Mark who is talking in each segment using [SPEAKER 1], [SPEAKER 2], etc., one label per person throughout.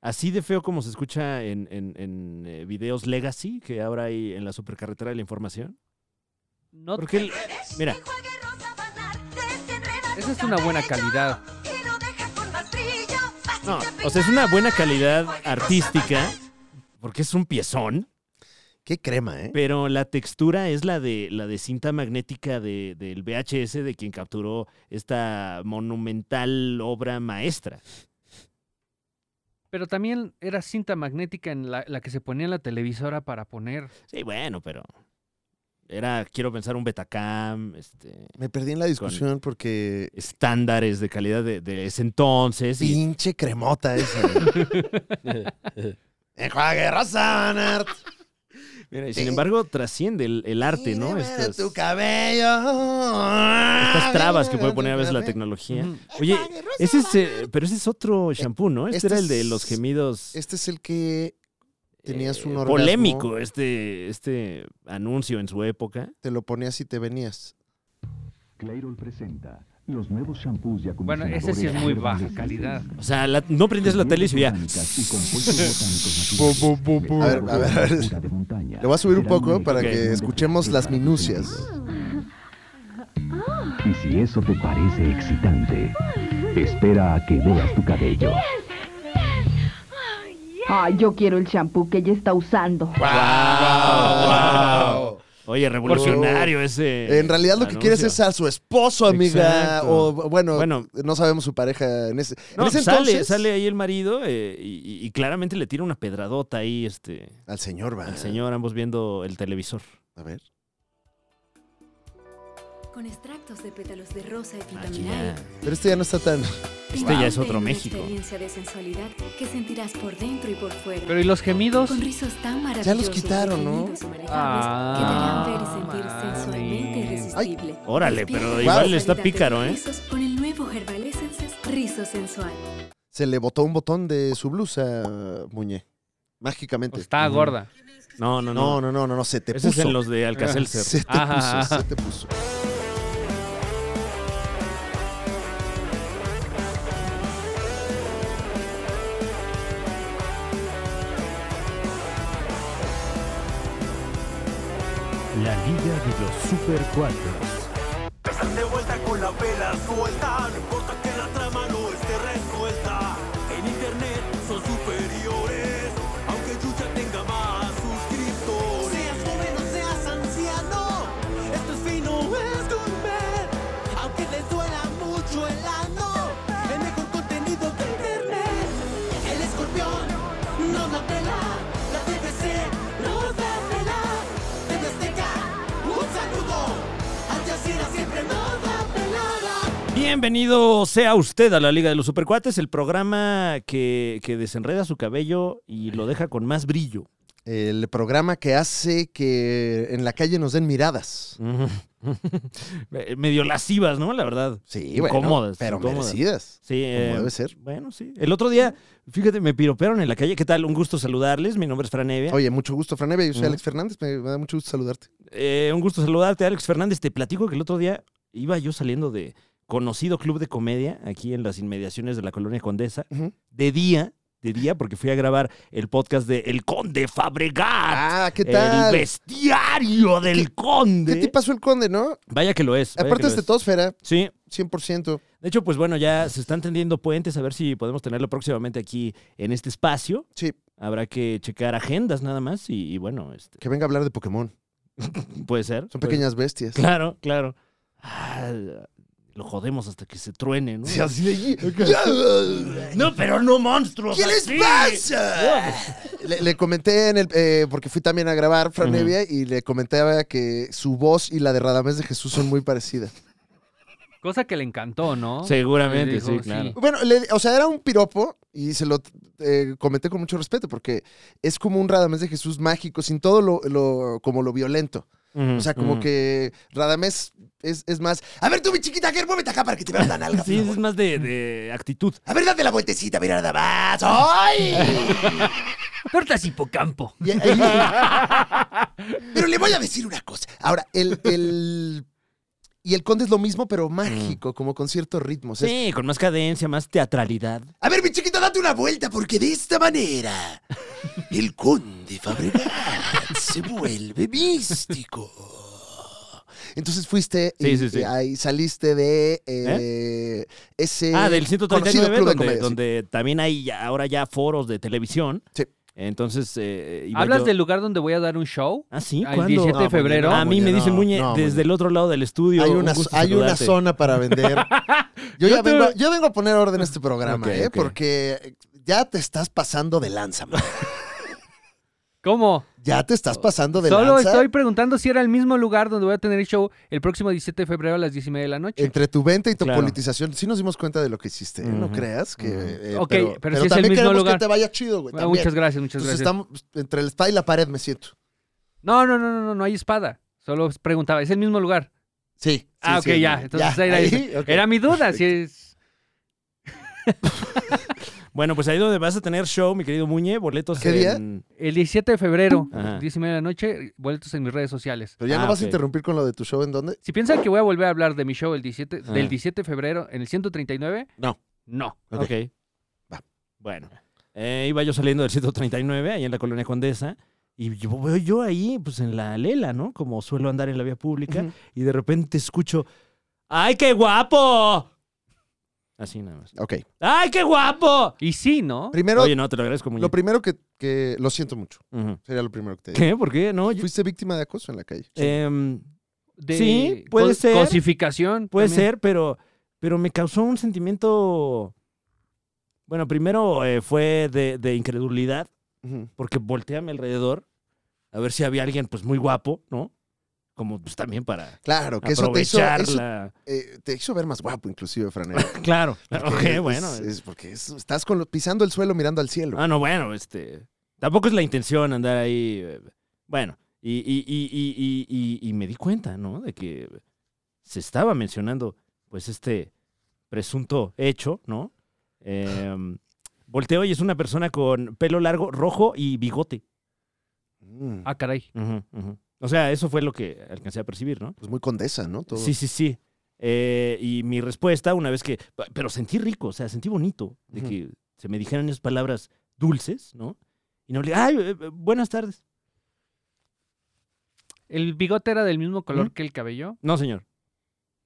[SPEAKER 1] Así de feo como se escucha en, en- en, eh, videos legacy que ahora hay en la supercarretera de la información.
[SPEAKER 2] No,
[SPEAKER 1] Porque, el- mira,
[SPEAKER 2] esa es una buena calidad.
[SPEAKER 1] no, o sea, es una buena calidad artística, porque es un piezón,
[SPEAKER 3] Qué crema, ¿eh?
[SPEAKER 1] pero la textura es la de, la de cinta magnética de- del VHS de quien capturó esta monumental obra maestra.
[SPEAKER 2] Pero también era cinta magnética en la, la que se ponía en la televisora para poner.
[SPEAKER 1] Sí, bueno, pero era, quiero pensar, un Betacam, este,
[SPEAKER 3] Me perdí en la discusión porque.
[SPEAKER 1] estándares de calidad de, de ese entonces. y-
[SPEAKER 3] Pinche cremota esa. ¿eh? Enjuague Rosanart.
[SPEAKER 1] mira, y sin embargo, trasciende el, el arte, ¿no?
[SPEAKER 3] Mírame
[SPEAKER 1] Estas,
[SPEAKER 3] tu cabello.
[SPEAKER 1] estas trabas que puede poner a veces la tecnología.
[SPEAKER 2] Ujú.
[SPEAKER 1] Oye, ese es, eh, pero ese es otro shampoo, ¿no? Este,
[SPEAKER 3] este
[SPEAKER 1] era el de
[SPEAKER 3] es-
[SPEAKER 1] los gemidos. eh,
[SPEAKER 3] Este es el que tenías un orgasmo.
[SPEAKER 1] Polémico este, este anuncio en su época.
[SPEAKER 3] te lo ponías y te venías.
[SPEAKER 4] Clairol presenta los nuevos shampoos y
[SPEAKER 2] Bueno,
[SPEAKER 4] acondicionadores.
[SPEAKER 2] ese sí es muy baja
[SPEAKER 4] naturales.
[SPEAKER 2] calidad.
[SPEAKER 1] O sea, la- no prendías la tele y se veía.
[SPEAKER 4] Botánicas y compuestos botánicos
[SPEAKER 3] Bu, bu, bu, bu. A ver,
[SPEAKER 4] naturales.
[SPEAKER 3] a ver, a ver.
[SPEAKER 4] Cultura de montaña.
[SPEAKER 3] Le voy a subir un poco para
[SPEAKER 1] Ok.
[SPEAKER 3] que escuchemos las minucias.
[SPEAKER 4] Y si eso te parece excitante, espera a que veas tu cabello.
[SPEAKER 5] Ay, yo quiero el champú que ella está usando.
[SPEAKER 1] Ah, ¡Guau! Oye, revolucionario ese.
[SPEAKER 3] Ah, En realidad lo que quieres
[SPEAKER 1] anuncio.
[SPEAKER 3] es a su esposo, amiga.
[SPEAKER 1] Exacto.
[SPEAKER 3] O bueno,
[SPEAKER 1] Bueno.
[SPEAKER 3] no sabemos su pareja en ese, en
[SPEAKER 1] No,
[SPEAKER 3] ese
[SPEAKER 1] sale,
[SPEAKER 3] entonces.
[SPEAKER 1] sale ahí el marido eh, y, y- y claramente le tira una pedradota ahí este,
[SPEAKER 3] Al señor, va.
[SPEAKER 1] al señor, ambos viendo el televisor.
[SPEAKER 3] A ver.
[SPEAKER 6] Con extractos de pétalos de rosa y
[SPEAKER 1] Aquí
[SPEAKER 6] vitamina
[SPEAKER 1] ya.
[SPEAKER 6] E.
[SPEAKER 3] Pero este ya no está tan.
[SPEAKER 1] Ah, Este ya es
[SPEAKER 6] Vive
[SPEAKER 1] otro
[SPEAKER 6] una
[SPEAKER 1] México.
[SPEAKER 6] experiencia de sensualidad que sentirás por dentro y por fuera.
[SPEAKER 2] Pero ¿y los gemidos?
[SPEAKER 6] Con rizos tan maravillosos.
[SPEAKER 3] quitaron, ¿no?
[SPEAKER 6] definidos y manejables que te
[SPEAKER 2] Ah,
[SPEAKER 6] harán ver y sentir sensualmente
[SPEAKER 2] mami.
[SPEAKER 6] irresistible.
[SPEAKER 1] Órale,
[SPEAKER 6] Despierta
[SPEAKER 1] pero
[SPEAKER 6] con
[SPEAKER 1] igual
[SPEAKER 6] la
[SPEAKER 1] está
[SPEAKER 6] calidad de
[SPEAKER 1] pícaro,
[SPEAKER 6] tus
[SPEAKER 1] ¿eh?
[SPEAKER 6] rizos Con el nuevo Herbal Essences Rizo Sensual.
[SPEAKER 3] Se le botó un botón de su blusa, Muñe. Mágicamente.
[SPEAKER 2] Está Pues,
[SPEAKER 3] Ujú.
[SPEAKER 2] gorda.
[SPEAKER 1] No, no,
[SPEAKER 3] No,
[SPEAKER 1] no.
[SPEAKER 3] no, no, no, no. Se te
[SPEAKER 1] Ese es
[SPEAKER 3] puso. Ah,
[SPEAKER 1] en los de Alcacelser.
[SPEAKER 3] Se te
[SPEAKER 1] Ah.
[SPEAKER 2] Ajá,
[SPEAKER 3] puso,
[SPEAKER 2] ajá.
[SPEAKER 3] se te puso.
[SPEAKER 7] La Liga de los Super Cuatros.
[SPEAKER 8] Están de vuelta con la vela suelta, no importa que la trama no esté resuelta. En internet son superiores, aunque Yuya tenga más suscriptores. Seas joven o seas anciano, esto es fino, es gourmet. Aunque les duela mucho el ano, el mejor contenido de internet. El escorpión no la pela, la TVC no da pela. TV Azteca, un saludo. Al Jazeera siempre no da pelada.
[SPEAKER 1] Bienvenido sea usted a la Liga de los Supercuates, el programa que, que desenreda su cabello y lo deja con más brillo.
[SPEAKER 3] El programa que hace que en la calle nos den miradas.
[SPEAKER 1] Me- Medio lascivas, ¿no? La verdad.
[SPEAKER 3] Sí, bueno.
[SPEAKER 1] Incómodas,
[SPEAKER 3] pero
[SPEAKER 1] incómodas.
[SPEAKER 3] merecidas.
[SPEAKER 1] Sí, eh,
[SPEAKER 3] debe ser.
[SPEAKER 1] Bueno, sí. El otro día, fíjate, me piropearon en la calle. ¿Qué tal? Un gusto saludarles. Mi nombre es Fran Evia.
[SPEAKER 3] Oye, mucho gusto, Franevia. Yo soy
[SPEAKER 1] Ujú.
[SPEAKER 3] Alex Fernández. Me, me da mucho gusto saludarte.
[SPEAKER 1] Eh, un gusto saludarte, Alex Fernández. Te platico que el otro día iba yo saliendo de conocido club de comedia aquí en las inmediaciones de la colonia Condesa.
[SPEAKER 3] Ujú.
[SPEAKER 1] De día, de día, porque fui a grabar el podcast de El Conde Fabregat.
[SPEAKER 3] Ah, ¿qué tal?
[SPEAKER 1] El bestiario del Conde.
[SPEAKER 3] ¿Qué te pasó el conde, no?
[SPEAKER 1] Vaya que lo es. vaya
[SPEAKER 3] Aparte
[SPEAKER 1] que
[SPEAKER 3] es
[SPEAKER 1] lo
[SPEAKER 3] de Tosfera,
[SPEAKER 1] Sí,
[SPEAKER 3] 100%.
[SPEAKER 1] de hecho, pues bueno, ya se están tendiendo puentes, a ver si podemos tenerlo próximamente aquí en este espacio.
[SPEAKER 3] Sí,
[SPEAKER 1] Habrá que checar agendas nada más y, y bueno, este,
[SPEAKER 3] que venga a hablar de Pokémon.
[SPEAKER 1] puede ser.
[SPEAKER 3] Son
[SPEAKER 1] puede-
[SPEAKER 3] pequeñas bestias.
[SPEAKER 1] Pues, Claro, claro. Ah, lo jodemos hasta que se truene, ¿no?
[SPEAKER 3] Sí, así de...
[SPEAKER 1] No, pero no monstruos.
[SPEAKER 3] ¿Qué les
[SPEAKER 1] así.
[SPEAKER 3] pasa? Le, le comenté en el. eh, porque fui también a grabar Fran
[SPEAKER 1] Ujú.
[SPEAKER 3] Evia y le comenté a que su voz y la de Radamés de Jesús son muy parecidas.
[SPEAKER 2] Cosa que le encantó, ¿no?
[SPEAKER 1] Seguramente,
[SPEAKER 2] Dijo,
[SPEAKER 1] sí, claro.
[SPEAKER 3] Bueno, le- o sea, era un piropo y se lo eh, comenté con mucho respeto porque es como un Radamés de Jesús mágico, sin todo lo, lo- como lo violento. O sea, como que Radamés es, es más. A ver, tú, mi chiquita, a ver, muévete acá para que te vean la nalga.
[SPEAKER 1] Sí,
[SPEAKER 3] por favor.
[SPEAKER 1] es más de, de actitud.
[SPEAKER 3] A ver, date la vueltecita, mira nada más. ¡Ay!
[SPEAKER 2] Tortas hipocampo.
[SPEAKER 3] Y ahí- Pero le voy a decir una cosa. Ahora, el, el, Y el conde es lo mismo, pero mágico, como con ciertos ritmos. Es,
[SPEAKER 1] Sí, con más cadencia, más teatralidad.
[SPEAKER 3] A ver, mi chiquita, date una vuelta, porque de esta manera el conde Fabregat se vuelve místico. Entonces fuiste y,
[SPEAKER 1] Sí, sí, sí.
[SPEAKER 3] y ahí saliste de eh, ese
[SPEAKER 1] ah, del
[SPEAKER 3] conocido
[SPEAKER 1] 139,
[SPEAKER 3] club de
[SPEAKER 1] donde,
[SPEAKER 3] comedia, sí.
[SPEAKER 1] donde también hay ya- ahora ya foros de televisión.
[SPEAKER 3] Sí.
[SPEAKER 1] Entonces, eh, iba
[SPEAKER 2] ¿Hablas
[SPEAKER 1] yo-
[SPEAKER 2] del lugar donde voy a dar un show?
[SPEAKER 1] Ah, sí,
[SPEAKER 2] al
[SPEAKER 1] ¿cuándo?
[SPEAKER 2] 17 de
[SPEAKER 1] Ah,
[SPEAKER 2] febrero.
[SPEAKER 1] A mí
[SPEAKER 3] Muñe,
[SPEAKER 1] me dicen,
[SPEAKER 3] no,
[SPEAKER 1] Muñe,
[SPEAKER 3] no,
[SPEAKER 1] desde
[SPEAKER 3] Muñe.
[SPEAKER 1] el otro lado del estudio.
[SPEAKER 3] Hay una,
[SPEAKER 1] un gusto
[SPEAKER 3] hay una
[SPEAKER 1] saludarte.
[SPEAKER 3] zona para vender. Yo, ya
[SPEAKER 2] Yo te-
[SPEAKER 3] vengo, a- yo vengo a poner orden a este programa,
[SPEAKER 1] Ok,
[SPEAKER 3] ¿eh?
[SPEAKER 1] ok.
[SPEAKER 3] Porque ya te estás pasando de lanza, man.
[SPEAKER 2] ¿Cómo?
[SPEAKER 3] Ya te estás pasando de
[SPEAKER 2] Solo
[SPEAKER 3] lanza.
[SPEAKER 2] estoy preguntando si era el mismo lugar donde voy a tener el show el próximo 17 de febrero a las 10 y media de la noche.
[SPEAKER 3] Entre tu venta y tu
[SPEAKER 1] Claro.
[SPEAKER 3] politización, sí nos dimos cuenta de lo que hiciste, ¿eh? no
[SPEAKER 1] Ujú,
[SPEAKER 3] creas que.
[SPEAKER 1] ujú.
[SPEAKER 3] eh,
[SPEAKER 2] Ok, pero
[SPEAKER 3] pero
[SPEAKER 2] sí es el
[SPEAKER 3] también
[SPEAKER 2] mismo
[SPEAKER 3] queremos
[SPEAKER 2] lugar.
[SPEAKER 3] que te vaya chido, güey.
[SPEAKER 2] Ah,
[SPEAKER 3] también.
[SPEAKER 2] muchas gracias, muchas
[SPEAKER 3] Entonces
[SPEAKER 2] gracias.
[SPEAKER 3] estamos entre el spa y la pared, me siento.
[SPEAKER 2] No, no, no, no, no, no hay espada. Solo preguntaba, es el mismo lugar.
[SPEAKER 3] Sí. sí,
[SPEAKER 2] Ah,
[SPEAKER 3] sí,
[SPEAKER 2] ok,
[SPEAKER 3] no,
[SPEAKER 2] ya, entonces ahí la hice.
[SPEAKER 3] ok.
[SPEAKER 2] Era mi duda, si es.
[SPEAKER 1] Bueno, pues ahí donde vas a tener show, mi querido Muñe, boletos
[SPEAKER 3] ¿Qué día?
[SPEAKER 1] en-
[SPEAKER 2] El 17 de febrero,
[SPEAKER 1] Ajá.
[SPEAKER 2] 10 y media de la noche, vueltos en mis redes sociales.
[SPEAKER 3] Pero ya
[SPEAKER 1] Ah,
[SPEAKER 3] no vas
[SPEAKER 1] ok.
[SPEAKER 3] a interrumpir con lo de tu show en dónde.
[SPEAKER 2] Si piensan que voy a volver a hablar de mi show el 17,
[SPEAKER 1] Ah.
[SPEAKER 2] del 17 de febrero en el 139,
[SPEAKER 3] No.
[SPEAKER 2] no.
[SPEAKER 1] Ok.
[SPEAKER 3] Va.
[SPEAKER 1] Bueno. Eh, iba yo saliendo del 139, ahí en la Colonia Condesa, y yo veo yo ahí, pues en la lela, ¿no? Como suelo andar en la vía pública,
[SPEAKER 3] Ujú.
[SPEAKER 1] y de repente escucho, ¡ay, qué guapo! Así nada más.
[SPEAKER 3] Ok.
[SPEAKER 1] ¡Ay, qué guapo!
[SPEAKER 2] Y sí, ¿no?
[SPEAKER 3] Primero,
[SPEAKER 1] Oye, no, te lo agradezco, Muñe.
[SPEAKER 3] lo primero que, que. Lo siento mucho.
[SPEAKER 1] Ujú.
[SPEAKER 3] Sería lo primero que te digo.
[SPEAKER 1] ¿Qué? ¿Por qué? No, yo-
[SPEAKER 3] Fuiste víctima de acoso en la calle.
[SPEAKER 2] Eh,
[SPEAKER 1] Em,
[SPEAKER 2] De
[SPEAKER 1] Sí, puede ser.
[SPEAKER 2] Cosificación.
[SPEAKER 1] Puede
[SPEAKER 2] también.
[SPEAKER 1] ser, pero, pero me causó un sentimiento. Bueno, primero eh, fue de, de incredulidad,
[SPEAKER 3] Ujú.
[SPEAKER 1] porque volteé a mi alrededor a ver si había alguien pues muy guapo, ¿no? Como pues también para
[SPEAKER 3] Claro, que eso te hizo,
[SPEAKER 1] aprovechar
[SPEAKER 3] eso,
[SPEAKER 1] la-
[SPEAKER 3] eh, te hizo ver más guapo, inclusive, Franero.
[SPEAKER 1] Claro, ok,
[SPEAKER 3] Porque es-
[SPEAKER 1] bueno.
[SPEAKER 3] es porque es- estás con lo- pisando el suelo mirando al cielo.
[SPEAKER 1] Ah, no, bueno, este. Tampoco es la intención andar ahí. eh, Bueno, y, y- y- y- y- y- y me di cuenta, ¿no? De que se estaba mencionando, pues, este presunto hecho, ¿no? Em, volteo y es una persona con pelo largo, rojo y bigote.
[SPEAKER 3] Mm,
[SPEAKER 2] Ah, caray.
[SPEAKER 1] Ujú, ujú. O sea, eso fue lo que alcancé a percibir, ¿no?
[SPEAKER 3] Pues muy condesa, ¿no? Todo.
[SPEAKER 1] Sí, sí, sí. Eh, y mi respuesta, una vez que. pa- Pero sentí rico, o sea, sentí bonito de
[SPEAKER 3] Ujú.
[SPEAKER 1] que se me dijeran esas palabras dulces, ¿no? Y no le. ¡Ay, eh, eh, buenas tardes!
[SPEAKER 2] ¿El bigote era del mismo color
[SPEAKER 1] Ujú.
[SPEAKER 2] que el cabello?
[SPEAKER 1] No, señor.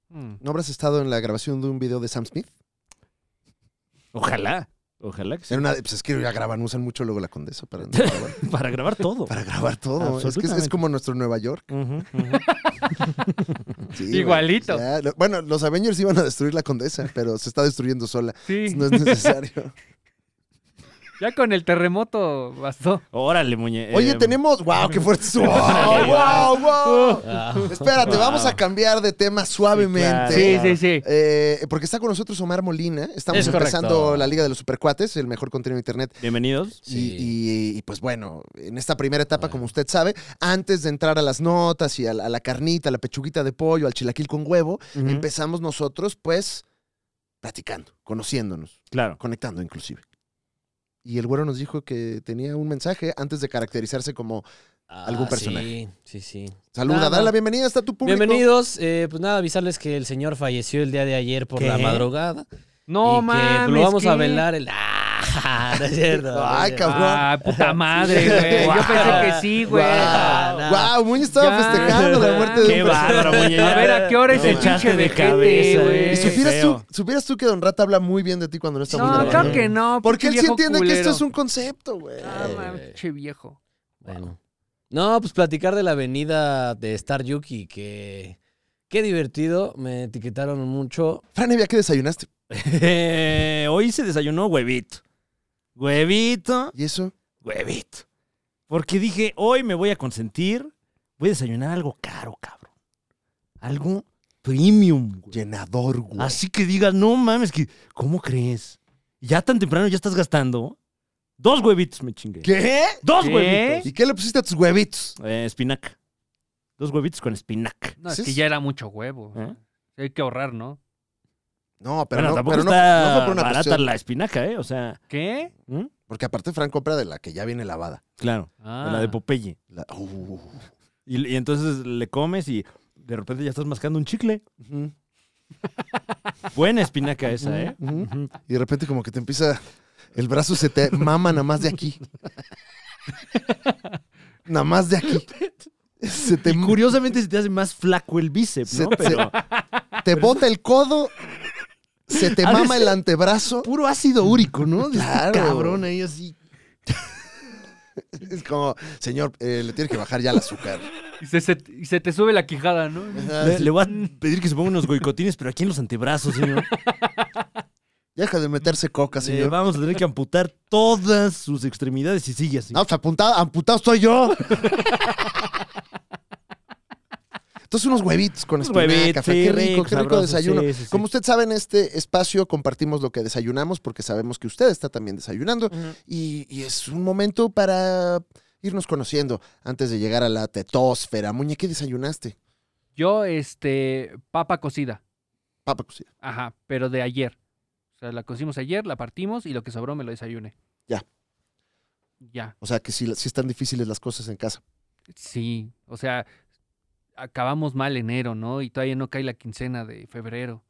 [SPEAKER 2] Mm.
[SPEAKER 3] ¿No habrás estado en la grabación de un video de Sam Smith?
[SPEAKER 1] Ojalá. Ojalá que sí.
[SPEAKER 3] Era una de- pues es que ya graban, usan mucho luego la condesa para,
[SPEAKER 1] Para grabar todo.
[SPEAKER 3] para grabar todo. Es que es- es,
[SPEAKER 1] Absolutamente.
[SPEAKER 3] como nuestro Nueva York.
[SPEAKER 1] Ujú, ujú.
[SPEAKER 3] Sí, güey.
[SPEAKER 2] Igualito.
[SPEAKER 3] O sea, lo- bueno, los Avengers iban a destruir la condesa, pero se está destruyendo sola.
[SPEAKER 2] Sí,
[SPEAKER 3] No es necesario.
[SPEAKER 2] ya con el terremoto bastó.
[SPEAKER 1] Órale, muñe.
[SPEAKER 3] Oye,
[SPEAKER 1] em,
[SPEAKER 3] tenemos. ¡Wow! ¡Qué fuerte! estuvo! ¡Wow! ¡Wow!
[SPEAKER 1] Ah.
[SPEAKER 3] wow. Espérate, vamos a cambiar de tema suavemente.
[SPEAKER 2] Sí, sí, sí.
[SPEAKER 3] Eh, porque está con nosotros Omar Molina. Estamos
[SPEAKER 9] Es correcto.
[SPEAKER 3] empezando la Liga de los Supercuates, el mejor contenido de Internet.
[SPEAKER 1] Bienvenidos.
[SPEAKER 3] Y-
[SPEAKER 9] Sí.
[SPEAKER 3] Y, y, pues bueno, en esta primera etapa, como usted sabe, antes de entrar a las notas y a, la- a la carnita, a la pechuguita de pollo, al chilaquil con huevo,
[SPEAKER 1] Ujú.
[SPEAKER 3] empezamos nosotros pues platicando, conociéndonos,
[SPEAKER 1] Claro.
[SPEAKER 3] conectando inclusive. Y el güero nos dijo que tenía un mensaje antes de caracterizarse como algún
[SPEAKER 9] Ah,
[SPEAKER 3] personaje.
[SPEAKER 9] Sí, sí, sí.
[SPEAKER 3] saluda,
[SPEAKER 9] Nada.
[SPEAKER 3] dale la bienvenida, está tu público.
[SPEAKER 9] Bienvenidos. eh, pues nada, avisarles que el señor falleció el día de ayer por la
[SPEAKER 1] ¿Qué?
[SPEAKER 9] madrugada.
[SPEAKER 2] No
[SPEAKER 9] y
[SPEAKER 2] mames.
[SPEAKER 9] que lo vamos a
[SPEAKER 2] ¿qué?
[SPEAKER 9] velar el. ¡Ah! No es cierto. no es
[SPEAKER 3] Ay,
[SPEAKER 9] cierto.
[SPEAKER 3] cabrón.
[SPEAKER 2] Ah, puta madre,
[SPEAKER 9] Sí.
[SPEAKER 2] güey. Yo
[SPEAKER 9] Guau.
[SPEAKER 2] pensé que sí, güey.
[SPEAKER 9] Guau.
[SPEAKER 2] A
[SPEAKER 9] Nah.
[SPEAKER 3] Wow, Muñe estaba
[SPEAKER 2] Ya.
[SPEAKER 3] festejando la muerte de
[SPEAKER 1] Qué
[SPEAKER 3] un personaje.
[SPEAKER 1] bárbaro, muñe. ya.
[SPEAKER 2] ver, ¿a qué hora es
[SPEAKER 1] Te
[SPEAKER 2] el
[SPEAKER 1] echaste
[SPEAKER 2] pinche
[SPEAKER 1] de
[SPEAKER 2] de
[SPEAKER 1] cabeza,
[SPEAKER 2] cabeza,
[SPEAKER 1] eh.
[SPEAKER 2] güey?
[SPEAKER 1] Sí, sí.
[SPEAKER 3] ¿Supieras tú,
[SPEAKER 1] feo.
[SPEAKER 3] supieras tú que Don Rata habla muy bien de ti cuando no está muy
[SPEAKER 2] No,
[SPEAKER 3] grabando?
[SPEAKER 2] claro que no.
[SPEAKER 3] Porque
[SPEAKER 2] pinche
[SPEAKER 3] él
[SPEAKER 2] viejo
[SPEAKER 3] sí entiende que esto
[SPEAKER 2] culero.
[SPEAKER 3] es un concepto, güey.
[SPEAKER 2] Ah, mames, pinche viejo.
[SPEAKER 9] Bueno. No, pues platicar de la avenida de Star Yuki, que. Qué divertido, me etiquetaron mucho.
[SPEAKER 3] Fran Evia, ¿qué desayunaste?
[SPEAKER 1] Eh, hoy se desayunó huevito. Huevito.
[SPEAKER 3] ¿Y eso?
[SPEAKER 1] Huevito. Porque dije, hoy me voy a consentir, voy a desayunar algo caro, cabrón. Algo premium, güey.
[SPEAKER 3] Llenador, güey.
[SPEAKER 1] Así que digas, no mames, que, ¿cómo crees? Ya tan temprano ya estás gastando. Dos huevitos me chingué.
[SPEAKER 3] ¿Qué?
[SPEAKER 1] Dos
[SPEAKER 2] ¿Qué?
[SPEAKER 1] huevitos.
[SPEAKER 3] ¿Y qué le pusiste a tus huevitos?
[SPEAKER 1] Eh, espinaca. Dos huevitos con espinaca.
[SPEAKER 2] No, es
[SPEAKER 3] Sí,
[SPEAKER 2] que
[SPEAKER 3] sí.
[SPEAKER 2] ya era mucho huevo.
[SPEAKER 1] ¿Eh?
[SPEAKER 2] Hay que ahorrar, ¿no?
[SPEAKER 3] No, pero
[SPEAKER 1] bueno,
[SPEAKER 3] no,
[SPEAKER 1] tampoco
[SPEAKER 3] pero no-
[SPEAKER 1] está
[SPEAKER 3] no, fue por una
[SPEAKER 1] barata
[SPEAKER 3] cuestión.
[SPEAKER 1] la espinaca, ¿eh? O sea,
[SPEAKER 2] ¿Qué?
[SPEAKER 1] ¿m?
[SPEAKER 3] Porque aparte Fran compra de la que ya viene lavada.
[SPEAKER 1] claro, de
[SPEAKER 2] Ah.
[SPEAKER 1] la de Popeye.
[SPEAKER 3] La- Uh,
[SPEAKER 1] Y, y entonces le comes y de repente ya estás mascando un chicle.
[SPEAKER 3] Ujú,
[SPEAKER 1] Buena espinaca esa, ¿eh?
[SPEAKER 3] ujú. Y de repente como que te empieza, el brazo se te mama nada más de aquí. nada más de aquí. Se te,
[SPEAKER 1] Y curiosamente se te hace más flaco el bíceps,
[SPEAKER 3] se-
[SPEAKER 1] ¿no?
[SPEAKER 3] se-
[SPEAKER 1] Pero
[SPEAKER 3] te bota el codo, se te
[SPEAKER 1] Ha de
[SPEAKER 3] mama el
[SPEAKER 1] ser-
[SPEAKER 3] antebrazo.
[SPEAKER 1] puro ácido úrico, ¿no? De este
[SPEAKER 3] Claro.
[SPEAKER 1] Cabrón ahí así.
[SPEAKER 3] Es como, señor, eh, le tiene que bajar ya el azúcar.
[SPEAKER 2] Y se, se- y se te sube la quijada, ¿no?
[SPEAKER 3] Ajá,
[SPEAKER 1] Le,
[SPEAKER 3] sí.
[SPEAKER 1] le voy a pedir que se ponga unos goicotines, pero aquí en los antebrazos, señor.
[SPEAKER 3] Deja de meterse coca,
[SPEAKER 1] Le
[SPEAKER 3] señor.
[SPEAKER 1] Eh, vamos a tener que amputar todas sus extremidades si sigue así.
[SPEAKER 3] Ah, pues apuntado, amputado estoy yo. Entonces unos huevitos con
[SPEAKER 1] Unos
[SPEAKER 3] espinaca,
[SPEAKER 1] huevitos,
[SPEAKER 3] Fran,
[SPEAKER 1] sí,
[SPEAKER 3] qué rico, qué rico
[SPEAKER 1] sabroso,
[SPEAKER 3] desayuno.
[SPEAKER 1] sí, sí, sí.
[SPEAKER 3] Como usted sabe, en este espacio compartimos lo que desayunamos porque sabemos que usted está también desayunando y, y es un momento para irnos conociendo antes de llegar a la tetósfera. Muñe, ¿qué desayunaste?
[SPEAKER 2] Yo, este, papa cocida.
[SPEAKER 3] Papa cocida.
[SPEAKER 2] Ajá, pero de ayer. O sea, la cocimos ayer, la partimos y lo que sobró me lo desayuné.
[SPEAKER 3] Ya.
[SPEAKER 2] Ya,
[SPEAKER 3] O sea, que sí, sí están difíciles las cosas en casa.
[SPEAKER 2] sí. O sea, acabamos mal enero, ¿no? Y todavía no cae la quincena de febrero.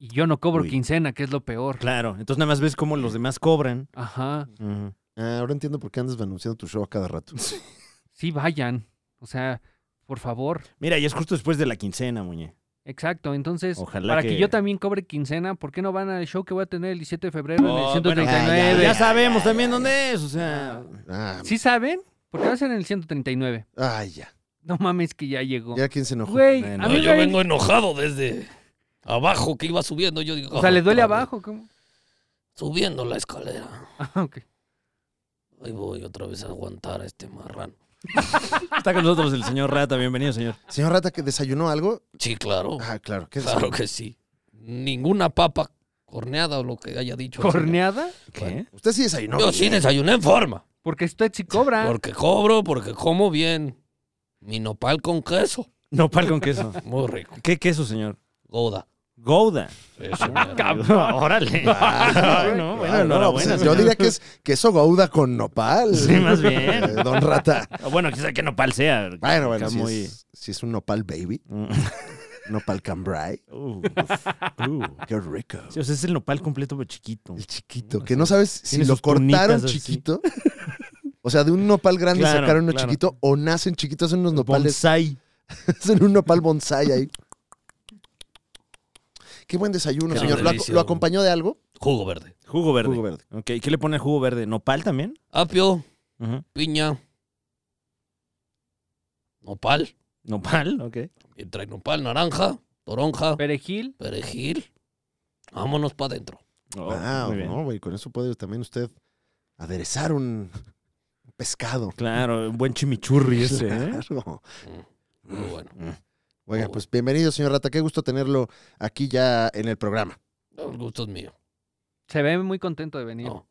[SPEAKER 2] Y yo no cobro
[SPEAKER 1] Uy.
[SPEAKER 2] quincena, que es lo peor.
[SPEAKER 1] Claro, entonces nada más ves cómo los demás cobran.
[SPEAKER 2] Ajá.
[SPEAKER 1] Ujú.
[SPEAKER 3] Ah, ahora entiendo por qué andas anunciando tu show a cada rato.
[SPEAKER 2] Sí, vayan. O sea, por favor.
[SPEAKER 1] Mira, y es justo después de la quincena, muñe.
[SPEAKER 2] Exacto, entonces,
[SPEAKER 1] Ojalá
[SPEAKER 2] para que...
[SPEAKER 1] que-
[SPEAKER 2] yo también cobre quincena, ¿por qué no van al show que voy a tener el 17 de febrero en el
[SPEAKER 1] Oh,
[SPEAKER 2] 139?
[SPEAKER 1] bueno, ya
[SPEAKER 3] ya,
[SPEAKER 1] sabemos
[SPEAKER 3] ya,
[SPEAKER 1] también
[SPEAKER 3] ya,
[SPEAKER 1] dónde es, o sea.
[SPEAKER 3] Ah,
[SPEAKER 2] ¿Sí saben? Porque va a ser en el 139.
[SPEAKER 3] ay, ya.
[SPEAKER 2] No mames que ya llegó.
[SPEAKER 3] Ya quién se enojó.
[SPEAKER 2] Güey,
[SPEAKER 1] Bueno,
[SPEAKER 2] a mí
[SPEAKER 1] yo
[SPEAKER 2] me-
[SPEAKER 9] enojado desde abajo que iba subiendo. Yo digo,
[SPEAKER 2] O sea, le duele abajo. ¿cómo?
[SPEAKER 9] Subiendo la escalera.
[SPEAKER 2] Ah, ok.
[SPEAKER 9] Ahí voy otra vez a aguantar a este marrano.
[SPEAKER 1] Está con nosotros el señor Rata, bienvenido, señor.
[SPEAKER 3] Señor Rata, que desayunó algo.
[SPEAKER 9] Sí,
[SPEAKER 1] Oh.
[SPEAKER 9] claro.
[SPEAKER 3] Ah, claro. ¿Qué
[SPEAKER 9] Claro que sí. Ninguna papa corneada o lo que haya dicho. el señor.
[SPEAKER 2] ¿Corneada?
[SPEAKER 1] ¿Qué?
[SPEAKER 3] Usted sí desayunó.
[SPEAKER 9] Yo
[SPEAKER 3] bien.
[SPEAKER 9] sí desayuné en forma.
[SPEAKER 2] Porque usted sí cobra.
[SPEAKER 9] Porque cobro, porque como bien. Mi nopal con queso.
[SPEAKER 1] Nopal con queso.
[SPEAKER 9] Muy rico.
[SPEAKER 1] ¿Qué queso, señor?
[SPEAKER 9] Gouda.
[SPEAKER 1] Gouda.
[SPEAKER 9] Eso,
[SPEAKER 2] Ah,
[SPEAKER 9] mero.
[SPEAKER 1] Órale. Ay, no, bueno,
[SPEAKER 3] Ah, no,
[SPEAKER 1] enhorabuena.
[SPEAKER 3] pues, yo
[SPEAKER 1] señor.
[SPEAKER 3] diría que es queso gouda con nopal.
[SPEAKER 1] Sí, más bien.
[SPEAKER 3] Eh, Don Rata.
[SPEAKER 1] Ah, Bueno, quizá que nopal sea.
[SPEAKER 3] Bueno, bueno,
[SPEAKER 1] Acá
[SPEAKER 3] si,
[SPEAKER 1] muy-
[SPEAKER 3] es, si es un nopal baby,
[SPEAKER 1] Mm.
[SPEAKER 3] nopal cambrai,
[SPEAKER 1] Uh, uf, uh.
[SPEAKER 3] qué rico.
[SPEAKER 1] Sí, o sea, es el nopal completo, pero chiquito.
[SPEAKER 3] El chiquito, que no sabes si
[SPEAKER 1] Tiene
[SPEAKER 3] lo
[SPEAKER 1] sus tunitas
[SPEAKER 3] cortaron
[SPEAKER 1] así.
[SPEAKER 3] chiquito. O sea, de un nopal grande
[SPEAKER 1] Claro,
[SPEAKER 3] sacaron uno
[SPEAKER 1] claro.
[SPEAKER 3] chiquito o nacen chiquitos en unos nopales,
[SPEAKER 1] Bonsai.
[SPEAKER 3] hacen un nopal bonsai ahí. Qué buen desayuno,
[SPEAKER 9] Qué
[SPEAKER 3] señor. ¿Lo, ac-
[SPEAKER 9] delicia,
[SPEAKER 3] lo
[SPEAKER 9] güey.
[SPEAKER 3] acompañó de algo?
[SPEAKER 9] Jugo verde.
[SPEAKER 1] Jugo verde.
[SPEAKER 3] Jugo verde.
[SPEAKER 1] Ok, ¿qué le pone al jugo verde? ¿Nopal también?
[SPEAKER 9] Apio,
[SPEAKER 1] Ujú.
[SPEAKER 9] piña, nopal.
[SPEAKER 1] Nopal, ok.
[SPEAKER 9] Y trae nopal, naranja, toronja,
[SPEAKER 2] Perejil.
[SPEAKER 9] perejil. Vámonos para adentro.
[SPEAKER 1] Oh,
[SPEAKER 3] Ah,
[SPEAKER 1] muy bien.
[SPEAKER 3] no, güey, con eso puede también usted aderezar un un pescado.
[SPEAKER 1] Claro, un buen chimichurri ese, ¿eh? Mm. Oh.
[SPEAKER 3] Claro.
[SPEAKER 9] Muy bueno.
[SPEAKER 3] Oiga, pues bienvenido, señor Rata. Qué gusto tenerlo aquí ya en el programa.
[SPEAKER 9] El gusto es mío.
[SPEAKER 2] Se ve muy contento de venir.
[SPEAKER 1] Oh.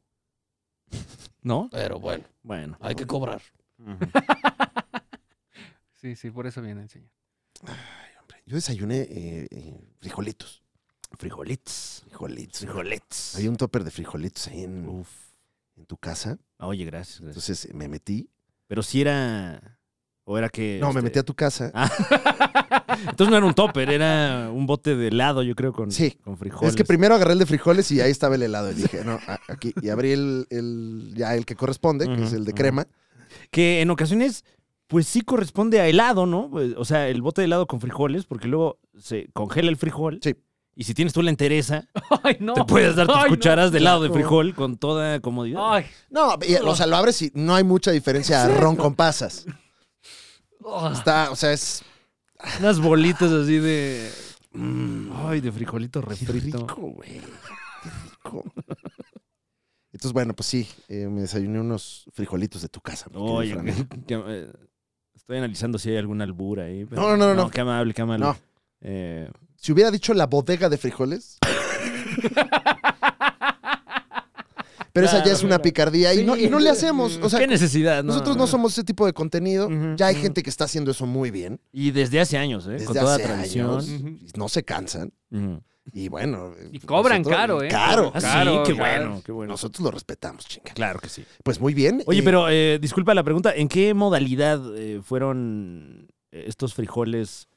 [SPEAKER 9] No,
[SPEAKER 1] ¿No?
[SPEAKER 9] pero bueno,
[SPEAKER 1] Bueno.
[SPEAKER 9] hay que cobrar.
[SPEAKER 1] Ujú.
[SPEAKER 2] Sí, sí, por eso viene el señor.
[SPEAKER 3] Yo desayuné eh, eh, frijolitos.
[SPEAKER 1] Frijolitos.
[SPEAKER 3] Frijolitos.
[SPEAKER 1] Frijolitos.
[SPEAKER 3] Había un topper de frijolitos ahí en,
[SPEAKER 1] Uf.
[SPEAKER 3] en tu casa.
[SPEAKER 1] Ah, Oye, gracias, gracias.
[SPEAKER 3] Entonces eh, me metí.
[SPEAKER 1] Pero si era... ¿O era que...?
[SPEAKER 3] No, me
[SPEAKER 1] este,
[SPEAKER 3] metí a tu casa.
[SPEAKER 1] Ah. Entonces no era un topper, era un bote de helado, yo creo, con,
[SPEAKER 3] Sí.
[SPEAKER 1] con frijoles.
[SPEAKER 3] Es que primero agarré el de frijoles y ahí estaba el helado. Y dije, no, a- aquí. Y abrí el, el- ya el que corresponde, que
[SPEAKER 1] Ujú,
[SPEAKER 3] es el de
[SPEAKER 1] ujú.
[SPEAKER 3] crema.
[SPEAKER 1] Que en ocasiones, pues sí corresponde a helado, ¿no? Pues, O sea, el bote de helado con frijoles, porque luego se congela el frijol.
[SPEAKER 3] Sí.
[SPEAKER 1] Y si tienes tú la entereza,
[SPEAKER 2] ¡Ay, no!
[SPEAKER 1] te puedes dar tus
[SPEAKER 2] Ay, no.
[SPEAKER 1] cucharas de helado de
[SPEAKER 3] Claro.
[SPEAKER 1] frijol con toda comodidad.
[SPEAKER 2] ¡Ay!
[SPEAKER 3] No, y- o sea, lo abres y no hay mucha diferencia a ron con pasas.
[SPEAKER 2] oh,
[SPEAKER 3] Está, o sea, es
[SPEAKER 1] Unas bolitas así de... Ay, de frijolito refrito.
[SPEAKER 3] güey. Entonces, bueno, pues sí, eh, me desayuné unos frijolitos de tu casa. mi querido
[SPEAKER 1] Oye,
[SPEAKER 3] Fran.
[SPEAKER 1] que- que, eh, estoy analizando si hay alguna albura ahí. pero-
[SPEAKER 3] No, no, no, no.
[SPEAKER 1] Qué amable, qué amable.
[SPEAKER 3] No.
[SPEAKER 1] Eh,
[SPEAKER 3] si hubiera dicho la bodega de frijoles. Pero esa ya es una picardía y, no, y no le hacemos. O sea,
[SPEAKER 1] qué necesidad, ¿no?
[SPEAKER 3] nosotros no somos ese tipo de contenido.
[SPEAKER 1] Ujú,
[SPEAKER 3] Ya hay
[SPEAKER 1] ujú.
[SPEAKER 3] gente que está haciendo eso muy bien.
[SPEAKER 1] Y desde hace años, ¿eh?
[SPEAKER 3] Desde
[SPEAKER 1] con toda
[SPEAKER 3] hace
[SPEAKER 1] tradición.
[SPEAKER 3] años. y No se cansan.
[SPEAKER 1] Ujú.
[SPEAKER 3] Y bueno.
[SPEAKER 2] Y cobran caro, ¿eh?
[SPEAKER 3] Caro.
[SPEAKER 1] Ah, sí,
[SPEAKER 2] Claro,
[SPEAKER 1] qué
[SPEAKER 2] claro.
[SPEAKER 1] bueno, qué bueno.
[SPEAKER 3] Nosotros lo respetamos, chinga.
[SPEAKER 1] Claro que sí.
[SPEAKER 3] Pues muy bien.
[SPEAKER 1] Oye,
[SPEAKER 3] eh,
[SPEAKER 1] pero eh, disculpa la pregunta, ¿en qué modalidad eh, fueron eh, estos frijoles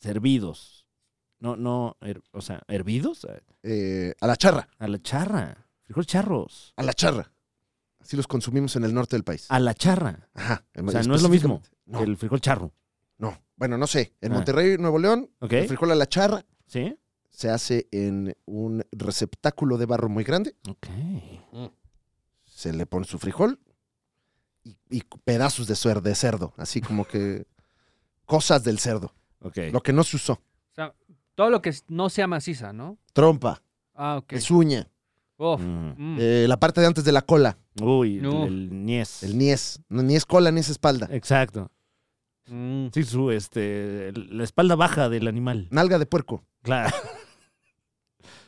[SPEAKER 1] servidos. No, no, her- o sea, hervidos a,
[SPEAKER 3] Eh, a la charra,
[SPEAKER 1] a la charra. Frijoles charros.
[SPEAKER 3] a la charra. Así los consumimos en el norte del país.
[SPEAKER 1] A la charra.
[SPEAKER 3] Ajá.
[SPEAKER 1] O sea, no es lo mismo
[SPEAKER 3] No.
[SPEAKER 1] que el frijol charro.
[SPEAKER 3] No, bueno, no sé. En
[SPEAKER 1] Ah. ¿Eh?
[SPEAKER 3] Monterrey, Nuevo León,
[SPEAKER 1] ¿Ok?
[SPEAKER 3] el frijol a la charra
[SPEAKER 1] Sí.
[SPEAKER 3] se hace en un receptáculo de barro muy grande.
[SPEAKER 1] Ok.
[SPEAKER 3] se le pone su frijol y, y pedazos de, suer- de cerdo, así como que cosas del cerdo,
[SPEAKER 1] Ok.
[SPEAKER 3] lo que no se usó.
[SPEAKER 2] O sea, todo lo que s- no sea maciza, ¿no?
[SPEAKER 3] Trompa,
[SPEAKER 2] Ah, ok.
[SPEAKER 3] pezuña,
[SPEAKER 2] Uf,
[SPEAKER 1] Mm.
[SPEAKER 2] mm.
[SPEAKER 3] eh, la parte de antes de la cola,
[SPEAKER 1] Uy, el-
[SPEAKER 2] No.
[SPEAKER 1] el, niés.
[SPEAKER 3] el niés. No, ni es cola ni es espalda.
[SPEAKER 1] Eh. Exacto.
[SPEAKER 2] Mm.
[SPEAKER 1] Sí, su, este, el- la espalda baja del animal.
[SPEAKER 3] Nalga de puerco.
[SPEAKER 1] Claro.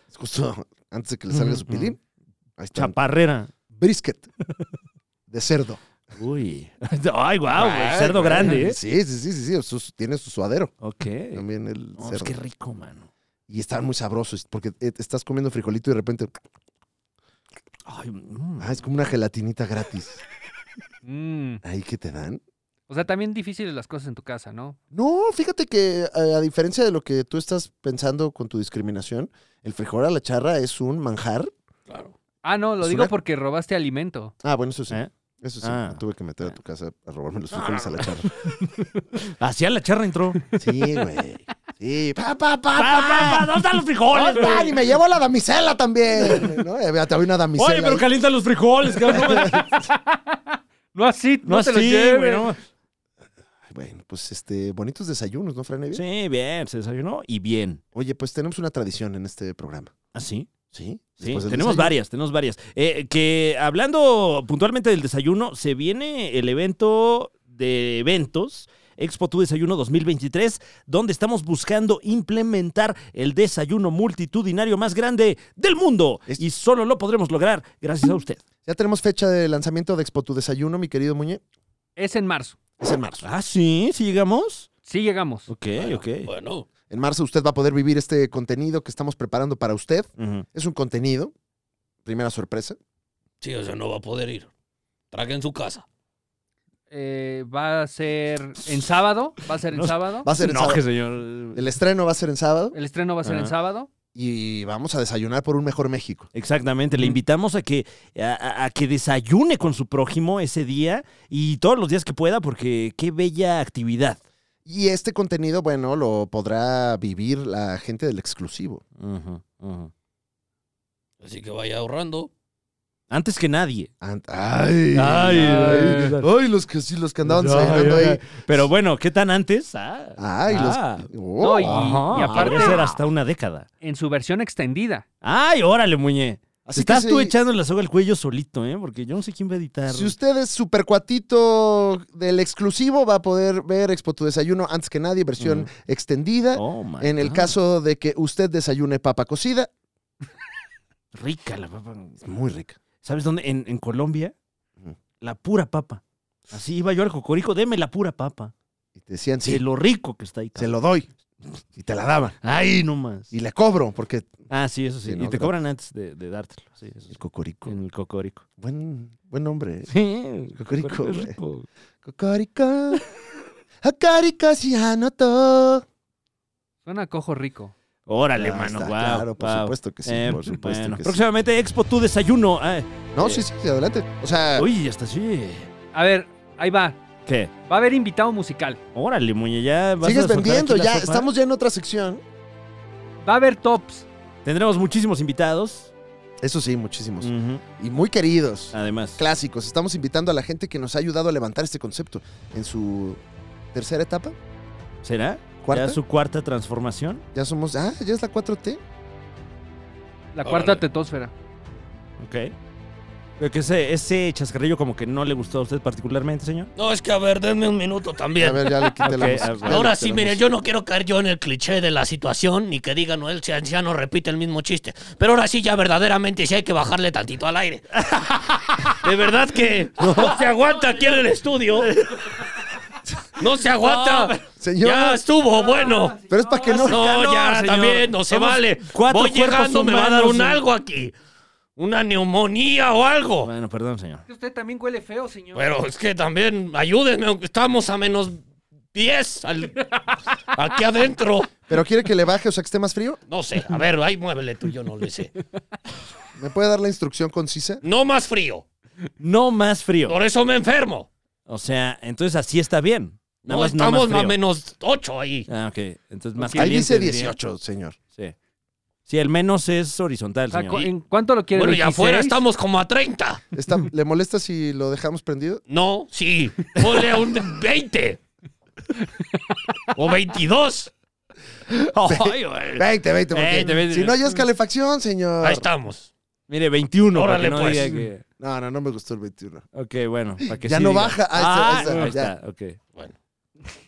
[SPEAKER 3] Es justo antes de que le salga su
[SPEAKER 1] Ujú,
[SPEAKER 3] pilín. Ahí está.
[SPEAKER 1] Chaparrera.
[SPEAKER 3] Brisket de cerdo.
[SPEAKER 1] Uy. Ay, guau,
[SPEAKER 3] Ah,
[SPEAKER 1] el cerdo
[SPEAKER 3] güey.
[SPEAKER 1] grande, ¿eh?
[SPEAKER 3] Sí, sí, sí, sí. sí, su- tiene su suadero
[SPEAKER 1] Ok.
[SPEAKER 3] también el
[SPEAKER 1] No, pues
[SPEAKER 3] cerdo.
[SPEAKER 1] qué rico, mano.
[SPEAKER 3] Y están muy sabrosos porque eh, estás comiendo frijolito y de repente,
[SPEAKER 1] Ay, mm.
[SPEAKER 3] ah, es como una gelatinita gratis.
[SPEAKER 2] Mm.
[SPEAKER 3] Ahí que te dan.
[SPEAKER 2] O sea, también difíciles las cosas en tu casa, ¿no?
[SPEAKER 3] No, fíjate que eh, a diferencia de lo que tú estás pensando con tu discriminación, el frijol a la charra es un manjar.
[SPEAKER 2] Ah, no, lo
[SPEAKER 3] Es
[SPEAKER 2] digo
[SPEAKER 3] una-
[SPEAKER 2] porque robaste alimento.
[SPEAKER 3] Ah, bueno, eso sí.
[SPEAKER 1] ¿Eh?
[SPEAKER 3] Eso sí.
[SPEAKER 1] Ah.
[SPEAKER 3] me tuve que meter a tu casa a robarme los frijoles a la charra.
[SPEAKER 1] Hacia la charra entró.
[SPEAKER 3] Sí, güey. Sí. Pa, pa, pa,
[SPEAKER 1] ¡Papá,
[SPEAKER 3] pa,
[SPEAKER 1] dónde están los frijoles,
[SPEAKER 3] ¿Dónde van? Y me llevo a la damisela también. ¿no? Y había, había una damisela.
[SPEAKER 1] Oye, pero
[SPEAKER 3] ahí.
[SPEAKER 1] calientan los frijoles, cabrón. No, me-
[SPEAKER 2] No así, no,
[SPEAKER 1] no
[SPEAKER 2] te lo
[SPEAKER 1] así,
[SPEAKER 2] lleves.
[SPEAKER 1] güey, no.
[SPEAKER 3] Bueno, pues este, bonitos desayunos, ¿no, Fran? Evia?
[SPEAKER 1] Sí, bien, se desayunó y bien.
[SPEAKER 3] Oye, pues tenemos una tradición en este programa.
[SPEAKER 1] Así.
[SPEAKER 3] ¿Sí?
[SPEAKER 1] Sí,
[SPEAKER 3] Después del
[SPEAKER 1] tenemos
[SPEAKER 3] desayuno.
[SPEAKER 1] varias, tenemos varias. Eh, que hablando puntualmente del desayuno, se viene el evento de eventos, Expo Tu Desayuno 2023, donde estamos buscando implementar el desayuno multitudinario más grande del mundo.
[SPEAKER 3] Es-
[SPEAKER 1] Y solo lo podremos lograr gracias a usted.
[SPEAKER 3] Ya tenemos fecha de lanzamiento de Expo Tu Desayuno, mi querido Muñe.
[SPEAKER 2] Es en marzo.
[SPEAKER 3] Es en marzo.
[SPEAKER 1] Ah, sí, sí llegamos.
[SPEAKER 2] Sí llegamos.
[SPEAKER 1] Ok, ok.
[SPEAKER 9] Bueno,
[SPEAKER 3] En marzo usted va a poder vivir este contenido que estamos preparando para usted.
[SPEAKER 1] Ujú.
[SPEAKER 3] Es un contenido. Primera sorpresa.
[SPEAKER 9] sí, o sea, no va a poder ir. Traga en su casa.
[SPEAKER 2] Eh, va a ser en sábado. Va a ser en
[SPEAKER 1] No.
[SPEAKER 2] sábado.
[SPEAKER 3] Va a ser en
[SPEAKER 1] Enoje,
[SPEAKER 3] sábado.
[SPEAKER 1] señor.
[SPEAKER 3] El estreno va a ser en sábado
[SPEAKER 2] El estreno va a ser en
[SPEAKER 1] Ajá.
[SPEAKER 2] sábado.
[SPEAKER 3] y vamos a desayunar por un mejor México.
[SPEAKER 1] Exactamente, le
[SPEAKER 3] Mm.
[SPEAKER 2] Ujú.
[SPEAKER 1] invitamos a que, a, a- a que desayune con su prójimo ese día y todos los días que pueda, porque qué bella actividad.
[SPEAKER 3] Y este contenido, bueno, lo podrá vivir la gente del exclusivo.
[SPEAKER 1] Ujú, ujú.
[SPEAKER 9] Así que vaya ahorrando.
[SPEAKER 1] Antes que nadie.
[SPEAKER 3] Ant- Ay,
[SPEAKER 1] Ay,
[SPEAKER 3] ay,
[SPEAKER 1] ay.
[SPEAKER 3] ay, los que sí, los que andaban desayunando
[SPEAKER 1] Pues, Ay,
[SPEAKER 3] ahí.
[SPEAKER 1] ay. Pero bueno, ¿qué tan antes? Ah,
[SPEAKER 3] Ay,
[SPEAKER 1] Ah.
[SPEAKER 3] los. Ah. Oh.
[SPEAKER 2] No, y-
[SPEAKER 1] Ajá,
[SPEAKER 2] aparte-
[SPEAKER 1] podría ser hasta una década.
[SPEAKER 2] En su versión extendida.
[SPEAKER 1] Ay, órale, muñe.
[SPEAKER 3] Así
[SPEAKER 1] Estás
[SPEAKER 3] que
[SPEAKER 1] tú
[SPEAKER 3] si-
[SPEAKER 1] echando la soga al cuello solito, ¿eh? Porque yo no sé quién va a editar.
[SPEAKER 3] Si usted es supercuatito del exclusivo, va a poder ver Expo Tu Desayuno antes que nadie, versión
[SPEAKER 1] Ujú.
[SPEAKER 3] extendida.
[SPEAKER 1] Oh, my
[SPEAKER 3] En el
[SPEAKER 1] God.
[SPEAKER 3] caso de que usted desayune papa cocida,
[SPEAKER 1] Rica la papa.
[SPEAKER 3] muy rica.
[SPEAKER 1] ¿Sabes dónde? En, en Colombia,
[SPEAKER 3] Ujú.
[SPEAKER 1] la pura papa. Así iba yo al cocorico, deme la pura papa.
[SPEAKER 3] Y te decían, sí,
[SPEAKER 1] De lo rico que está ahí.
[SPEAKER 3] se
[SPEAKER 1] cabrón.
[SPEAKER 3] lo doy. Y te la daban.
[SPEAKER 1] Ay, no más.
[SPEAKER 3] Y le cobro, porque
[SPEAKER 1] Ah, sí, eso sí.
[SPEAKER 3] Sí,
[SPEAKER 1] y
[SPEAKER 3] no,
[SPEAKER 1] te
[SPEAKER 3] claro.
[SPEAKER 1] cobran antes de, de dártelo. Sí, eso sí.
[SPEAKER 3] el cocorico.
[SPEAKER 1] En el cocorico.
[SPEAKER 3] Buen, buen nombre.
[SPEAKER 1] Sí, el
[SPEAKER 3] Cocorico,
[SPEAKER 1] es
[SPEAKER 3] güey.
[SPEAKER 1] rico.
[SPEAKER 3] Cocorico. Cocorico si anotó.
[SPEAKER 2] Suena a cojo rico.
[SPEAKER 1] Órale,
[SPEAKER 3] Ah,
[SPEAKER 1] mano,
[SPEAKER 3] está,
[SPEAKER 1] guau,
[SPEAKER 3] Claro, por
[SPEAKER 1] guau.
[SPEAKER 3] supuesto que sí.
[SPEAKER 1] Eh,
[SPEAKER 3] por supuesto
[SPEAKER 1] bueno,
[SPEAKER 3] que sí.
[SPEAKER 1] próximamente Expo Tu Desayuno. Ah,
[SPEAKER 3] No, sí, sí, sí, adelante. O sea,
[SPEAKER 1] uy, hasta sí.
[SPEAKER 2] A ver, ahí va.
[SPEAKER 1] ¿Qué?
[SPEAKER 2] Va a haber invitado musical.
[SPEAKER 1] Órale, muñe, ya vas a
[SPEAKER 3] sigues
[SPEAKER 1] soltar
[SPEAKER 3] vendiendo,
[SPEAKER 1] aquí la
[SPEAKER 3] ya.
[SPEAKER 1] sopa.
[SPEAKER 3] Estamos ya en otra sección.
[SPEAKER 2] Va a haber tops.
[SPEAKER 1] Tendremos muchísimos invitados.
[SPEAKER 3] Eso sí, muchísimos.
[SPEAKER 1] Ujú,
[SPEAKER 3] Y muy queridos.
[SPEAKER 1] Además.
[SPEAKER 3] clásicos. Estamos invitando a la gente que nos ha ayudado a levantar este concepto en su tercera etapa.
[SPEAKER 1] ¿Será?
[SPEAKER 3] ¿Cuarta?
[SPEAKER 1] ¿Ya su cuarta transformación?
[SPEAKER 3] Ya somos. Ah, ya es la 4T.
[SPEAKER 2] La cuarta
[SPEAKER 9] Órale.
[SPEAKER 2] tetósfera.
[SPEAKER 1] Ok. Creo que ese, ese chascarrillo como que no le gustó a usted particularmente, señor.
[SPEAKER 9] No, es que a ver, denme un minuto también.
[SPEAKER 3] A ver, ya le quité la
[SPEAKER 1] Ok,
[SPEAKER 3] música.
[SPEAKER 1] a ver.
[SPEAKER 3] Ya le
[SPEAKER 9] Ahora
[SPEAKER 3] quité
[SPEAKER 9] sí,
[SPEAKER 3] la
[SPEAKER 9] miren,
[SPEAKER 3] música.
[SPEAKER 9] yo no quiero caer yo en el cliché de la situación ni que digan, no, el anciano repite el mismo chiste. Pero ahora sí, ya verdaderamente sí hay que bajarle tantito al aire. De verdad que no se aguanta aquí en el estudio. No se aguanta.
[SPEAKER 3] Señor.
[SPEAKER 9] ya estuvo bueno.
[SPEAKER 3] Pero es para que no.
[SPEAKER 9] No,
[SPEAKER 1] no,
[SPEAKER 9] ya
[SPEAKER 1] señor.
[SPEAKER 9] también, no se
[SPEAKER 1] Somos
[SPEAKER 9] vale.
[SPEAKER 1] cuatro
[SPEAKER 9] Voy
[SPEAKER 1] cuerpos
[SPEAKER 9] llegando, me va a dar
[SPEAKER 1] humanos,
[SPEAKER 9] un
[SPEAKER 1] eh.
[SPEAKER 9] algo aquí. Una neumonía o algo.
[SPEAKER 1] Bueno, perdón, señor.
[SPEAKER 2] Usted también huele feo, señor.
[SPEAKER 9] Pero es que también, ayúdenme, aunque estamos a menos 10 al- aquí adentro.
[SPEAKER 3] ¿Pero quiere que le baje o sea que esté más frío?
[SPEAKER 9] No sé, a ver, ahí muévele tú, yo no le sé.
[SPEAKER 3] ¿Me puede dar la instrucción concisa?
[SPEAKER 9] No más frío,
[SPEAKER 1] No más frío.
[SPEAKER 9] por eso me enfermo.
[SPEAKER 1] O sea, entonces así está bien. Nada
[SPEAKER 9] No,
[SPEAKER 1] más no más
[SPEAKER 9] estamos a
[SPEAKER 1] frío.
[SPEAKER 9] menos 8 ahí.
[SPEAKER 1] Ah, ok. Entonces más
[SPEAKER 3] Ahí
[SPEAKER 1] caliente,
[SPEAKER 3] dice
[SPEAKER 1] diría.
[SPEAKER 3] 18, señor.
[SPEAKER 1] Sí. Sí, el menos es horizontal,
[SPEAKER 2] O sea,
[SPEAKER 1] señor.
[SPEAKER 2] cu- ¿En cuánto lo quiere?
[SPEAKER 9] Bueno, y afuera
[SPEAKER 2] 16?
[SPEAKER 9] estamos como a 30.
[SPEAKER 3] Está- ¿Le molesta si lo dejamos prendido?
[SPEAKER 9] No, sí, ponle a un 20. O 22. Ay, güey.
[SPEAKER 3] 20, 20, porque
[SPEAKER 1] Veinte, veinte.
[SPEAKER 3] si no ya es calefacción, señor.
[SPEAKER 9] Ahí estamos.
[SPEAKER 1] Mire, 21. para
[SPEAKER 9] Órale,
[SPEAKER 1] que no
[SPEAKER 9] pues.
[SPEAKER 1] diga que-
[SPEAKER 3] No, no, no me gustó el 21.
[SPEAKER 1] Ok, bueno. Para que
[SPEAKER 3] Ya
[SPEAKER 1] sí
[SPEAKER 3] no
[SPEAKER 1] diga.
[SPEAKER 3] baja.
[SPEAKER 1] Ah,
[SPEAKER 3] Ahí está, ahí está,
[SPEAKER 1] ahí
[SPEAKER 3] ya.
[SPEAKER 1] está. Ok.
[SPEAKER 9] Bueno.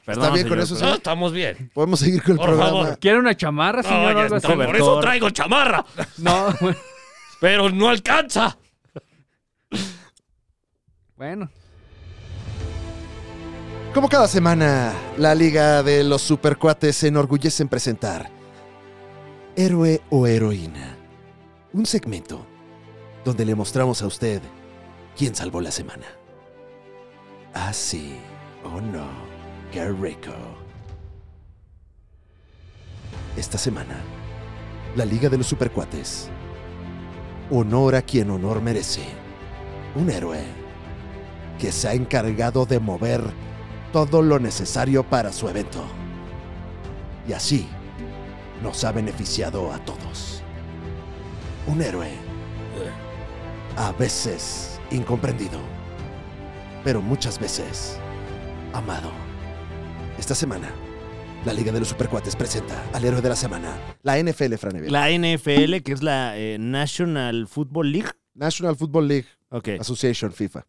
[SPEAKER 1] Perdón,
[SPEAKER 3] bien con
[SPEAKER 1] señor,
[SPEAKER 3] eso,
[SPEAKER 1] pero-
[SPEAKER 9] No, estamos bien.
[SPEAKER 3] Podemos seguir con el
[SPEAKER 9] Por
[SPEAKER 3] programa.
[SPEAKER 9] favor.
[SPEAKER 2] ¿Quiere una chamarra,
[SPEAKER 9] No,
[SPEAKER 2] señor?
[SPEAKER 9] ya
[SPEAKER 2] o algo así?
[SPEAKER 9] está, por eso
[SPEAKER 1] Cobertor.
[SPEAKER 9] traigo chamarra,
[SPEAKER 2] No, bueno.
[SPEAKER 9] pero no alcanza.
[SPEAKER 2] bueno.
[SPEAKER 3] Como cada semana, la Liga de los Supercuates se enorgullece en presentar Héroe o Heroína. Un segmento donde le mostramos a usted quién salvó la semana. Ah, sí. Oh, no. Qué rico. Esta semana, la Liga de los Supercuates honora a quien honor merece. Un héroe que se ha encargado de mover todo lo necesario para su evento. Y así nos ha beneficiado a todos. Un héroe a veces incomprendido, pero muchas veces amado. Esta semana, la Liga de los Supercuates presenta al héroe de la semana, la NFL, Franevia.
[SPEAKER 1] La NFL, que es la eh, National Football League.
[SPEAKER 3] National Football League
[SPEAKER 1] Ok.
[SPEAKER 3] Association, FIFA.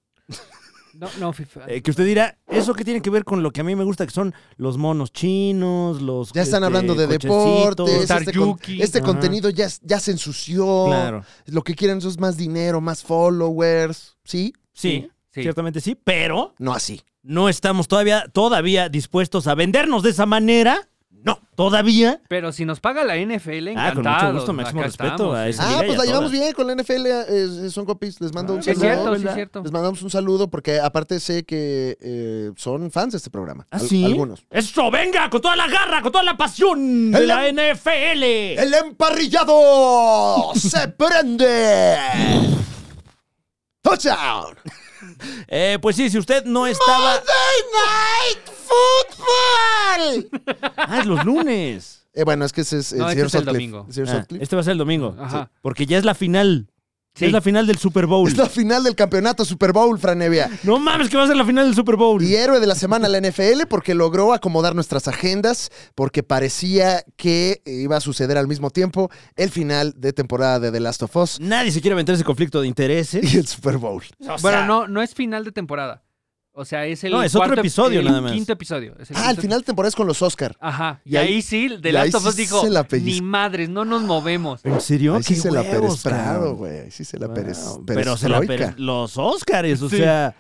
[SPEAKER 2] No, no, FIFA.
[SPEAKER 1] Eh, que usted dirá, ¿eso qué tiene que ver con lo que a mí me gusta, que son los monos chinos, los.
[SPEAKER 3] Ya están
[SPEAKER 1] este,
[SPEAKER 3] hablando de
[SPEAKER 1] cochecitos?
[SPEAKER 3] deportes, este, con-
[SPEAKER 2] Taryuki.
[SPEAKER 3] este
[SPEAKER 1] Ajá.
[SPEAKER 3] contenido ya, ya se ensució.
[SPEAKER 1] Claro.
[SPEAKER 3] Lo que quieren es más dinero, más followers. ¿Sí?
[SPEAKER 1] Sí,
[SPEAKER 2] sí.
[SPEAKER 1] ciertamente sí, pero
[SPEAKER 3] No así.
[SPEAKER 1] no estamos todavía, todavía dispuestos a vendernos de esa manera. No, todavía.
[SPEAKER 2] Pero si nos paga la NFL,
[SPEAKER 1] Ah,
[SPEAKER 2] encantado.
[SPEAKER 1] con mucho gusto, máximo respeto eh. a esa
[SPEAKER 3] Ah,
[SPEAKER 1] liga y
[SPEAKER 3] pues
[SPEAKER 1] a
[SPEAKER 3] la llevamos
[SPEAKER 1] todas.
[SPEAKER 3] bien con la NFL. eh, eh, son compis. Les mando un
[SPEAKER 2] Sí, es
[SPEAKER 3] saludo.
[SPEAKER 2] cierto, sí,
[SPEAKER 1] ¿verdad?
[SPEAKER 2] es cierto.
[SPEAKER 3] Les mandamos un saludo porque aparte sé que eh, son fans de este programa.
[SPEAKER 1] ¿Ah,
[SPEAKER 3] Al-
[SPEAKER 1] sí?
[SPEAKER 3] Algunos.
[SPEAKER 1] ¡Eso, venga! Con toda la garra, con toda la pasión de
[SPEAKER 3] El-
[SPEAKER 1] la NFL.
[SPEAKER 3] ¡El emparrillado se prende! ¡Touchdown!
[SPEAKER 1] Eh, pues sí, si usted no estaba.
[SPEAKER 3] Night Football!
[SPEAKER 1] Ah, es los lunes.
[SPEAKER 3] Eh, bueno, es que ese es el
[SPEAKER 2] No, este
[SPEAKER 3] señor
[SPEAKER 2] es el
[SPEAKER 3] Sutcliffe.
[SPEAKER 2] domingo.
[SPEAKER 3] Señor
[SPEAKER 1] Ah,
[SPEAKER 3] Sutcliffe.
[SPEAKER 1] este va a ser el domingo.
[SPEAKER 2] Ajá.
[SPEAKER 1] Sí, Porque ya es la final.
[SPEAKER 2] Sí.
[SPEAKER 1] Es la final del Super Bowl.
[SPEAKER 3] Es la final del campeonato Super Bowl, Franevia.
[SPEAKER 1] No mames, que va a ser la final del Super Bowl.
[SPEAKER 3] Y héroe de la semana la NFL porque logró acomodar nuestras agendas, porque parecía que iba a suceder al mismo tiempo el final de temporada de The Last of Us
[SPEAKER 1] Nadie se quiere meter ese conflicto de intereses.
[SPEAKER 3] y el Super Bowl.
[SPEAKER 9] O sea,
[SPEAKER 2] Bueno, no, no es final de temporada. O sea, es el
[SPEAKER 1] No, es otro
[SPEAKER 2] cuarto-
[SPEAKER 1] episodio
[SPEAKER 2] el
[SPEAKER 1] nada más.
[SPEAKER 2] Quinto episodio. es el
[SPEAKER 3] Ah, el
[SPEAKER 2] quinto-
[SPEAKER 3] final de temporada es con los Oscar.
[SPEAKER 2] Ajá. Y,
[SPEAKER 3] Y ahí-
[SPEAKER 2] ahí, sí, el
[SPEAKER 3] y
[SPEAKER 2] de
[SPEAKER 3] ahí
[SPEAKER 2] Last of Us
[SPEAKER 3] sí
[SPEAKER 2] dijo,
[SPEAKER 3] se la
[SPEAKER 2] ni
[SPEAKER 3] pellizca.
[SPEAKER 2] madres, no nos movemos.
[SPEAKER 1] ¿En serio?
[SPEAKER 3] Ahí sí
[SPEAKER 1] Qué
[SPEAKER 3] se la
[SPEAKER 1] huevos,
[SPEAKER 3] Pérez Prado,
[SPEAKER 1] cabrón.
[SPEAKER 3] güey. Ahí sí se la
[SPEAKER 1] Wow.
[SPEAKER 3] Pérez,
[SPEAKER 1] Pero se la
[SPEAKER 3] perestroika.
[SPEAKER 1] per- los Óscares, o
[SPEAKER 2] Sí.
[SPEAKER 1] sea.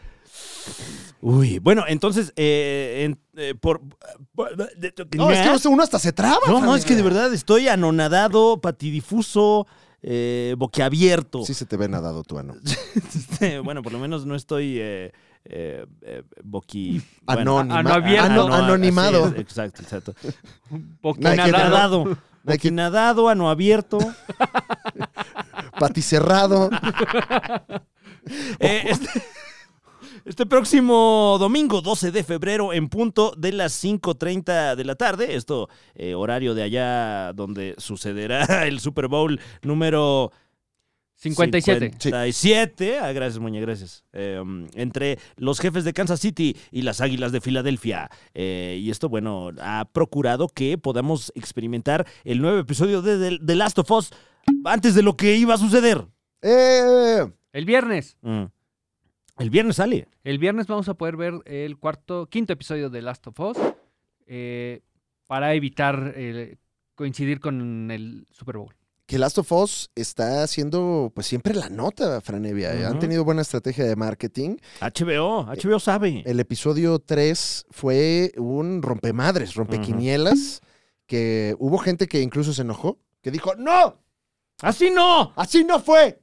[SPEAKER 1] Uy, bueno, entonces, eh, en- eh, por. eh,
[SPEAKER 3] No, es que uno hasta se traba.
[SPEAKER 1] No, no,
[SPEAKER 3] Fran.
[SPEAKER 1] es que de verdad estoy anonadado, patidifuso, eh, boquiabierto.
[SPEAKER 3] Sí se te ve nadado tu ano.
[SPEAKER 1] Este, bueno, por lo menos no estoy eh, eh, eh, boqui... bueno,
[SPEAKER 3] Anónima-
[SPEAKER 2] ano abierto.
[SPEAKER 3] ano-
[SPEAKER 1] ano-
[SPEAKER 3] anonimado.
[SPEAKER 1] así es, exacto, exacto.
[SPEAKER 2] Porque
[SPEAKER 3] Nadie quiere-
[SPEAKER 2] nada.
[SPEAKER 1] Nadado.
[SPEAKER 3] Hay que-
[SPEAKER 1] Boquinadado, ano abierto.
[SPEAKER 3] Paticerrado.
[SPEAKER 1] Eh, este, este próximo domingo, 12 de febrero, en punto de las 5.30 de la tarde, esto eh, horario de allá donde sucederá el Super Bowl número
[SPEAKER 2] 57.
[SPEAKER 1] 57. Ah, gracias, Muñe, gracias. Eh, entre los jefes de Kansas City y las Águilas de Filadelfia. Eh, y esto, bueno, ha procurado que podamos experimentar el nuevo episodio de The- The Last of Us antes de lo que iba a suceder.
[SPEAKER 3] Eh,
[SPEAKER 2] El viernes.
[SPEAKER 1] Mm. El viernes sale.
[SPEAKER 2] El viernes vamos a poder ver el cuarto, quinto episodio de Last of Us eh, para evitar eh, coincidir con el Super Bowl.
[SPEAKER 3] que Last of Us está haciendo pues siempre la nota, Franevia. ¿eh?
[SPEAKER 1] Ujú.
[SPEAKER 3] Han tenido buena estrategia de marketing.
[SPEAKER 1] HBO, HBO sabe.
[SPEAKER 3] El episodio 3 fue un rompemadres, rompequinielas, que hubo gente que incluso se enojó, que dijo, no,
[SPEAKER 1] ¡Así ¡Ah, no!
[SPEAKER 3] así no fue.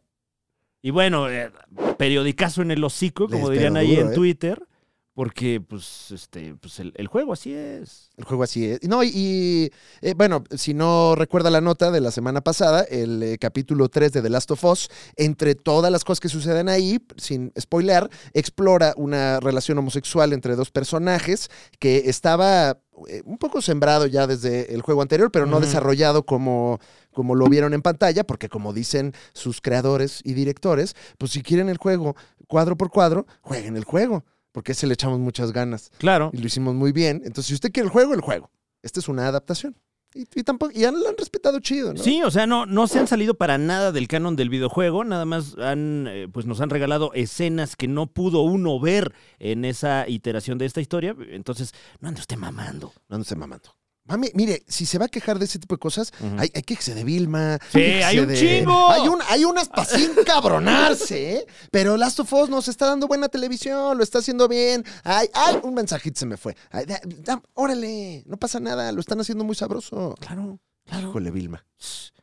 [SPEAKER 1] Y bueno, eh, periodicazo en el hocico, como
[SPEAKER 3] Les-
[SPEAKER 1] dirían
[SPEAKER 3] pero
[SPEAKER 1] ahí
[SPEAKER 3] duro,
[SPEAKER 1] en
[SPEAKER 3] ¿eh?
[SPEAKER 1] Twitter, Porque, pues, este, pues el, el juego así es.
[SPEAKER 3] El juego así es. No, y, y, eh, bueno, si no recuerda la nota de la semana pasada, el eh, capítulo 3 de The Last of Us, entre todas las cosas que suceden ahí, sin spoiler, explora una relación homosexual entre dos personajes que estaba eh, un poco sembrado ya desde el juego anterior, pero no
[SPEAKER 1] Ujú.
[SPEAKER 3] desarrollado como, como lo vieron en pantalla, porque como dicen sus creadores y directores, pues si quieren el juego cuadro por cuadro, jueguen el juego, porque se le echamos muchas ganas
[SPEAKER 1] Claro.
[SPEAKER 3] y lo hicimos muy bien. Entonces, si usted quiere el juego, el juego. Esta es una adaptación. Y, y tampoco, y han, lo han respetado chido, ¿no?
[SPEAKER 1] Sí, o sea, no, no se han salido para nada del canon del videojuego, nada más han, eh, pues nos han regalado escenas que no pudo uno ver en esa iteración de esta historia, entonces no ande usted mamando.
[SPEAKER 3] No andes mamando. Mami, mire, si se va a quejar de ese tipo de cosas,
[SPEAKER 1] Ujú.
[SPEAKER 3] hay, hay que irse de Vilma.
[SPEAKER 1] Sí,
[SPEAKER 3] que irse
[SPEAKER 1] hay un
[SPEAKER 3] de-
[SPEAKER 1] chingo.
[SPEAKER 3] Hay, un, hay unas para sin cabronarse, ¿eh? Pero Last of Us nos está dando buena televisión, lo está haciendo bien. Ay, ay, un mensajito se me fue. Ay, da- da- órale, no pasa nada, lo están haciendo muy sabroso.
[SPEAKER 1] Claro, claro.
[SPEAKER 3] Híjole, Vilma.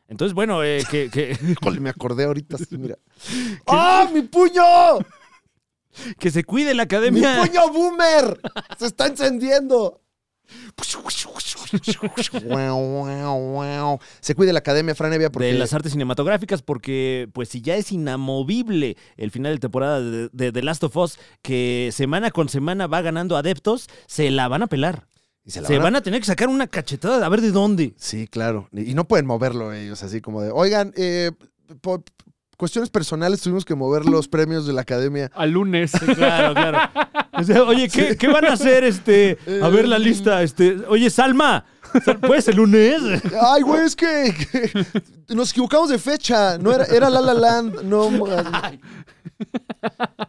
[SPEAKER 1] Entonces, bueno, eh, que, que-
[SPEAKER 3] Híjole, me acordé ahorita. así, mira. ¡Ah, mi puño!
[SPEAKER 1] que se cuide la
[SPEAKER 3] ¡Mi
[SPEAKER 1] academia.
[SPEAKER 3] puño boomer! ¡Se está encendiendo! Se cuide la academia, Fran Evia, porque
[SPEAKER 1] de las artes cinematográficas, porque pues si ya es inamovible el final de temporada de, de The Last of Us, que semana con semana va ganando adeptos, se la van a pelar.
[SPEAKER 3] y
[SPEAKER 1] Se,
[SPEAKER 3] se la van a-
[SPEAKER 1] van a tener que sacar una cachetada de a ver de dónde.
[SPEAKER 3] Sí, claro. Y y no pueden moverlo ellos, así como de, oigan, eh, por cuestiones personales tuvimos que mover los premios de la academia.
[SPEAKER 2] Al lunes.
[SPEAKER 1] Claro, claro. O sea, oye, ¿qué, qué van a hacer? Este, a ver la lista. Este, oye, Salma, Sal- ¿puedes el lunes?
[SPEAKER 3] Ay, güey, es que, que nos equivocamos de fecha. No era, era La La Land. No, ma-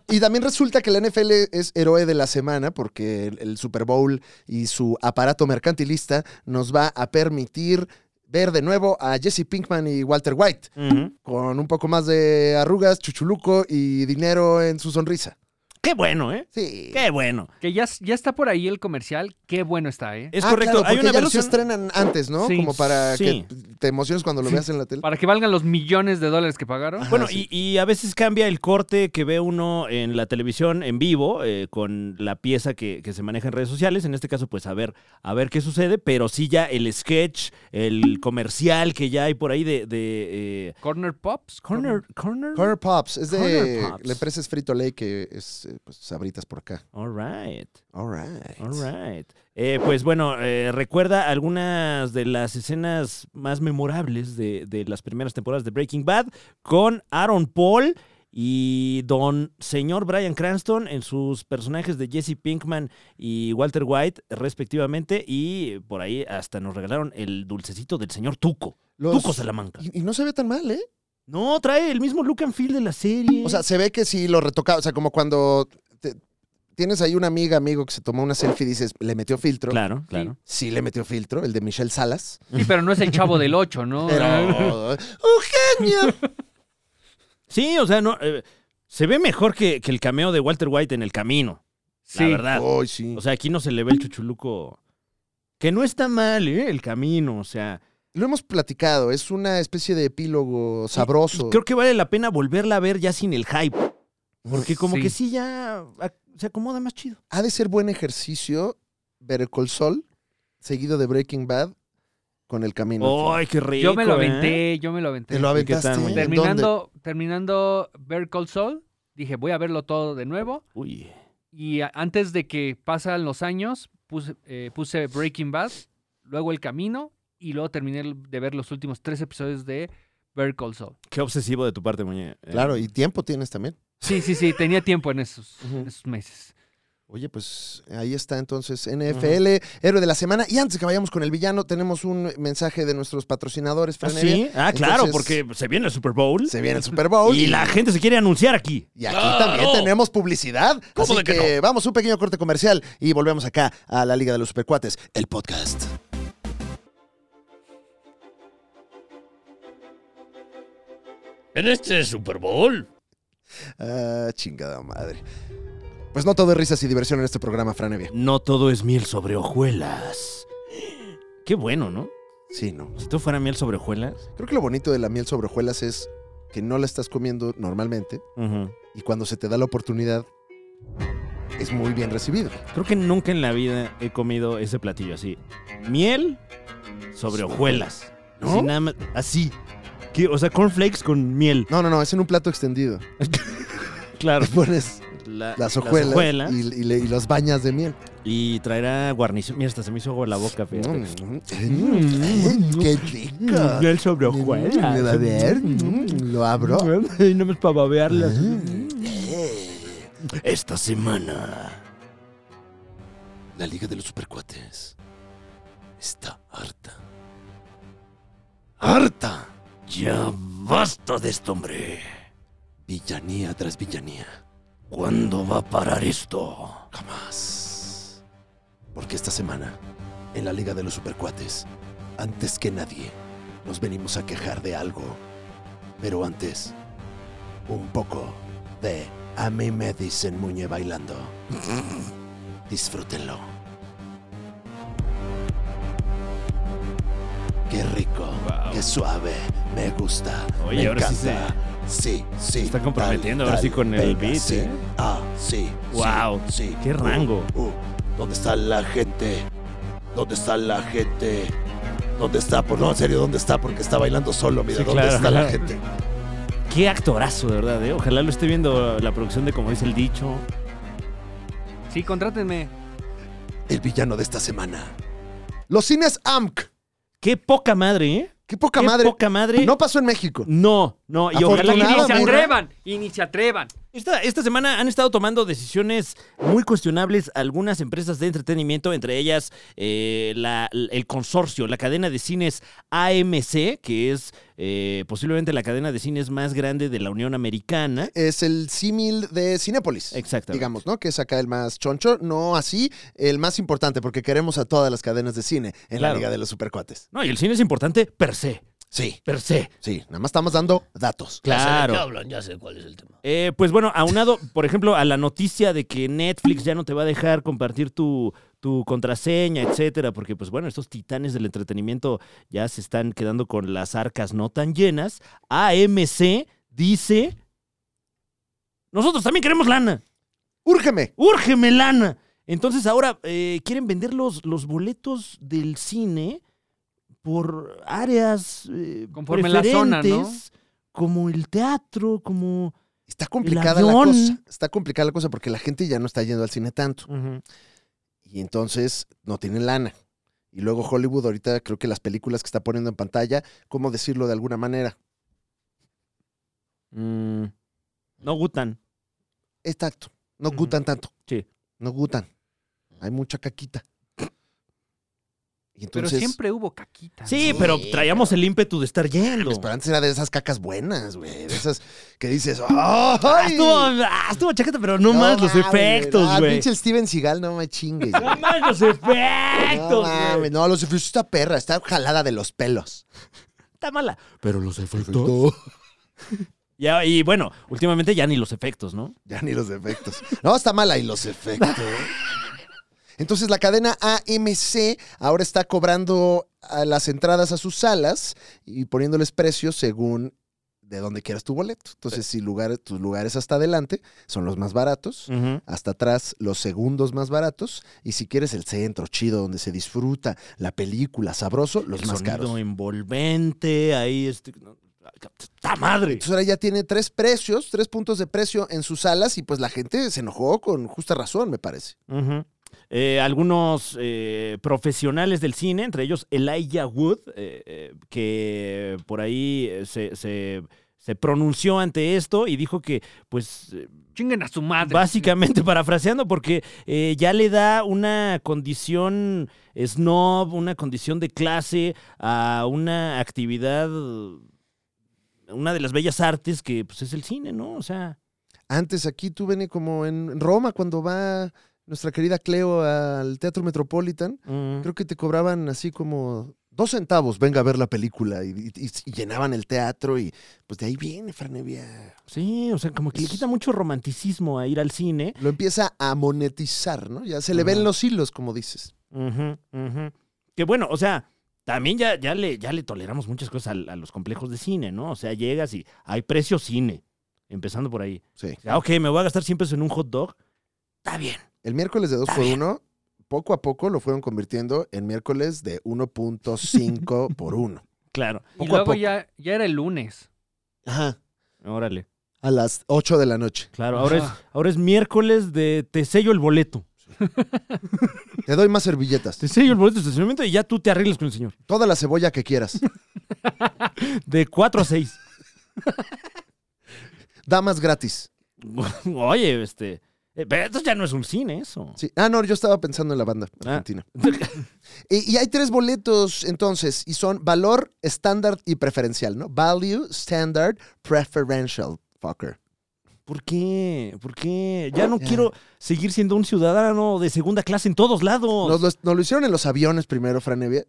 [SPEAKER 3] y también resulta que la NFL es héroe de la semana porque el, el Super Bowl y su aparato mercantilista nos va a permitir ver de nuevo a Jesse Pinkman y Walter White con un poco más de arrugas, chuchuluco y dinero en su sonrisa.
[SPEAKER 1] Qué bueno, ¿eh?
[SPEAKER 3] Sí.
[SPEAKER 1] Qué bueno.
[SPEAKER 2] que ya, ya está por ahí el comercial. Qué bueno está, ¿eh?
[SPEAKER 1] Es
[SPEAKER 3] Ah,
[SPEAKER 1] correcto.
[SPEAKER 3] claro,
[SPEAKER 1] Hay
[SPEAKER 3] porque
[SPEAKER 1] una
[SPEAKER 3] ya
[SPEAKER 1] versión.
[SPEAKER 3] los estrenan antes, ¿no?
[SPEAKER 2] Sí.
[SPEAKER 3] Como para
[SPEAKER 1] Sí.
[SPEAKER 3] que te emociones cuando lo veas en la tele.
[SPEAKER 2] Para que valgan los millones de dólares que pagaron.
[SPEAKER 1] Bueno,
[SPEAKER 3] Ah, sí.
[SPEAKER 1] y, y a veces cambia el corte que ve uno en la televisión en vivo eh, con la pieza que, que se maneja en redes sociales. En este caso, pues a ver, a ver qué sucede, pero sí ya el sketch, el comercial que ya hay por ahí de, de, eh,
[SPEAKER 2] Corner Pops.
[SPEAKER 1] Corner, Corner.
[SPEAKER 3] Corner Pops es de
[SPEAKER 1] Corner Pops.
[SPEAKER 3] la empresa es Frito Lay que es eh, pues, sabritas por acá.
[SPEAKER 1] All right.
[SPEAKER 3] All right.
[SPEAKER 1] All right. Eh, pues bueno, eh, recuerda algunas de las escenas más memorables de, de las primeras temporadas de Breaking Bad con Aaron Paul y don señor Brian Cranston en sus personajes de Jesse Pinkman y Walter White respectivamente y por ahí hasta nos regalaron el dulcecito del señor Tuco,
[SPEAKER 3] Los-
[SPEAKER 1] Tuco Salamanca.
[SPEAKER 3] Y, y no se ve tan mal, ¿eh?
[SPEAKER 1] No, trae el mismo look and feel de la serie.
[SPEAKER 3] O sea, se ve que sí lo retocaba. O sea, como cuando te- tienes ahí una amiga, amigo que se tomó una selfie y dices, le metió filtro.
[SPEAKER 1] claro, claro.
[SPEAKER 3] Sí le metió filtro, el de Michelle Salas.
[SPEAKER 2] Sí, pero no es el chavo del 8, ¿no?
[SPEAKER 3] Pero. ¡Eugenio!
[SPEAKER 1] Sí, o sea, no eh, se ve mejor que- que el cameo de Walter White en El Camino.
[SPEAKER 2] sí.
[SPEAKER 1] La verdad.
[SPEAKER 3] Ay, sí. Oh,
[SPEAKER 1] O sea, aquí no se le ve el chuchuluco. Que no está mal, ¿eh? El camino, o sea.
[SPEAKER 3] Lo hemos platicado, es una especie de epílogo sabroso.
[SPEAKER 1] Creo que vale la pena volverla a ver ya sin el hype. Porque como
[SPEAKER 2] Sí.
[SPEAKER 1] que sí ya ac- se acomoda más chido.
[SPEAKER 3] Ha de ser buen ejercicio ver Col Sol seguido de Breaking Bad con el camino. al fin.
[SPEAKER 1] ¡Ay, qué rico!
[SPEAKER 2] Yo me lo
[SPEAKER 1] ¿eh?
[SPEAKER 2] aventé, yo me lo aventé.
[SPEAKER 3] ¿Te lo
[SPEAKER 1] ¿Y qué
[SPEAKER 3] aventaste?
[SPEAKER 1] tal, muñeco?
[SPEAKER 3] ¿En dónde?
[SPEAKER 2] terminando, terminando Bear Call Saul, dije, voy a verlo todo de nuevo.
[SPEAKER 1] Uy.
[SPEAKER 2] Y a- antes de que pasan los años, puse, eh, puse Breaking Bad, luego El Camino, y luego terminé el- de ver los últimos tres episodios de Bear Call Saul.
[SPEAKER 1] Qué obsesivo de tu parte, Eh, muñeca.
[SPEAKER 3] Claro, y tiempo tienes también.
[SPEAKER 2] Sí, sí, sí, tenía tiempo en esos,
[SPEAKER 3] Ujú.
[SPEAKER 2] esos meses.
[SPEAKER 3] Oye, pues ahí está entonces NFL, héroe de la semana. Y antes que vayamos con el villano, tenemos un mensaje de nuestros patrocinadores,
[SPEAKER 1] ¿Ah,
[SPEAKER 3] Fran Evia.
[SPEAKER 1] sí? Ah, claro,
[SPEAKER 3] Entonces-
[SPEAKER 1] porque se viene el Super Bowl.
[SPEAKER 3] Se viene el Super Bowl.
[SPEAKER 1] y la gente se quiere anunciar aquí.
[SPEAKER 3] y aquí
[SPEAKER 9] ¡Claro!
[SPEAKER 3] también tenemos publicidad.
[SPEAKER 9] ¿Cómo
[SPEAKER 3] así
[SPEAKER 9] de que
[SPEAKER 3] vamos, un pequeño corte comercial y volvemos acá a la Liga de los Supercuates, el podcast.
[SPEAKER 9] En este Super Bowl.
[SPEAKER 3] Ah, chingada madre. Pues no todo es risas y diversión en este programa, Fran Evia.
[SPEAKER 1] No todo es miel sobre hojuelas. Qué bueno, ¿no?
[SPEAKER 3] Sí, no.
[SPEAKER 1] Si tú fuera miel sobre hojuelas.
[SPEAKER 3] Creo que lo bonito de la miel sobre hojuelas es que no la estás comiendo normalmente
[SPEAKER 1] Ujú.
[SPEAKER 3] y cuando se te da la oportunidad, es muy bien recibido.
[SPEAKER 1] Creo que nunca en la vida he comido ese platillo así. Miel sobre hojuelas.
[SPEAKER 3] ¿No?
[SPEAKER 1] Así nada más- así. Que- O sea, cornflakes con miel.
[SPEAKER 3] No, no, no, es en un plato extendido.
[SPEAKER 1] Claro.
[SPEAKER 3] Pones
[SPEAKER 1] La-
[SPEAKER 3] las hojuelas,
[SPEAKER 1] hojuelas
[SPEAKER 3] y,
[SPEAKER 1] y...
[SPEAKER 3] y le- y los bañas de miel.
[SPEAKER 1] traerá guarnición. Mira, hasta se me hizo agua la boca. fíjate. Mm,
[SPEAKER 3] Mm, ¡Qué rico!
[SPEAKER 1] Miel sobre
[SPEAKER 3] Mm,
[SPEAKER 1] hojuelas.
[SPEAKER 3] a ver, mm, lo abro.
[SPEAKER 1] Y no me es para babearlas. Eh. Esta semana.
[SPEAKER 8] La Liga de los Supercuates está harta. ¡Harta! Ya basta de esto, hombre. Villanía tras villanía. ¿Cuándo va a parar esto? Jamás. Porque esta semana, en la Liga de los Supercuates, antes que nadie, nos venimos a quejar de algo. Pero antes, un poco de A mí me dicen Muñe bailando. Disfrútenlo. Qué rico, qué suave, me gusta,
[SPEAKER 1] Oye,
[SPEAKER 8] me
[SPEAKER 1] ahora sí
[SPEAKER 8] encanta. Sí, sí.
[SPEAKER 1] está
[SPEAKER 8] tal,
[SPEAKER 1] comprometiendo ahora sí con el beat,
[SPEAKER 8] sí.
[SPEAKER 1] ¿eh?
[SPEAKER 8] Ah, sí.
[SPEAKER 1] Guau,
[SPEAKER 8] sí, sí.
[SPEAKER 1] qué rango.
[SPEAKER 8] Uh, uh, ¿Dónde está la gente? ¿Dónde está la gente? ¿Dónde está? Por no, en serio, ¿dónde está? Porque está bailando solo, mira,
[SPEAKER 1] Sí,
[SPEAKER 8] ¿dónde
[SPEAKER 1] claro,
[SPEAKER 8] está
[SPEAKER 1] claro.
[SPEAKER 8] la gente?
[SPEAKER 1] Qué actorazo, de verdad, ¿eh? Ojalá lo esté viendo la producción de Como dice el dicho.
[SPEAKER 2] Sí, contrátenme.
[SPEAKER 8] El villano de esta semana.
[SPEAKER 3] Los cines AMC.
[SPEAKER 1] Qué poca madre, ¿eh?
[SPEAKER 3] ¡Qué poca
[SPEAKER 1] Qué
[SPEAKER 3] madre!
[SPEAKER 1] poca madre.
[SPEAKER 3] No pasó en México.
[SPEAKER 1] No, no, y ojalá que
[SPEAKER 2] Y ni
[SPEAKER 3] Afortunadamente.
[SPEAKER 1] no
[SPEAKER 2] se
[SPEAKER 1] ocurra.
[SPEAKER 2] atrevan, y ni se atrevan.
[SPEAKER 1] Esta, esta semana han estado tomando decisiones muy cuestionables algunas empresas de entretenimiento, entre ellas eh, la- el consorcio, la cadena de cines AMC, que es eh, posiblemente la cadena de cines más grande de la Unión Americana.
[SPEAKER 3] Es el símil de Cinépolis.
[SPEAKER 1] Exactamente.
[SPEAKER 3] Digamos, ¿no? Que es acá el más choncho. No así, el más importante, porque queremos a todas las cadenas de cine en
[SPEAKER 1] Claro.
[SPEAKER 3] la Liga de los Supercuates.
[SPEAKER 1] No, y el cine es importante per se,
[SPEAKER 3] Sí,
[SPEAKER 1] per se.
[SPEAKER 3] sí. Nada más estamos dando datos.
[SPEAKER 9] Ya sé de qué
[SPEAKER 1] Claro.
[SPEAKER 9] hablan, ya sé cuál es el tema.
[SPEAKER 1] Eh, pues bueno, aunado, por ejemplo, a la noticia de que Netflix ya no te va a dejar compartir tu, tu contraseña, etcétera, porque pues bueno, estos titanes del entretenimiento ya se están quedando con las arcas no tan llenas. AMC dice: Nosotros también queremos lana.
[SPEAKER 3] ¡Úrgeme!
[SPEAKER 1] ¡Úrgeme lana! Entonces ahora eh, quieren vender los, los boletos del cine por áreas eh,
[SPEAKER 2] Conforme la zona, ¿no?
[SPEAKER 1] preferentes, Como el teatro, como...
[SPEAKER 3] Está complicada la
[SPEAKER 1] avión.
[SPEAKER 3] cosa. Está complicada la cosa porque la gente ya no está yendo al cine tanto. Y entonces no tienen lana. Y luego Hollywood ahorita creo que las películas que está poniendo en pantalla, ¿cómo decirlo de alguna manera?
[SPEAKER 1] Mm, no gustan.
[SPEAKER 3] Exacto. No
[SPEAKER 1] Ujú.
[SPEAKER 3] gustan tanto.
[SPEAKER 1] Sí.
[SPEAKER 3] No gustan. Hay mucha caquita. Y entonces,
[SPEAKER 2] pero siempre hubo caquita.
[SPEAKER 1] Sí,
[SPEAKER 3] Sí,
[SPEAKER 1] pero traíamos el ímpetu de estar yendo.
[SPEAKER 3] pues, pero antes era de esas cacas buenas, güey. De esas que dices,
[SPEAKER 1] Ah,
[SPEAKER 3] ¡ay!
[SPEAKER 1] estuvo, ah, estuvo chaqueta, pero no, más los
[SPEAKER 3] mames,
[SPEAKER 1] efectos,
[SPEAKER 3] ah,
[SPEAKER 1] güey.
[SPEAKER 3] pinche Steven Seagal, no me chingues. güey.
[SPEAKER 1] No más los efectos,
[SPEAKER 3] No,
[SPEAKER 1] güey.
[SPEAKER 3] mames, no, los efectos está perra, está jalada de los pelos.
[SPEAKER 1] Está mala. Pero los efectos. Ya, y bueno, últimamente ya ni los efectos, ¿no?
[SPEAKER 3] Ya ni los efectos. No, está mala y los efectos. Entonces la cadena AMC ahora está cobrando a las entradas a sus salas y poniéndoles precios según de dónde quieras tu boleto. Entonces, si lugar, tus lugares hasta adelante son los más
[SPEAKER 1] Mm.
[SPEAKER 3] baratos, hasta atrás los segundos más baratos, y si quieres el centro chido donde se disfruta la película sabroso, los
[SPEAKER 1] El
[SPEAKER 3] más
[SPEAKER 1] sonido
[SPEAKER 3] caros.
[SPEAKER 1] envolvente, ahí este. no, ¡Está madre!
[SPEAKER 3] Entonces ahora ya tiene tres precios, tres puntos de precio en sus salas y pues la gente se enojó con justa razón, me parece.
[SPEAKER 1] Ujú. Eh, algunos eh, profesionales del cine, entre ellos Elijah Wood, eh, eh, que por ahí eh, se, se- se pronunció ante esto y dijo que, pues, eh,
[SPEAKER 2] Chinguen a su madre.
[SPEAKER 1] básicamente parafraseando, porque eh, ya le da una condición snob, una condición de clase a una actividad, una de las bellas artes que pues, es el cine, ¿no? O sea,
[SPEAKER 3] Antes aquí tú vene como en Roma cuando va nuestra querida Cleo al Teatro Metropolitan,
[SPEAKER 1] mm,
[SPEAKER 3] creo que te cobraban así como dos centavos, venga a ver la película y, y- y- y llenaban el teatro y pues de ahí viene Franevia.
[SPEAKER 1] sí, o sea, como que le quita mucho romanticismo a ir al cine.
[SPEAKER 3] Lo empieza a monetizar, ¿no? Ya se le ven
[SPEAKER 1] Ajá.
[SPEAKER 3] los hilos, como dices.
[SPEAKER 1] Ujú, ujú. Que bueno, o sea, también ya, ya, le, ya le toleramos muchas cosas al- a, los complejos de cine, ¿no? O sea, llegas y hay precio cine, empezando por ahí.
[SPEAKER 3] Sí.
[SPEAKER 1] Ah, ok, me voy a gastar 100 pesos en un hot dog. Está bien.
[SPEAKER 3] El miércoles de 2 por 1, poco a poco lo fueron convirtiendo en miércoles de 1.5 por 1.
[SPEAKER 1] Claro.
[SPEAKER 2] Y
[SPEAKER 3] Poco a
[SPEAKER 2] luego
[SPEAKER 3] poco.
[SPEAKER 2] ya, ya era el lunes.
[SPEAKER 3] Ajá.
[SPEAKER 1] Órale.
[SPEAKER 3] A las 8 de la noche.
[SPEAKER 1] Claro, ahora es,
[SPEAKER 2] Ajá.
[SPEAKER 1] ahora es miércoles de te sello el boleto.
[SPEAKER 3] Te doy más servilletas.
[SPEAKER 1] Te sello el boleto de estacionamiento y ya tú te arreglas con el señor.
[SPEAKER 3] Toda la cebolla que quieras.
[SPEAKER 1] De 4 a 6.
[SPEAKER 3] Damas gratis.
[SPEAKER 1] Oye, este. eh, Pero esto ya no es un cine, eso.
[SPEAKER 3] Sí. Ah, no, yo estaba pensando en la banda
[SPEAKER 1] Ah.
[SPEAKER 3] argentina. Y, y hay tres boletos entonces, y son valor, estándar y preferencial, ¿no? Value, standard, preferential, fucker.
[SPEAKER 1] ¿Por qué? ¿Por qué? Ya no
[SPEAKER 3] Ya.
[SPEAKER 1] quiero seguir siendo un ciudadano de segunda clase en todos lados.
[SPEAKER 3] Nos lo, nos lo hicieron en los aviones primero, Franevia.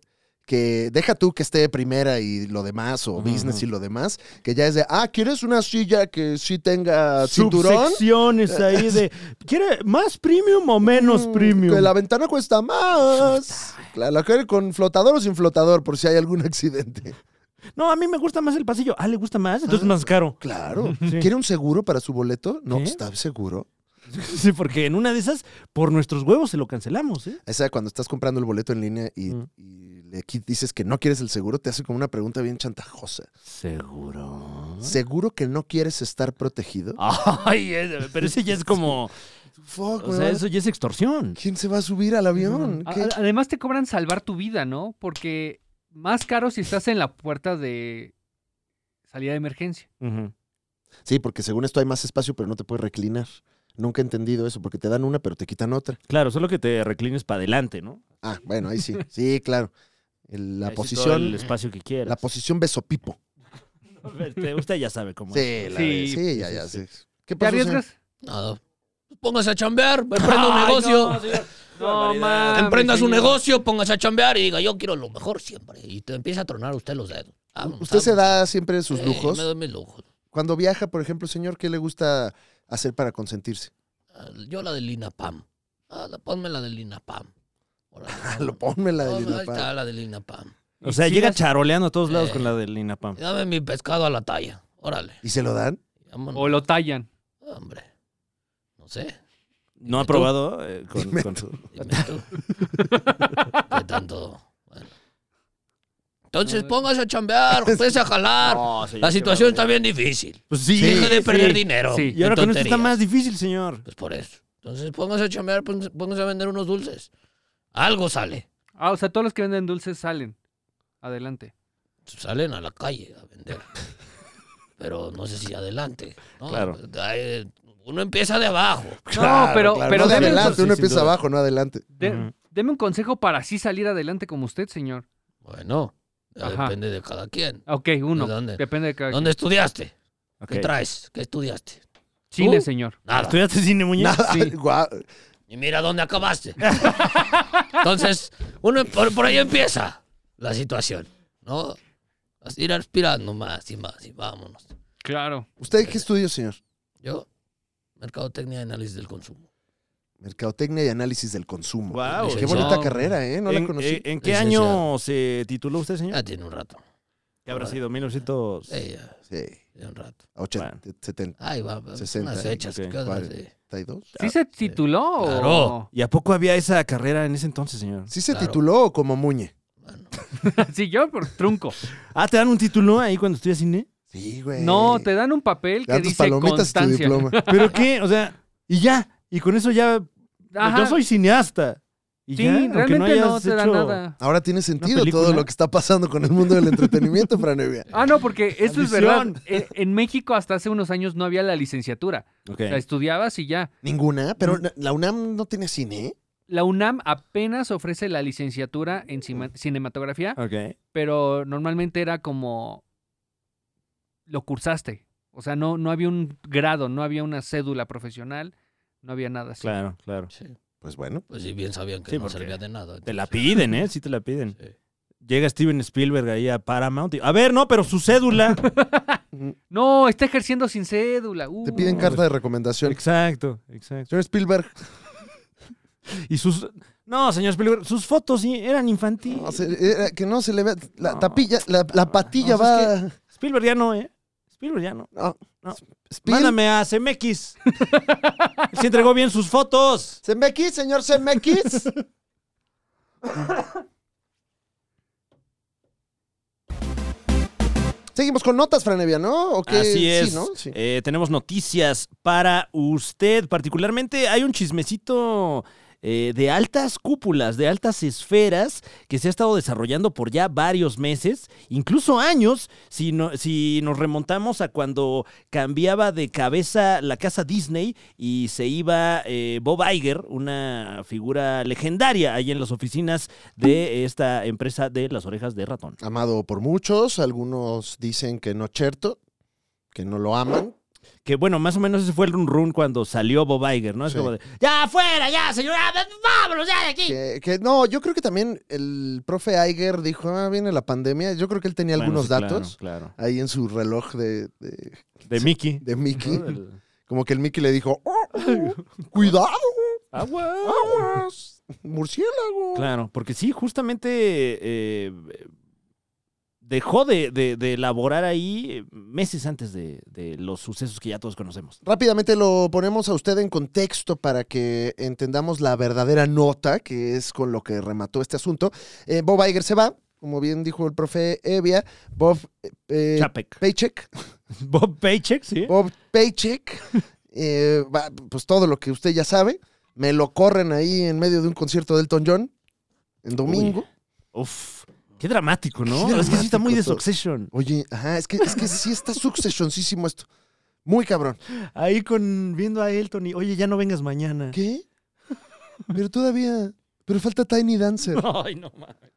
[SPEAKER 3] Que deja tú que esté primera y lo demás, o business y lo demás, que ya es de, ah, ¿quieres una silla que sí tenga Ah, cinturón?
[SPEAKER 1] Subsecciones ahí de. ¿Quiere más premium o menos
[SPEAKER 3] Mm,
[SPEAKER 1] premium?
[SPEAKER 3] Que la ventana cuesta más. La, la quiere con flotador o sin flotador, por si hay algún accidente.
[SPEAKER 1] No, a mí me gusta más el pasillo. Ah, le gusta más, entonces más caro.
[SPEAKER 3] Claro.
[SPEAKER 1] Sí.
[SPEAKER 3] ¿Quiere un seguro para su boleto? No,
[SPEAKER 1] ¿Qué?
[SPEAKER 3] está seguro.
[SPEAKER 1] Sí, porque en una de esas, por nuestros huevos se lo cancelamos, ¿eh?
[SPEAKER 3] Esa cuando estás comprando el boleto en línea y,
[SPEAKER 1] Mm.
[SPEAKER 3] y le qui- dices que no quieres el seguro, te hace como una pregunta bien chantajosa.
[SPEAKER 1] Ah. Seguro.
[SPEAKER 3] ¿Seguro que no quieres estar protegido?
[SPEAKER 1] Ah, Ay, es- pero ese ya es como.
[SPEAKER 3] Fuck,
[SPEAKER 1] O sea,
[SPEAKER 3] man.
[SPEAKER 1] eso ya es extorsión.
[SPEAKER 3] ¿Quién se va a subir al avión?
[SPEAKER 2] A-
[SPEAKER 3] Mm, ¿Qué?
[SPEAKER 2] a- Además te cobran salvar tu vida, ¿no? Porque más caro si estás en la puerta de salida de emergencia.
[SPEAKER 1] Ujú.
[SPEAKER 3] Sí, porque según esto hay más espacio, pero no te puedes reclinar. Nunca he entendido eso, porque te dan una, pero te quitan otra.
[SPEAKER 1] Claro, solo que te reclines para adelante, ¿no?
[SPEAKER 3] Ah, bueno, ahí sí. Sí, claro. El- la
[SPEAKER 1] Ahí sí todo
[SPEAKER 3] posición.
[SPEAKER 1] El espacio que quieras.
[SPEAKER 3] La posición besopipo.
[SPEAKER 1] Este, Usted ya sabe cómo es.
[SPEAKER 3] Sí, la
[SPEAKER 2] Sí,
[SPEAKER 3] sí, sí, ya, ya. sí. ¿Qué
[SPEAKER 2] ¿Te
[SPEAKER 3] pasó? señor?
[SPEAKER 2] arriesgas?
[SPEAKER 9] Nada. Póngase a chambear, emprenda un negocio.
[SPEAKER 2] No, mames,
[SPEAKER 9] Emprenda su
[SPEAKER 2] señor.
[SPEAKER 9] negocio, póngase a chambear y diga, yo quiero lo mejor siempre. Y te empieza a tronar usted los dedos.
[SPEAKER 1] Ah,
[SPEAKER 9] Vamos,
[SPEAKER 3] Usted se
[SPEAKER 9] vamos.
[SPEAKER 3] da siempre sus
[SPEAKER 1] Eh,
[SPEAKER 9] Sí,
[SPEAKER 3] lujos.
[SPEAKER 9] me doy mis lujos.
[SPEAKER 3] Cuando viaja, por ejemplo, señor, ¿qué le gusta hacer para consentirse?
[SPEAKER 9] Ah, Yo la de Lina Pam. Ah, la- ponme la de Lina Pam. Órale,
[SPEAKER 3] Lo
[SPEAKER 9] vamos.
[SPEAKER 3] ponme la de
[SPEAKER 9] Ponme-
[SPEAKER 3] Lina
[SPEAKER 9] Ahí
[SPEAKER 3] Paz.
[SPEAKER 9] está la de Lina Pam.
[SPEAKER 1] O sea,
[SPEAKER 2] Sí,
[SPEAKER 1] llega
[SPEAKER 2] las-
[SPEAKER 1] charoleando a todos lados con la del INAPAM.
[SPEAKER 9] Dame mi pescado a la talla. Órale.
[SPEAKER 3] ¿Y se lo dan?
[SPEAKER 9] vámonos.
[SPEAKER 2] O lo tallan.
[SPEAKER 9] Hombre. No sé.
[SPEAKER 1] ¿No ha
[SPEAKER 9] ¿Tú?
[SPEAKER 1] probado? eh, con,
[SPEAKER 3] Dime
[SPEAKER 1] con-
[SPEAKER 3] tú.
[SPEAKER 9] Dime tú. ¿Qué tanto? Bueno.
[SPEAKER 2] Ah,
[SPEAKER 9] Entonces póngase a chambear, empiece a jalar.
[SPEAKER 1] No, Oh, señor,
[SPEAKER 9] Pues, la
[SPEAKER 1] qué
[SPEAKER 9] situación está bien difícil.
[SPEAKER 1] Pues sí.
[SPEAKER 9] Deje de perder
[SPEAKER 2] sí,
[SPEAKER 9] dinero.
[SPEAKER 2] sí.
[SPEAKER 1] Y ahora
[SPEAKER 9] en
[SPEAKER 1] con esto está
[SPEAKER 9] tonterías.
[SPEAKER 1] más difícil, señor.
[SPEAKER 9] Pues por eso. Entonces póngase a chambear, póngase, póngase a vender unos dulces. Algo sale.
[SPEAKER 2] Ah, o sea, todos los que venden dulces salen. Adelante.
[SPEAKER 9] Salen a la calle a vender. Pero no sé si adelante. ¿no?
[SPEAKER 1] Claro.
[SPEAKER 9] Ay, Uno empieza de abajo.
[SPEAKER 2] no, pero, pero
[SPEAKER 3] no de
[SPEAKER 2] deme, un-
[SPEAKER 3] adelante,
[SPEAKER 1] Sí,
[SPEAKER 3] uno
[SPEAKER 1] sin
[SPEAKER 3] empieza
[SPEAKER 1] duda.
[SPEAKER 3] abajo, no adelante.
[SPEAKER 2] de-
[SPEAKER 1] Ujú.
[SPEAKER 2] deme un consejo para así salir adelante como usted, señor.
[SPEAKER 9] Bueno,
[SPEAKER 2] Ajá.
[SPEAKER 9] depende de cada quien.
[SPEAKER 2] Ok, uno.
[SPEAKER 9] ¿De dónde?
[SPEAKER 2] Depende de cada
[SPEAKER 9] ¿Dónde estudiaste?
[SPEAKER 1] Ok.
[SPEAKER 9] ¿Qué traes? ¿Qué estudiaste?
[SPEAKER 2] Chile,
[SPEAKER 9] ¿Tú?
[SPEAKER 2] señor.
[SPEAKER 9] Nada.
[SPEAKER 1] ¿Estudiaste cine, muñeca?
[SPEAKER 3] Nada. guau.
[SPEAKER 9] Y mira dónde acabaste. Entonces, uno por, por ahí empieza la situación, ¿no? Así Ir aspirando más y más y vámonos.
[SPEAKER 2] Claro.
[SPEAKER 3] ¿Usted qué estudió, señor?
[SPEAKER 9] Yo, mercadotecnia y análisis del consumo.
[SPEAKER 3] Mercadotecnia y análisis del consumo.
[SPEAKER 1] Guau,
[SPEAKER 3] Qué
[SPEAKER 9] licenciado.
[SPEAKER 3] bonita carrera, ¿eh? No
[SPEAKER 1] ¿En,
[SPEAKER 3] la conocí. Ah,
[SPEAKER 1] eh, en qué
[SPEAKER 9] Licenciado.
[SPEAKER 1] año se tituló usted, señor?
[SPEAKER 9] Ya tiene un rato.
[SPEAKER 1] ¿Qué habrá sido? 1900.
[SPEAKER 9] Sí, ya
[SPEAKER 3] sí,
[SPEAKER 9] tiene un rato.
[SPEAKER 3] a 80,
[SPEAKER 1] Bueno.
[SPEAKER 3] 70,
[SPEAKER 9] Ahí va, va,
[SPEAKER 3] 60,
[SPEAKER 9] unas fechas.
[SPEAKER 1] ok,
[SPEAKER 9] cosas
[SPEAKER 3] vale.
[SPEAKER 9] así.
[SPEAKER 3] 32.
[SPEAKER 2] ¿Sí se tituló o...?
[SPEAKER 1] ¿Y a poco había esa carrera en ese entonces, señor?
[SPEAKER 3] ¿Sí se
[SPEAKER 9] Claro.
[SPEAKER 3] tituló como Muñe?
[SPEAKER 9] Bueno,
[SPEAKER 2] sí, yo por trunco.
[SPEAKER 1] Ah, ¿te dan un título ahí cuando estudias cine?
[SPEAKER 3] Sí, güey.
[SPEAKER 2] No, te dan un papel
[SPEAKER 3] Te
[SPEAKER 2] que
[SPEAKER 3] dan tus
[SPEAKER 2] dice
[SPEAKER 3] palomitas y tu
[SPEAKER 2] constancia.
[SPEAKER 3] diploma.
[SPEAKER 1] ¿Pero qué? O sea, y ya. Y con eso ya.
[SPEAKER 2] Ajá.
[SPEAKER 1] Yo soy cineasta. Y
[SPEAKER 2] Sí,
[SPEAKER 1] ya, aunque
[SPEAKER 2] realmente no,
[SPEAKER 1] hayas
[SPEAKER 2] te da
[SPEAKER 1] hecho-
[SPEAKER 2] nada.
[SPEAKER 3] Ahora tiene sentido todo
[SPEAKER 1] película?
[SPEAKER 3] lo que está pasando con el mundo del entretenimiento, Franevia.
[SPEAKER 2] Ah, no, porque esto es verdad.
[SPEAKER 1] Ambición.
[SPEAKER 2] En, en México hasta hace unos años no había la licenciatura.
[SPEAKER 1] Ok.
[SPEAKER 2] La estudiabas y ya.
[SPEAKER 3] Ninguna, pero la UNAM no tiene cine, ¿eh?
[SPEAKER 2] La UNAM apenas ofrece la licenciatura en cima- cinematografía,
[SPEAKER 1] Ok.
[SPEAKER 2] pero normalmente era como lo cursaste. O sea, no, no había un grado, no había una cédula profesional, no había nada así.
[SPEAKER 1] Claro, claro.
[SPEAKER 9] sí.
[SPEAKER 3] Pues bueno.
[SPEAKER 9] Pues sí, bien sabían que
[SPEAKER 1] Sí,
[SPEAKER 9] no
[SPEAKER 1] porque
[SPEAKER 9] servía de nada.
[SPEAKER 1] Te la
[SPEAKER 9] entonces,
[SPEAKER 1] piden, ¿eh? Sí te la piden.
[SPEAKER 9] sí.
[SPEAKER 1] Llega Steven Spielberg ahí a Paramount. y, a ver, no, pero su cédula.
[SPEAKER 2] No, está ejerciendo sin cédula. uh.
[SPEAKER 3] Te piden carta de recomendación.
[SPEAKER 1] exacto, exacto.
[SPEAKER 3] Señor Spielberg,
[SPEAKER 1] Y sus... No, señor Spielberg, sus fotos sí eran infantiles.
[SPEAKER 3] no se- eh, que no se le vea. La
[SPEAKER 1] No.
[SPEAKER 3] tapilla, la, la patilla
[SPEAKER 1] No, o sea,
[SPEAKER 3] va.
[SPEAKER 1] es Spielberg ya no, ¿eh? Spielberg ya no.
[SPEAKER 3] No. Spiel.
[SPEAKER 1] Mándame a CMX. Se entregó bien sus fotos.
[SPEAKER 3] Zemeckis, señor Zemeckis. Seguimos con notas, Franevia, ¿no? ¿O qué?
[SPEAKER 1] Así es.
[SPEAKER 3] Sí, ¿no? Sí.
[SPEAKER 1] Eh, tenemos noticias para usted. Particularmente hay un chismecito eh, de altas cúpulas, de altas esferas, que se ha estado desarrollando por ya varios meses, incluso años, si, no- si nos remontamos a cuando cambiaba de cabeza la casa Disney y se iba eh, Bob Iger, una figura legendaria ahí en las oficinas de esta empresa de las orejas de ratón.
[SPEAKER 3] Amado por muchos, algunos dicen que no Cherto, que no lo aman.
[SPEAKER 1] Que bueno, más o menos ese fue el run run cuando salió Bob Iger, ¿no? Es
[SPEAKER 3] Sí.
[SPEAKER 1] como de, ya afuera, ya señora, vámonos ya de aquí.
[SPEAKER 3] Que, que no, yo creo que también el profe Iger dijo, ah, viene la pandemia. Yo creo que él tenía
[SPEAKER 1] Bueno,
[SPEAKER 3] algunos
[SPEAKER 1] sí, claro,
[SPEAKER 3] datos
[SPEAKER 1] Claro,
[SPEAKER 3] ahí en su reloj de, de,
[SPEAKER 1] De Mickey.
[SPEAKER 3] de Mickey.
[SPEAKER 1] ¿no? Del-
[SPEAKER 3] Como que el Mickey le dijo, "Oh, cuidado, Ah,
[SPEAKER 1] Agua.
[SPEAKER 3] aguas, murciélago.
[SPEAKER 1] Ah, Claro, porque sí, justamente eh, dejó de, de- de elaborar ahí meses antes de, de los sucesos que ya todos conocemos.
[SPEAKER 3] Rápidamente lo ponemos a usted en contexto para que entendamos la verdadera nota, que es con lo que remató este asunto. Eh, Bob Iger se va, como bien dijo el profe Evia, Bob eh,
[SPEAKER 1] Chapek.
[SPEAKER 3] Paycheck,
[SPEAKER 1] Bob Paycheck, sí.
[SPEAKER 3] Bob Paycheck, eh, va- pues todo lo que usted ya sabe, me lo corren ahí en medio de un concierto de Elton John, en domingo.
[SPEAKER 1] Uf, qué dramático, ¿no?
[SPEAKER 3] Qué
[SPEAKER 1] es que sí está muy de
[SPEAKER 3] dramático todo.
[SPEAKER 1] Succession.
[SPEAKER 3] Oye, ajá, es que, es que sí está successioncísimo esto. Muy cabrón.
[SPEAKER 1] Ahí con viendo a Elton y, oye, ya no vengas mañana.
[SPEAKER 3] ¿Qué? Pero todavía, pero falta Tiny Dancer.
[SPEAKER 9] Ay, no mames.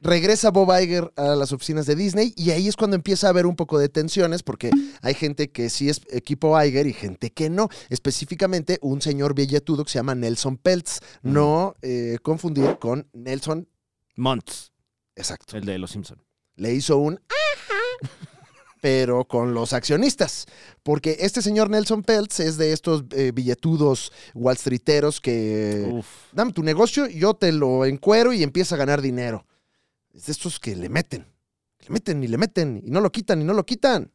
[SPEAKER 3] regresa Bob Iger a las oficinas de Disney y ahí es cuando empieza a haber un poco de tensiones porque hay gente que sí es equipo Iger y gente que no. Específicamente un señor billetudo que se llama Nelson Peltz. No eh, confundir con Nelson.
[SPEAKER 1] Months,
[SPEAKER 3] Exacto.
[SPEAKER 1] el de Los Simpsons.
[SPEAKER 3] Le hizo un... Pero con los accionistas. Porque este señor Nelson Peltz es de estos eh, billetudos wall streeteros que...
[SPEAKER 1] Uf.
[SPEAKER 3] Dame tu negocio, yo te lo encuero y empieza a ganar dinero. Es de estos que le meten. Le meten y le meten y no lo quitan y no lo quitan.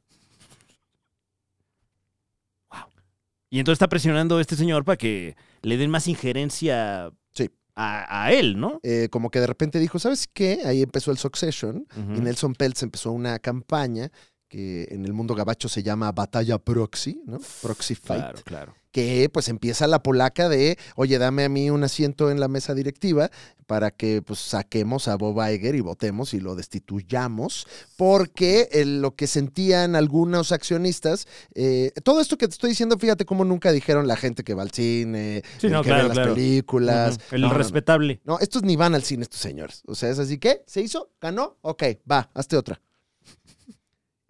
[SPEAKER 1] Y entonces está presionando a este señor para que le den más injerencia
[SPEAKER 3] Sí.
[SPEAKER 1] a, a él, ¿no?
[SPEAKER 3] Eh, como que de repente dijo, ¿sabes qué? Ahí empezó el Succession y
[SPEAKER 1] Ujú.
[SPEAKER 3] Nelson Peltz empezó una campaña que en el mundo gabacho se llama Batalla Proxy, ¿no? Proxy Fight.
[SPEAKER 1] Claro, claro.
[SPEAKER 3] que pues empieza la polaca de, oye, dame a mí un asiento en la mesa directiva para que pues saquemos a Bob Iger y votemos y lo destituyamos, porque eh, lo que sentían algunos accionistas, eh, todo esto que te estoy diciendo, fíjate cómo nunca dijeron la gente que va al cine,
[SPEAKER 1] Sí,
[SPEAKER 3] el
[SPEAKER 1] no,
[SPEAKER 3] que
[SPEAKER 1] claro,
[SPEAKER 3] ve las
[SPEAKER 1] claro.
[SPEAKER 3] películas.
[SPEAKER 1] Ujú. El
[SPEAKER 3] No, no, no.
[SPEAKER 1] respetable.
[SPEAKER 3] No, estos ni van al cine, estos señores. O sea, es así que, ¿se hizo? ¿Ganó? Ok, va, hazte otra.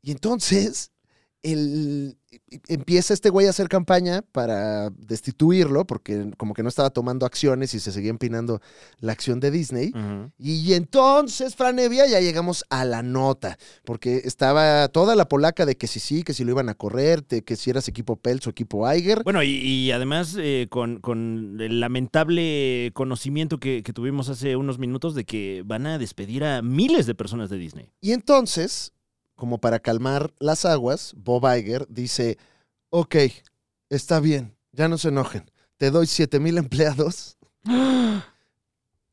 [SPEAKER 3] Y entonces, el, empieza este güey a hacer campaña para destituirlo, porque como que no estaba tomando acciones y se seguía empinando la acción de Disney.
[SPEAKER 1] Ujú.
[SPEAKER 3] Y entonces, Franevia, ya llegamos a la nota, porque estaba toda la polaca de que si sí, que si lo iban a correr, de que si eras equipo Pelz o equipo Iger.
[SPEAKER 1] Bueno, y, y además eh, con, con el lamentable conocimiento que, que tuvimos hace unos minutos de que van a despedir a miles de personas de Disney.
[SPEAKER 3] Y entonces, como para calmar las aguas, Bob Iger dice, ok, está bien, ya no se enojen, te doy 7 mil empleados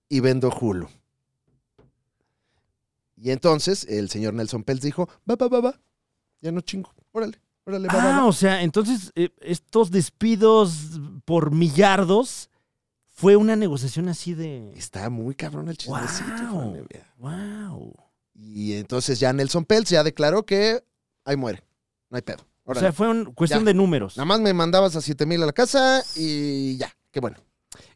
[SPEAKER 3] y vendo Hulu. Y entonces el señor Nelson Peltz dijo, va, va, va, va, ya no chingo, órale, órale, va, va,
[SPEAKER 1] Ah,
[SPEAKER 3] va".
[SPEAKER 1] o sea, entonces eh, estos despidos por millardos fue una negociación así de...
[SPEAKER 3] Está muy cabrón el chismecito.
[SPEAKER 1] Guau.
[SPEAKER 3] Franevia.
[SPEAKER 1] ¡Wow!
[SPEAKER 3] Y entonces ya Nelson Peltz ya declaró que ahí muere, no hay pedo.
[SPEAKER 1] O
[SPEAKER 3] Órale.
[SPEAKER 1] sea, fue un- cuestión
[SPEAKER 3] Ya.
[SPEAKER 1] de números.
[SPEAKER 3] Nada más me mandabas a 7 mil a la casa y ya, qué bueno.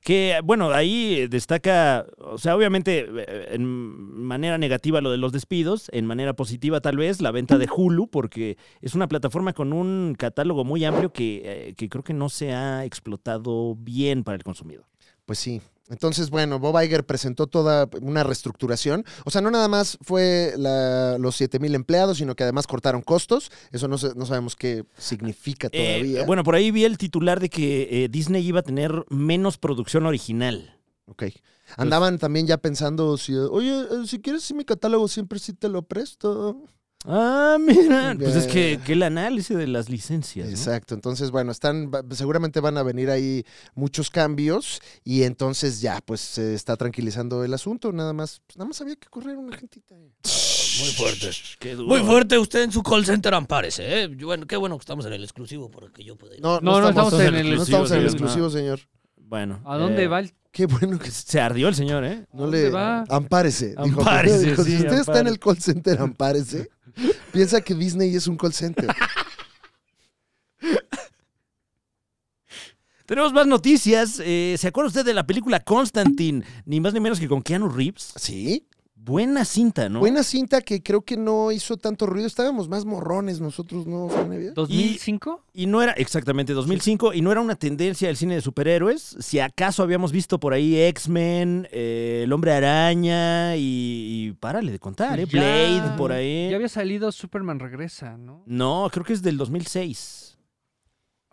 [SPEAKER 1] Que, bueno, ahí eh, destaca, o sea, obviamente eh, en manera negativa lo de los despidos, en manera positiva tal vez la venta de Hulu, porque es una plataforma con un catálogo muy amplio que, eh, que creo que no se ha explotado bien para el consumidor.
[SPEAKER 3] Pues sí. Entonces, bueno, Bob Iger presentó toda una reestructuración. O sea, no nada más fue la- los 7 mil empleados, sino que además cortaron costos. Eso no, se- no sabemos qué significa
[SPEAKER 1] Eh,
[SPEAKER 3] todavía.
[SPEAKER 1] bueno, por ahí vi el titular de que eh, Disney iba a tener menos producción original.
[SPEAKER 3] Ok.
[SPEAKER 1] pues
[SPEAKER 3] Andaban también ya pensando, si, oye, eh, si quieres, sí, mi catálogo siempre sí te lo presto.
[SPEAKER 1] Ah, mira. Pues es
[SPEAKER 3] Eh.
[SPEAKER 1] que, que el análisis de las licencias. ¿no?
[SPEAKER 3] Exacto, entonces bueno, están va- seguramente van a venir ahí muchos cambios y entonces ya pues se está tranquilizando el asunto, nada más, pues, nada más había que correr una gentita.
[SPEAKER 9] Muy fuerte.
[SPEAKER 1] Qué duro.
[SPEAKER 9] Muy fuerte usted en su call center, ampárese. ¿eh? Bueno, qué bueno que estamos en el exclusivo porque yo puedo ir.
[SPEAKER 2] No, no estamos en el Ah.
[SPEAKER 3] no estamos en el
[SPEAKER 1] exclusivo,
[SPEAKER 3] exclusivo, señor.
[SPEAKER 1] Bueno.
[SPEAKER 2] ¿A dónde
[SPEAKER 1] eh,
[SPEAKER 2] va el
[SPEAKER 3] Qué bueno que
[SPEAKER 1] Se ardió el señor, ¿eh?
[SPEAKER 3] no
[SPEAKER 2] dónde
[SPEAKER 3] le
[SPEAKER 2] va?
[SPEAKER 3] ampárese. dijo.
[SPEAKER 1] Ampárese,
[SPEAKER 3] Dijo,
[SPEAKER 1] sí,
[SPEAKER 3] si usted está en
[SPEAKER 1] ampárese.
[SPEAKER 3] el call center, ampárese. Piensa que Disney es un call center.
[SPEAKER 1] Tenemos más noticias. Eh, ¿Se acuerda usted de la película Constantine? Ni más ni menos que con Keanu Reeves.
[SPEAKER 3] Sí.
[SPEAKER 1] Buena cinta, ¿no?
[SPEAKER 3] Buena cinta que creo que no hizo tanto ruido, estábamos más morrones nosotros, ¿no, Franevia?
[SPEAKER 2] 2005?
[SPEAKER 1] Y no era, exactamente, 2005, y no era una tendencia del cine de superhéroes. Si acaso habíamos visto por ahí X-Men, eh, El Hombre Araña, y, y párale de contar, ¿eh?
[SPEAKER 2] Ya-
[SPEAKER 1] Blade, por ahí.
[SPEAKER 2] Ya había salido Superman Regresa, ¿no?
[SPEAKER 1] No, creo que es del 2006.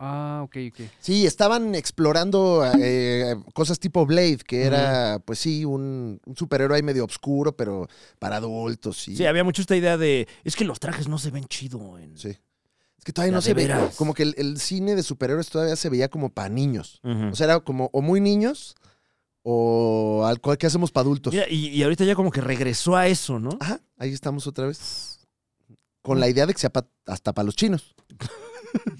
[SPEAKER 2] Ah, ok, ok.
[SPEAKER 3] Sí, estaban explorando eh, cosas tipo Blade, que era, pues sí, un, un superhéroe ahí medio oscuro, pero para adultos. Y,
[SPEAKER 1] Sí, había mucho esta idea de, es que los trajes no se ven chido en...
[SPEAKER 3] Sí. Es que todavía
[SPEAKER 1] Ya,
[SPEAKER 3] no se
[SPEAKER 1] de
[SPEAKER 3] ve.
[SPEAKER 1] veras.
[SPEAKER 3] Como que el, el cine de superhéroes todavía se veía como para niños.
[SPEAKER 1] Ujú.
[SPEAKER 3] O sea, era como o muy niños o alcohol que hacemos para adultos.
[SPEAKER 1] Mira, y, y ahorita ya como que regresó a eso, ¿no?
[SPEAKER 3] Ajá, ahí estamos otra vez. Con la idea de que sea pa- hasta para los chinos.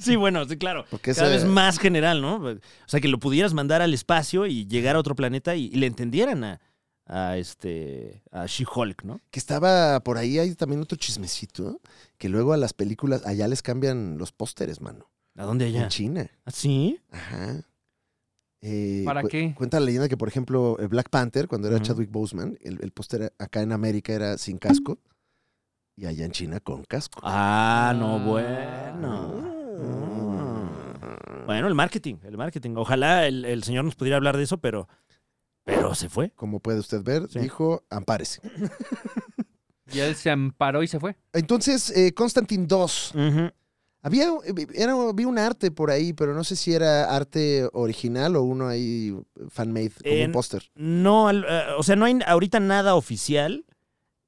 [SPEAKER 1] Sí, bueno, sí, claro.
[SPEAKER 3] Porque
[SPEAKER 1] Cada
[SPEAKER 3] ese-
[SPEAKER 1] vez más general, ¿no? O sea, que lo pudieras mandar al espacio y llegar a otro planeta y, y le entendieran a, a este a She-Hulk, ¿no?
[SPEAKER 3] Que estaba por ahí, hay también otro chismecito, ¿eh? que luego a las películas allá les cambian los pósteres, mano.
[SPEAKER 1] ¿A dónde allá?
[SPEAKER 3] En China.
[SPEAKER 1] ¿Ah, sí?
[SPEAKER 3] Ajá. Eh,
[SPEAKER 2] ¿Para
[SPEAKER 3] cu-
[SPEAKER 2] qué?
[SPEAKER 3] Cuenta la leyenda que, por ejemplo, eh, Black Panther, cuando era
[SPEAKER 1] Ujú.
[SPEAKER 3] Chadwick Boseman, el, el póster acá en América era sin casco y allá en China con casco.
[SPEAKER 1] Ah, no,
[SPEAKER 2] Ah.
[SPEAKER 1] bueno. Mm. Bueno, el marketing, el marketing. Ojalá el, el señor nos pudiera hablar de eso, pero, pero se fue.
[SPEAKER 3] Como puede usted ver,
[SPEAKER 1] Sí.
[SPEAKER 3] dijo, ampárese.
[SPEAKER 2] Ya él se amparó y se fue.
[SPEAKER 3] Entonces, eh, Constantine II. Había, eh, era, había un arte por ahí, pero no sé si era arte original o uno ahí fan-made, como
[SPEAKER 1] En-
[SPEAKER 3] un póster.
[SPEAKER 1] No, al- eh, o sea, no hay ahorita nada oficial.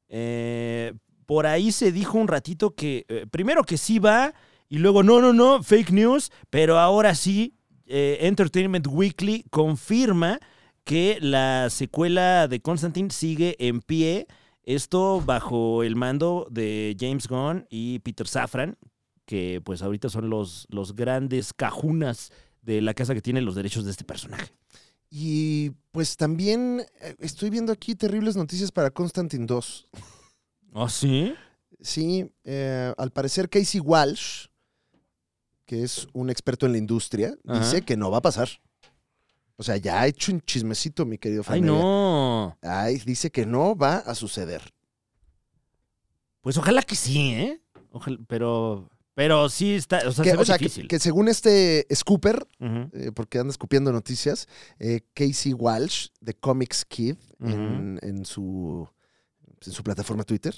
[SPEAKER 1] Eh, por ahí se dijo un ratito que eh, primero que sí va y luego no, no, no, fake news, pero ahora sí, eh, Entertainment Weekly confirma que la secuela de Constantine sigue en pie. Esto bajo el mando de James Gunn y Peter Safran, que pues ahorita son los, los grandes cajunas de la casa que tiene los derechos de este personaje.
[SPEAKER 3] Y pues también eh, estoy viendo aquí terribles noticias para Constantine II.
[SPEAKER 1] ¿Ah, sí?
[SPEAKER 3] Sí, eh, al parecer Casey Walsh, que es un experto en la industria,
[SPEAKER 1] Ajá.
[SPEAKER 3] dice que no va a pasar. O sea, ya ha hecho un chismecito, mi querido
[SPEAKER 1] Ay,
[SPEAKER 3] Fran.
[SPEAKER 1] no.
[SPEAKER 3] Ay, dice que no va a suceder.
[SPEAKER 1] Pues ojalá que sí, ¿eh? Ojalá- pero, pero sí está, o sea,
[SPEAKER 3] Que,
[SPEAKER 1] se ve
[SPEAKER 3] o sea, que,
[SPEAKER 1] difícil.
[SPEAKER 3] que según este Scooper,
[SPEAKER 1] Ujú.
[SPEAKER 3] eh, porque anda escupiendo noticias, eh, Casey Walsh, de Comics Kid, en, en su, en su plataforma Twitter,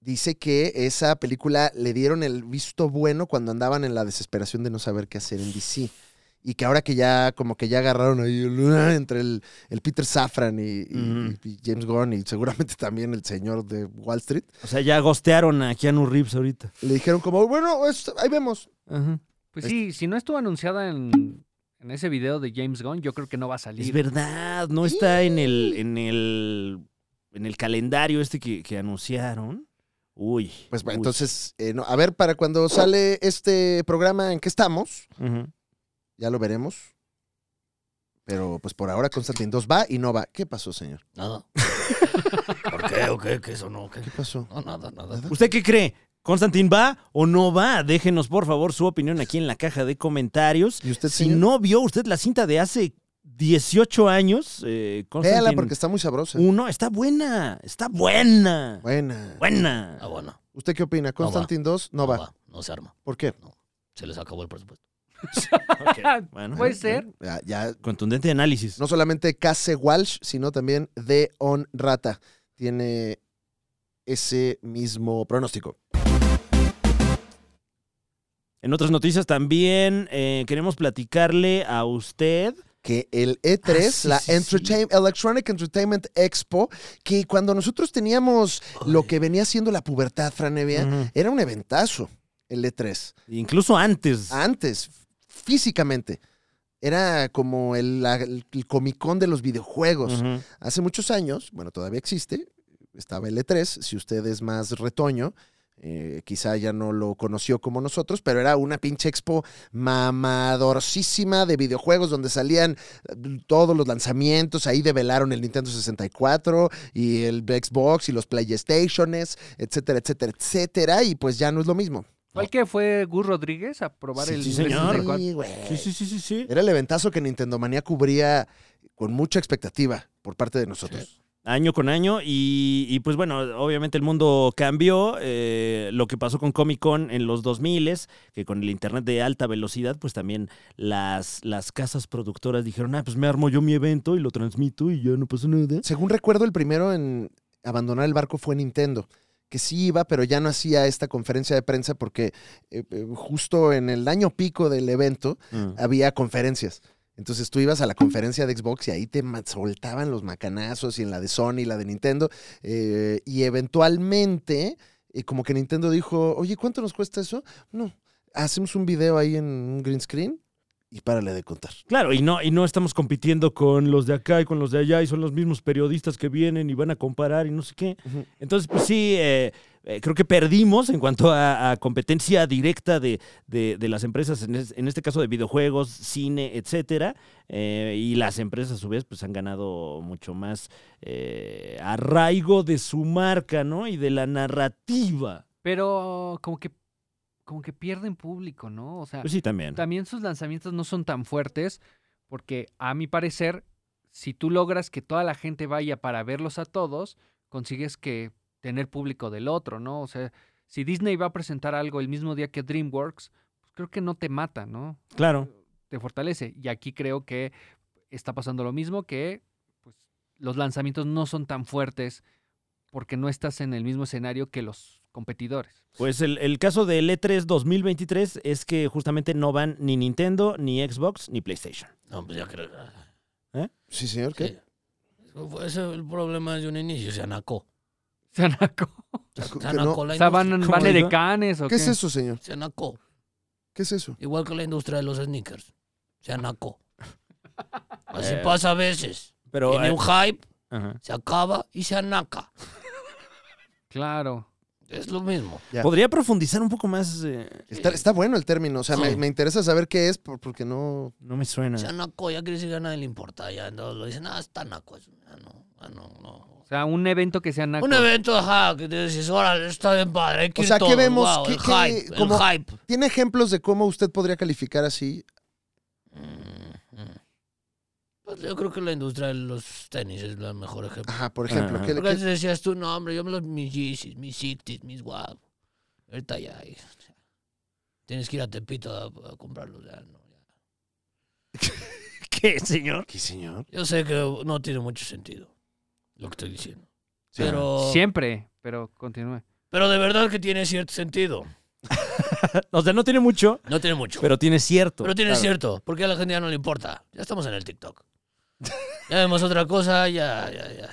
[SPEAKER 3] dice que esa película le dieron el visto bueno cuando andaban en la desesperación de no saber qué hacer en DC. Y que ahora que ya, como que ya agarraron ahí el, ah, entre el, el Peter Safran y, y-
[SPEAKER 1] Ujú.
[SPEAKER 3] y James Gunn y seguramente también el señor de Wall Street,
[SPEAKER 1] O sea, ya gostearon a Keanu Reeves ahorita.
[SPEAKER 3] le dijeron como, bueno, es- ahí vemos.
[SPEAKER 2] Pues sí,
[SPEAKER 1] Este
[SPEAKER 2] si no estuvo anunciada en, en ese video de James Gunn, yo creo que no va a
[SPEAKER 1] Es
[SPEAKER 2] salir.
[SPEAKER 1] verdad, no está en el, en el, en el calendario este que, que anunciaron. Uy.
[SPEAKER 3] Pues bueno,
[SPEAKER 1] uy.
[SPEAKER 3] entonces, eh, no, a ver, para cuando sale este programa en que estamos,
[SPEAKER 1] Ujú.
[SPEAKER 3] ¿Ah? Ya lo veremos. Pero pues por ahora Constantine 2 va y no va. ¿Qué pasó, señor?
[SPEAKER 9] Nada. ¿Por qué? ¿O qué? ¿Qué eso no? ¿Qué?
[SPEAKER 3] ¿Qué pasó?
[SPEAKER 9] No, nada, nada.
[SPEAKER 3] ¿Nada?
[SPEAKER 1] ¿Usted qué cree? ¿Constantin va o no va? Déjenos por favor su opinión aquí en la caja de comentarios.
[SPEAKER 3] ¿Y usted,
[SPEAKER 1] Si
[SPEAKER 3] señor?
[SPEAKER 1] no vio usted la cinta de hace 18 años, eh,
[SPEAKER 3] Véala
[SPEAKER 1] Constantine
[SPEAKER 3] porque está muy sabrosa.
[SPEAKER 1] Uno, está buena, está buena.
[SPEAKER 3] Buena.
[SPEAKER 1] Buena.
[SPEAKER 9] Ah, bueno.
[SPEAKER 3] ¿Usted qué opina? Constantine 2 no,
[SPEAKER 9] No
[SPEAKER 3] va.
[SPEAKER 9] va. No se arma.
[SPEAKER 3] ¿Por qué?
[SPEAKER 9] Se les acabó el presupuesto.
[SPEAKER 1] Bueno,
[SPEAKER 2] Puede ser.
[SPEAKER 3] Ya, ya,
[SPEAKER 1] contundente análisis.
[SPEAKER 3] no solamente Case Walsh, sino también The On Rata. Tiene ese mismo pronóstico.
[SPEAKER 1] En otras noticias también eh, queremos platicarle a usted
[SPEAKER 3] que el E3,
[SPEAKER 1] Ah, sí,
[SPEAKER 3] la
[SPEAKER 1] sí,
[SPEAKER 3] Entertain- Electronic Entertainment Expo, que cuando nosotros teníamos lo que venía siendo la pubertad, Franevia,
[SPEAKER 1] Ujú.
[SPEAKER 3] era un eventazo el E3.
[SPEAKER 1] Incluso antes.
[SPEAKER 2] Ah,
[SPEAKER 3] Antes, físicamente. Era como el, la- el Comic Con de los
[SPEAKER 2] pues.
[SPEAKER 3] videojuegos.
[SPEAKER 1] Ujú.
[SPEAKER 3] Hace muchos años, bueno, todavía existe, estaba el E3, si usted es más retoño, eh, quizá ya no lo conoció como nosotros, pero era una pinche expo mamadorcísima de videojuegos donde salían eh, todos los lanzamientos, ahí develaron el Nintendo 64 y el Xbox y los PlayStationes, etcétera, etcétera, etcétera, y pues ya no es lo mismo.
[SPEAKER 2] ¿Cuál que fue Gus Rodríguez a probar
[SPEAKER 1] Sí,
[SPEAKER 2] el
[SPEAKER 1] sí, señor.
[SPEAKER 2] 364?
[SPEAKER 3] Sí, güey.
[SPEAKER 1] Sí, sí, sí, sí, sí.
[SPEAKER 3] Era el eventazo que Nintendo Manía cubría con mucha expectativa por parte de nosotros.
[SPEAKER 1] año con año y, y, pues bueno, obviamente el mundo cambió, eh, lo que pasó con Comic Con en los 2000, que con el Internet de alta velocidad, pues también las, las casas productoras dijeron, ah, pues me armo yo mi evento y lo transmito y ya no pasa nada.
[SPEAKER 3] Según recuerdo, el primero en abandonar el barco fue Nintendo, que sí iba, pero ya no hacía esta conferencia de prensa porque eh, eh, justo en el año pico del evento
[SPEAKER 9] Mm.
[SPEAKER 3] había conferencias. Entonces tú ibas a la conferencia de Xbox y ahí te ma- soltaban los macanazos y en la de Sony y la de Nintendo. eh, y eventualmente, eh, como que Nintendo dijo, oye, ¿cuánto nos cuesta eso? No, hacemos un video ahí en un green screen y párale de contar.
[SPEAKER 1] Claro, y no, y no estamos compitiendo con los de acá y con los de allá, y son los mismos periodistas que vienen y van a comparar y no sé qué.
[SPEAKER 3] Ujú.
[SPEAKER 1] Entonces, pues sí, eh, eh, creo que perdimos en cuanto a, a competencia directa de, de- de las empresas, en, es- en este caso de videojuegos, cine, etcétera. Eh, y las empresas, a su vez, pues han ganado mucho más eh, arraigo de su marca, ¿no? Y de la narrativa.
[SPEAKER 2] Pero como que, como que pierden público, ¿no? O sea,
[SPEAKER 1] Pues sí, también.
[SPEAKER 2] también sus lanzamientos no son tan fuertes porque a mi parecer, si tú logras que toda la gente vaya para verlos a todos, consigues que tener público del otro, ¿no? O sea, si Disney va a presentar algo el mismo día que DreamWorks, pues creo que no te mata, ¿no?
[SPEAKER 1] Claro.
[SPEAKER 2] Te fortalece. Y aquí creo que está pasando lo mismo, que pues, los lanzamientos no son tan fuertes porque no estás en el mismo escenario que los competidores.
[SPEAKER 1] Pues el, el caso del E3 2023 es que justamente no van ni Nintendo, ni Xbox, ni PlayStation.
[SPEAKER 9] No, pues ya creo.
[SPEAKER 3] Sí, señor, ¿qué? "Ah,
[SPEAKER 9] Sí. Eso fue- Ese es el problema desde un inicio, se anacó.
[SPEAKER 2] Se anacó.
[SPEAKER 9] Se,
[SPEAKER 3] Que-
[SPEAKER 9] se
[SPEAKER 3] que
[SPEAKER 9] anacó
[SPEAKER 2] O
[SPEAKER 9] la
[SPEAKER 2] sea,
[SPEAKER 9] industria.
[SPEAKER 2] van,
[SPEAKER 1] ¿Cómo
[SPEAKER 2] van
[SPEAKER 1] digo?
[SPEAKER 2] de canes o qué.
[SPEAKER 3] ¿Qué es eso, señor?
[SPEAKER 9] Se anacó.
[SPEAKER 3] ¿Qué es eso?
[SPEAKER 9] Igual que la industria de los sneakers. Se anacó. Así
[SPEAKER 3] Eh.
[SPEAKER 9] pasa a veces.
[SPEAKER 3] Oh,
[SPEAKER 1] Pero
[SPEAKER 9] Tiene
[SPEAKER 1] eh,
[SPEAKER 9] un hype,
[SPEAKER 1] ajá.
[SPEAKER 9] se acaba y se anaca.
[SPEAKER 2] Claro.
[SPEAKER 9] Es lo mismo.
[SPEAKER 3] Ya.
[SPEAKER 1] podría profundizar un poco más. eh,
[SPEAKER 3] Está, está bueno el término, o sea, me,
[SPEAKER 9] Sí.
[SPEAKER 3] me interesa saber qué es por- porque no...
[SPEAKER 1] no me suena.
[SPEAKER 9] Se anacó, ya quiere decir que a nadie le importa. Ya no, lo dicen, ah, está naco. eso". Ah, no, ah, no, no.
[SPEAKER 2] O sea, un evento que sea naco.
[SPEAKER 9] Un evento, ajá, que te dices, órale, está bien padre. Hay que
[SPEAKER 3] O
[SPEAKER 9] ir
[SPEAKER 3] sea, ¿qué
[SPEAKER 9] todos,
[SPEAKER 3] vemos?
[SPEAKER 9] guau,
[SPEAKER 3] ¿Qué-
[SPEAKER 9] el
[SPEAKER 3] qué-
[SPEAKER 9] hype, el
[SPEAKER 3] como-
[SPEAKER 9] hype.
[SPEAKER 3] ¿Tiene ejemplos de cómo usted podría calificar así?
[SPEAKER 9] Mm, mm. Pues yo creo que la industria de los tenis es el mejor ejemplo.
[SPEAKER 3] Ajá, por ejemplo.
[SPEAKER 1] Ah.
[SPEAKER 3] ¿qué-
[SPEAKER 9] Porque
[SPEAKER 3] qué-
[SPEAKER 9] antes decías tú, no, hombre, yo me los mis Yeezys, mis Sixties, mis guap. Ahorita ya. eh, o sea, Tienes que ir a Tepito a, a comprarlos. Ya, no, ya.
[SPEAKER 1] ¿Qué, señor?
[SPEAKER 3] ¿Qué, señor?
[SPEAKER 9] Yo sé que no tiene mucho sentido lo que estoy diciendo. Pero,
[SPEAKER 2] Siempre, pero continúe.
[SPEAKER 9] pero de verdad que tiene cierto sentido.
[SPEAKER 1] O sea, no tiene mucho,
[SPEAKER 9] No tiene mucho.
[SPEAKER 1] pero tiene cierto.
[SPEAKER 9] Pero tiene
[SPEAKER 1] Claro.
[SPEAKER 9] cierto, porque a la gente ya no le importa. Ya estamos en el TikTok. Ya vemos otra cosa, ya, ya, ya.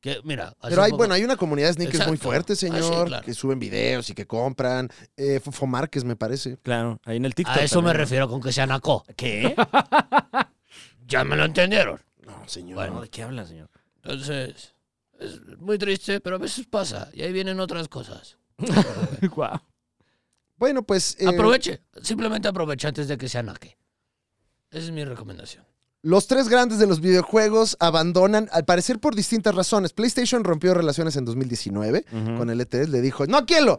[SPEAKER 9] Que, mira, hace
[SPEAKER 3] Pero hay,
[SPEAKER 9] poco-
[SPEAKER 3] bueno, hay una comunidad de sneakers muy
[SPEAKER 9] Exacto.
[SPEAKER 3] fuerte,
[SPEAKER 9] Ah, sí,
[SPEAKER 3] señor,
[SPEAKER 9] claro.
[SPEAKER 3] que suben videos y que compran. Eh, Fofo Márquez, me parece.
[SPEAKER 1] Claro, ahí en el TikTok.
[SPEAKER 9] a eso me
[SPEAKER 1] también, ¿no?
[SPEAKER 9] refiero con que se anacó.
[SPEAKER 1] ¿Qué?
[SPEAKER 9] Ya me lo entendieron.
[SPEAKER 3] No, señor.
[SPEAKER 9] Bueno,
[SPEAKER 1] ¿De qué habla, señor?
[SPEAKER 9] Entonces, es muy triste, pero a veces pasa. Y ahí vienen otras cosas.
[SPEAKER 1] Guau.
[SPEAKER 3] Bueno, pues eh,
[SPEAKER 9] Aproveche, simplemente aproveche antes de que se anaque. Esa es mi recomendación.
[SPEAKER 3] los tres grandes de los videojuegos abandonan, al parecer por distintas razones. PlayStation rompió relaciones en 2019.
[SPEAKER 1] Ujú.
[SPEAKER 3] con el E3 le dijo, no quiero.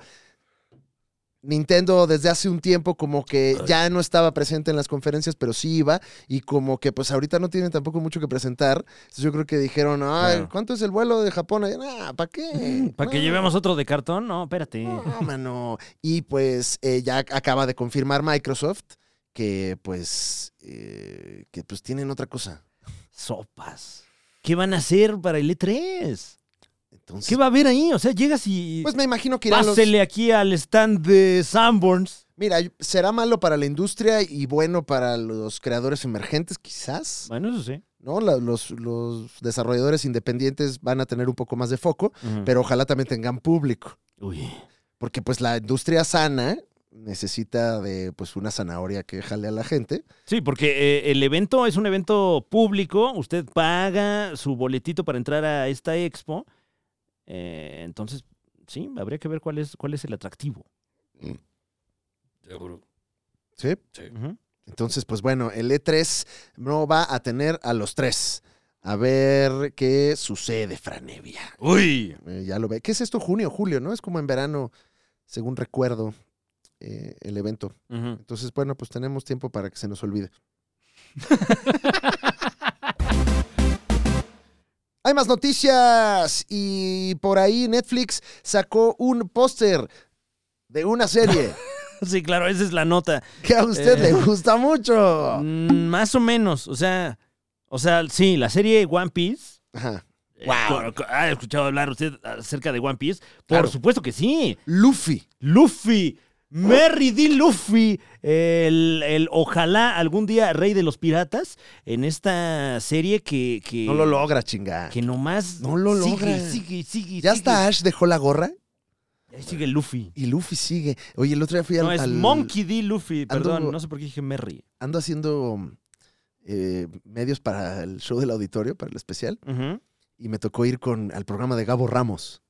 [SPEAKER 3] Nintendo desde hace un tiempo como que ya no estaba presente en las conferencias, pero sí iba y como que pues ahorita no tienen tampoco mucho que presentar. Entonces, yo creo que dijeron, ay,
[SPEAKER 1] Claro.
[SPEAKER 3] ¿cuánto es el vuelo de Japón? ¿Para qué?
[SPEAKER 1] ¿Para que
[SPEAKER 3] No,
[SPEAKER 1] llevemos otro de cartón? No, espérate.
[SPEAKER 3] No, mano. Y pues eh, ya acaba de confirmar Microsoft que pues eh, que pues tienen otra cosa.
[SPEAKER 1] Sopas. ¿Qué van a hacer para el E3? E
[SPEAKER 3] Entonces,
[SPEAKER 1] ¿Qué va a haber ahí? O sea, llegas y.
[SPEAKER 3] Pues me imagino que irán los...
[SPEAKER 1] Pásele aquí al stand de Sanborns.
[SPEAKER 3] Mira, será malo para la industria y bueno para los creadores emergentes, quizás.
[SPEAKER 1] Bueno, eso sí.
[SPEAKER 3] ¿no? La- los, los desarrolladores independientes van a tener un poco más de foco,
[SPEAKER 1] Ujú.
[SPEAKER 3] pero ojalá también tengan público.
[SPEAKER 1] Uy.
[SPEAKER 3] Porque pues la industria sana necesita de pues una zanahoria que jale a la gente.
[SPEAKER 1] Sí, porque eh, el evento es un evento público, usted paga su boletito para entrar a esta expo, eh, entonces sí, habría que ver cuál es, cuál es el atractivo.
[SPEAKER 9] Seguro.
[SPEAKER 3] ¿sí?
[SPEAKER 1] Ujú.
[SPEAKER 3] Entonces, pues bueno, el E3 no va a tener a los tres. A ver qué sucede, Franevia.
[SPEAKER 1] Uy.
[SPEAKER 3] Eh, ya lo ve. ¿Qué es esto? Junio, julio, ¿no? Es como en verano, según recuerdo, eh, el evento.
[SPEAKER 1] Ujú.
[SPEAKER 3] Entonces, bueno, pues tenemos tiempo para que se nos olvide. Hay más noticias y por ahí Netflix sacó un póster de una serie
[SPEAKER 1] Sí, claro, esa es la nota.
[SPEAKER 3] que a usted
[SPEAKER 1] Eh.
[SPEAKER 3] le gusta mucho.
[SPEAKER 1] Mm, más o menos, o sea, o sea, sí, la serie One Piece.
[SPEAKER 3] Ajá.
[SPEAKER 1] eh, co- co- ¿Ha escuchado hablar usted acerca de One Piece? Por
[SPEAKER 3] Claro.
[SPEAKER 1] supuesto que sí.
[SPEAKER 3] Luffy.
[SPEAKER 1] Luffy, Merry D. Luffy, el, el ojalá algún día rey de los piratas en esta serie que, que,
[SPEAKER 3] No lo logra, chinga.
[SPEAKER 1] que nomás
[SPEAKER 3] No lo
[SPEAKER 1] sigue,
[SPEAKER 3] logra.
[SPEAKER 1] sigue, sigue.
[SPEAKER 3] Ya
[SPEAKER 1] sigue.
[SPEAKER 3] hasta Ash dejó la gorra
[SPEAKER 1] Ahí sigue Luffy.
[SPEAKER 3] y Luffy sigue. Oye, el otro día fui al,
[SPEAKER 1] No, es
[SPEAKER 3] al-
[SPEAKER 1] Monkey D. Luffy, perdón,
[SPEAKER 3] Ando-
[SPEAKER 1] no sé por qué dije Merry.
[SPEAKER 3] Ando haciendo eh, medios para el show del auditorio, para el especial,
[SPEAKER 1] Ujú.
[SPEAKER 3] y me tocó ir con al programa de Gabo Ramos.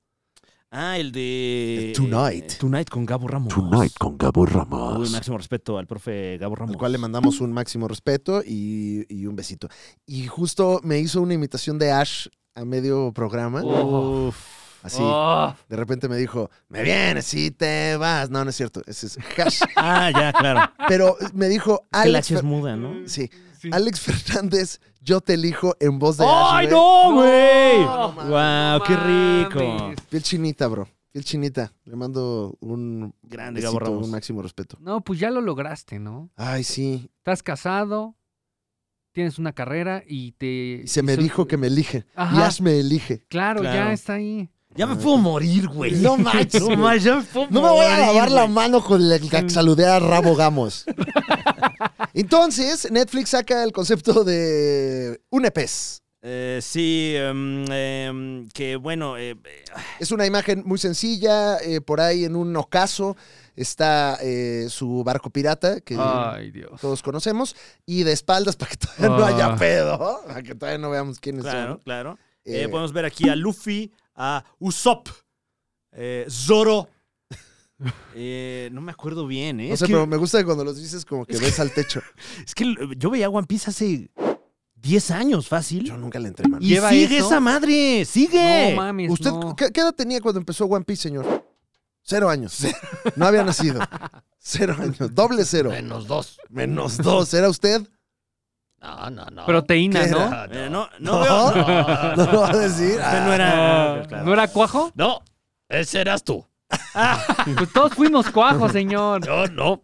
[SPEAKER 1] Ah, el de...
[SPEAKER 3] El Tonight.
[SPEAKER 1] eh, Tonight con Gabo Ramos.
[SPEAKER 4] con Gabo
[SPEAKER 1] Uy,
[SPEAKER 4] Ramos.
[SPEAKER 1] máximo respeto al profe Gabo Ramos.
[SPEAKER 3] al cual le mandamos un máximo respeto y, y un besito. Y justo me hizo una imitación de Ash a medio programa.
[SPEAKER 1] Uf.
[SPEAKER 3] Así,
[SPEAKER 2] Oh,
[SPEAKER 3] de repente me dijo, me vienes y te vas. No, no es cierto, ese es Ash.
[SPEAKER 1] Ah, ya, claro.
[SPEAKER 3] Pero me dijo,
[SPEAKER 1] Que la
[SPEAKER 3] Alex,
[SPEAKER 1] H es
[SPEAKER 3] Fer-
[SPEAKER 1] muda, ¿no?
[SPEAKER 3] sí,
[SPEAKER 2] sí.
[SPEAKER 3] Alex Fernández, yo te elijo en voz de Ash.
[SPEAKER 1] ¡Ay,
[SPEAKER 3] güey.
[SPEAKER 1] no, güey!
[SPEAKER 2] Oh. No,
[SPEAKER 3] mames.
[SPEAKER 1] ¡Guau, qué rico!
[SPEAKER 2] mames.
[SPEAKER 3] Piel chinita, bro. Piel chinita. Le mando un
[SPEAKER 1] Grande Gabo
[SPEAKER 3] besito,
[SPEAKER 1] Ramos.
[SPEAKER 3] un máximo respeto.
[SPEAKER 2] No, pues ya lo lograste, ¿no?
[SPEAKER 3] Ay, sí.
[SPEAKER 2] Estás casado, tienes una carrera y te...
[SPEAKER 3] Y se me
[SPEAKER 2] hizo-
[SPEAKER 3] dijo que me elige. Y
[SPEAKER 2] Ajá,
[SPEAKER 3] Ash me elige.
[SPEAKER 2] claro,
[SPEAKER 1] Claro.
[SPEAKER 2] ya está ahí.
[SPEAKER 1] Ya me puedo morir, güey.
[SPEAKER 3] No manches,
[SPEAKER 1] No
[SPEAKER 3] güey.
[SPEAKER 1] manches, ya me puedo
[SPEAKER 3] No me voy a
[SPEAKER 1] morir,
[SPEAKER 3] lavar la
[SPEAKER 1] güey.
[SPEAKER 3] mano con la que saludé a Rabo Gamos. Entonces, Netflix saca el concepto de un E EPES.
[SPEAKER 1] Eh, sí, em, em, que bueno, eh,
[SPEAKER 3] Es una imagen muy sencilla, eh, por ahí en un ocaso está eh, su barco pirata, que
[SPEAKER 2] Ay, Dios.
[SPEAKER 3] todos conocemos, y de espaldas para que todavía no
[SPEAKER 2] Ah.
[SPEAKER 3] haya pedo, para que todavía no veamos quiénes
[SPEAKER 1] claro,
[SPEAKER 3] son.
[SPEAKER 1] claro.
[SPEAKER 3] Eh,
[SPEAKER 1] Eh, podemos ver aquí a Luffy, a Usopp, eh, Zoro. Eh, no me acuerdo bien, ¿eh?
[SPEAKER 3] No
[SPEAKER 1] Es,
[SPEAKER 3] sé,
[SPEAKER 1] que,
[SPEAKER 3] pero me gusta que cuando los dices como que ves al techo.
[SPEAKER 1] es que eh, yo veía One Piece hace 10 años, fácil.
[SPEAKER 3] Yo nunca le entré, mano.
[SPEAKER 1] Y
[SPEAKER 2] Lleva
[SPEAKER 1] sigue
[SPEAKER 2] eso.
[SPEAKER 1] esa madre, sigue.
[SPEAKER 2] No mames,
[SPEAKER 3] ¿Usted
[SPEAKER 2] no.
[SPEAKER 3] ¿qué, qué edad tenía cuando empezó One Piece, señor? Cero años. No había nacido. Cero años. Doble cero.
[SPEAKER 9] Menos dos.
[SPEAKER 3] Menos dos. ¿Era usted?
[SPEAKER 9] No, no, no.
[SPEAKER 2] Proteína,
[SPEAKER 3] ¿Qué
[SPEAKER 2] ¿no?
[SPEAKER 9] Ah,
[SPEAKER 1] Eh,
[SPEAKER 9] no.
[SPEAKER 1] no, no, veo- no,
[SPEAKER 3] ¿No lo va a decir?
[SPEAKER 1] usted no
[SPEAKER 2] Ah,
[SPEAKER 1] era.
[SPEAKER 2] ¿No era cuajo?
[SPEAKER 9] No, ese eras tú.
[SPEAKER 2] Pues todos fuimos cuajos, señor.
[SPEAKER 9] Yo no,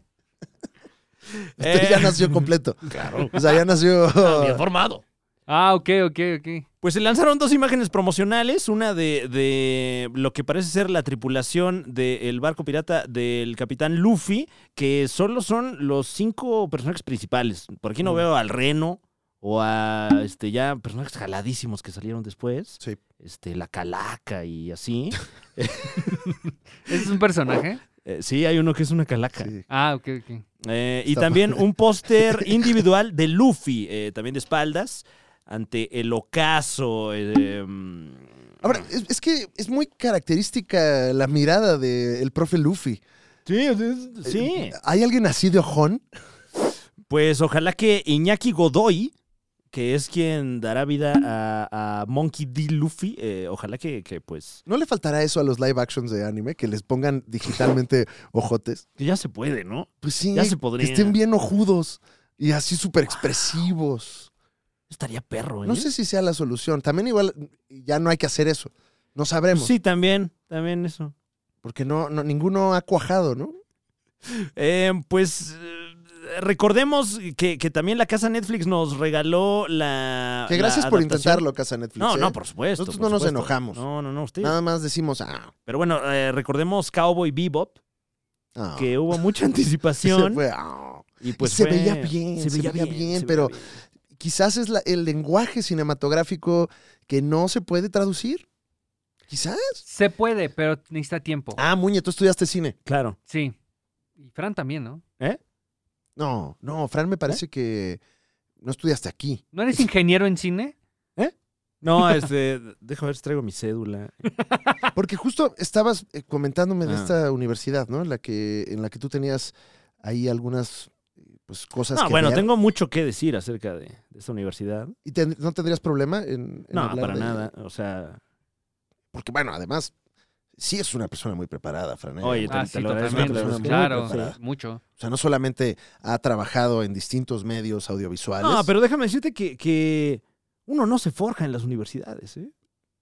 [SPEAKER 3] Usted ya nació completo.
[SPEAKER 9] claro.
[SPEAKER 3] O sea, ya nació...
[SPEAKER 9] Bien formado.
[SPEAKER 2] Ah, ok, ok, ok.
[SPEAKER 1] Pues se lanzaron dos imágenes promocionales, una de, de lo que parece ser la tripulación del barco pirata del capitán Luffy, que solo son los cinco personajes principales. Por aquí no veo al Reno o a este ya personajes jaladísimos que salieron después.
[SPEAKER 3] Sí.
[SPEAKER 1] Este, la calaca y así.
[SPEAKER 2] ¿Ese es un personaje?
[SPEAKER 1] Eh, sí, hay uno que es una calaca.
[SPEAKER 3] Sí.
[SPEAKER 2] Ah, ok, ok.
[SPEAKER 1] Eh, y
[SPEAKER 3] Está
[SPEAKER 1] también
[SPEAKER 3] padre.
[SPEAKER 1] un póster individual de Luffy, eh, también de espaldas, ante el ocaso. eh, mm,
[SPEAKER 3] Ahora, es, es que es muy característica la mirada del profe Luffy.
[SPEAKER 1] Sí, o sea, es- sí.
[SPEAKER 3] ¿Hay alguien así de ojón?
[SPEAKER 1] Pues ojalá que Iñaki Godoy, que es quien dará vida a, a Monkey D. Luffy, eh, ojalá que, que, pues.
[SPEAKER 3] ¿No le faltará eso a los live actions de anime? Que les pongan digitalmente ojotes.
[SPEAKER 1] Que ya se puede, ¿no?
[SPEAKER 3] Pues sí.
[SPEAKER 1] Ya se
[SPEAKER 3] Que
[SPEAKER 1] podría.
[SPEAKER 3] estén bien ojudos y así súper expresivos.
[SPEAKER 1] Estaría perro, ¿eh?
[SPEAKER 3] No sé si sea la solución. También igual ya no hay que hacer eso. No sabremos.
[SPEAKER 1] Sí, también, también eso.
[SPEAKER 3] Porque no, no- ninguno ha cuajado, ¿no?
[SPEAKER 1] Eh, pues. eh, recordemos que, que también la casa Netflix nos regaló la.
[SPEAKER 3] Que
[SPEAKER 1] Ah, la
[SPEAKER 3] gracias por
[SPEAKER 1] adaptación.
[SPEAKER 3] intentarlo, Casa Netflix.
[SPEAKER 1] No,
[SPEAKER 3] ¿eh?
[SPEAKER 1] no, por supuesto.
[SPEAKER 3] Nosotros
[SPEAKER 1] por
[SPEAKER 3] no nos
[SPEAKER 1] supuesto.
[SPEAKER 3] enojamos.
[SPEAKER 1] No, no, no, usted.
[SPEAKER 3] Nada más decimos, ah,
[SPEAKER 1] Pero bueno, eh, recordemos Cowboy Bebop,
[SPEAKER 3] ah.
[SPEAKER 1] que hubo mucha
[SPEAKER 3] Se
[SPEAKER 1] anticipación.
[SPEAKER 3] fue, ah.
[SPEAKER 1] y pues
[SPEAKER 3] se
[SPEAKER 1] fue-
[SPEAKER 3] veía bien, se veía bien,
[SPEAKER 1] se
[SPEAKER 3] pero-
[SPEAKER 1] veía bien.
[SPEAKER 3] Quizás es la- el lenguaje cinematográfico que no se puede traducir. Quizás.
[SPEAKER 2] Se puede, pero necesita tiempo.
[SPEAKER 3] Ah, Muñe, tú estudiaste cine.
[SPEAKER 1] Claro.
[SPEAKER 2] Sí. Y Fran también, ¿no?
[SPEAKER 3] No, no, Fran
[SPEAKER 1] ¿Eh?
[SPEAKER 3] me parece que no estudiaste aquí.
[SPEAKER 2] ¿No eres ingeniero en cine?
[SPEAKER 1] No, este, déjame ver si traigo mi cédula.
[SPEAKER 3] Porque justo estabas eh, comentándome de
[SPEAKER 1] Ah.
[SPEAKER 3] esta universidad, ¿no? En la que, en la que tú tenías ahí algunas eh, pues, cosas
[SPEAKER 1] No,
[SPEAKER 3] que
[SPEAKER 1] bueno,
[SPEAKER 3] ver.
[SPEAKER 1] tengo mucho que decir acerca de, de esta universidad.
[SPEAKER 3] ¿Y ten- no tendrías problema en, en
[SPEAKER 1] No,
[SPEAKER 3] hablar
[SPEAKER 1] para
[SPEAKER 3] de-
[SPEAKER 1] nada. O sea,
[SPEAKER 3] Porque, bueno, además, sí es una persona muy preparada, Fran. ¿eh?
[SPEAKER 1] Oye, Yo te-
[SPEAKER 2] Ah,
[SPEAKER 1] te
[SPEAKER 2] sí,
[SPEAKER 1] lo agradezco,
[SPEAKER 2] totalmente.
[SPEAKER 3] te lo agradezco.
[SPEAKER 2] Claro,
[SPEAKER 3] Muy preparada.
[SPEAKER 2] mucho.
[SPEAKER 3] O sea, no solamente ha trabajado en distintos medios audiovisuales.
[SPEAKER 1] no, pero déjame decirte que, que uno no se forja en las universidades, ¿eh?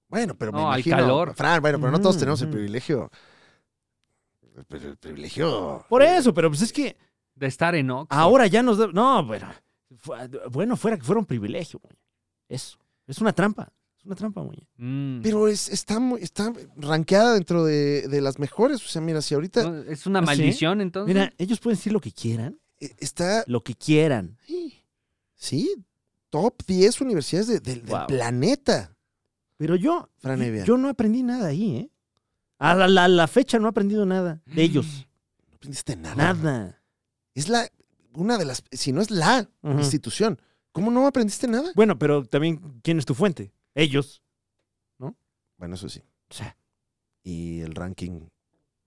[SPEAKER 3] Bueno, pero me
[SPEAKER 2] No, hay
[SPEAKER 3] imagino.
[SPEAKER 2] calor.
[SPEAKER 3] Fran, bueno, pero no todos
[SPEAKER 1] Ujú,
[SPEAKER 3] tenemos el
[SPEAKER 1] ujú.
[SPEAKER 3] privilegio. pues, El, el privilegio.
[SPEAKER 1] Por eso, pero pues es que
[SPEAKER 2] De estar en Oxford.
[SPEAKER 1] ahora ya nos da... No, bueno, fu- bueno, fuera que fuera un privilegio, güey. Eso. Es una trampa. Es una trampa, güey.
[SPEAKER 2] Mm.
[SPEAKER 3] Pero es, está, muy- está rankeada dentro de, de las mejores. O sea, mira, si ahorita
[SPEAKER 2] No, ¿Es una
[SPEAKER 1] ¿Ah, sí?
[SPEAKER 2] maldición entonces?
[SPEAKER 1] Mira, ellos pueden decir lo que quieran,
[SPEAKER 3] eh, está,
[SPEAKER 1] lo que quieran.
[SPEAKER 3] sí, top 10 universidades de- del- del
[SPEAKER 1] Wow.
[SPEAKER 3] planeta,
[SPEAKER 1] Pero yo,
[SPEAKER 3] Fran Evia.
[SPEAKER 1] yo no aprendí nada ahí, ¿eh? A la, la- la fecha no he aprendido nada
[SPEAKER 3] Mm.
[SPEAKER 1] de ellos.
[SPEAKER 3] no aprendiste nada.
[SPEAKER 1] Nada.
[SPEAKER 3] Es la, una de las, si no es la
[SPEAKER 1] Ujú.
[SPEAKER 3] institución. ¿Cómo no aprendiste nada?
[SPEAKER 1] Bueno, pero también, ¿quién es tu fuente? Ellos.
[SPEAKER 3] Bueno, eso sí.
[SPEAKER 1] O sea,
[SPEAKER 3] Y el ranking,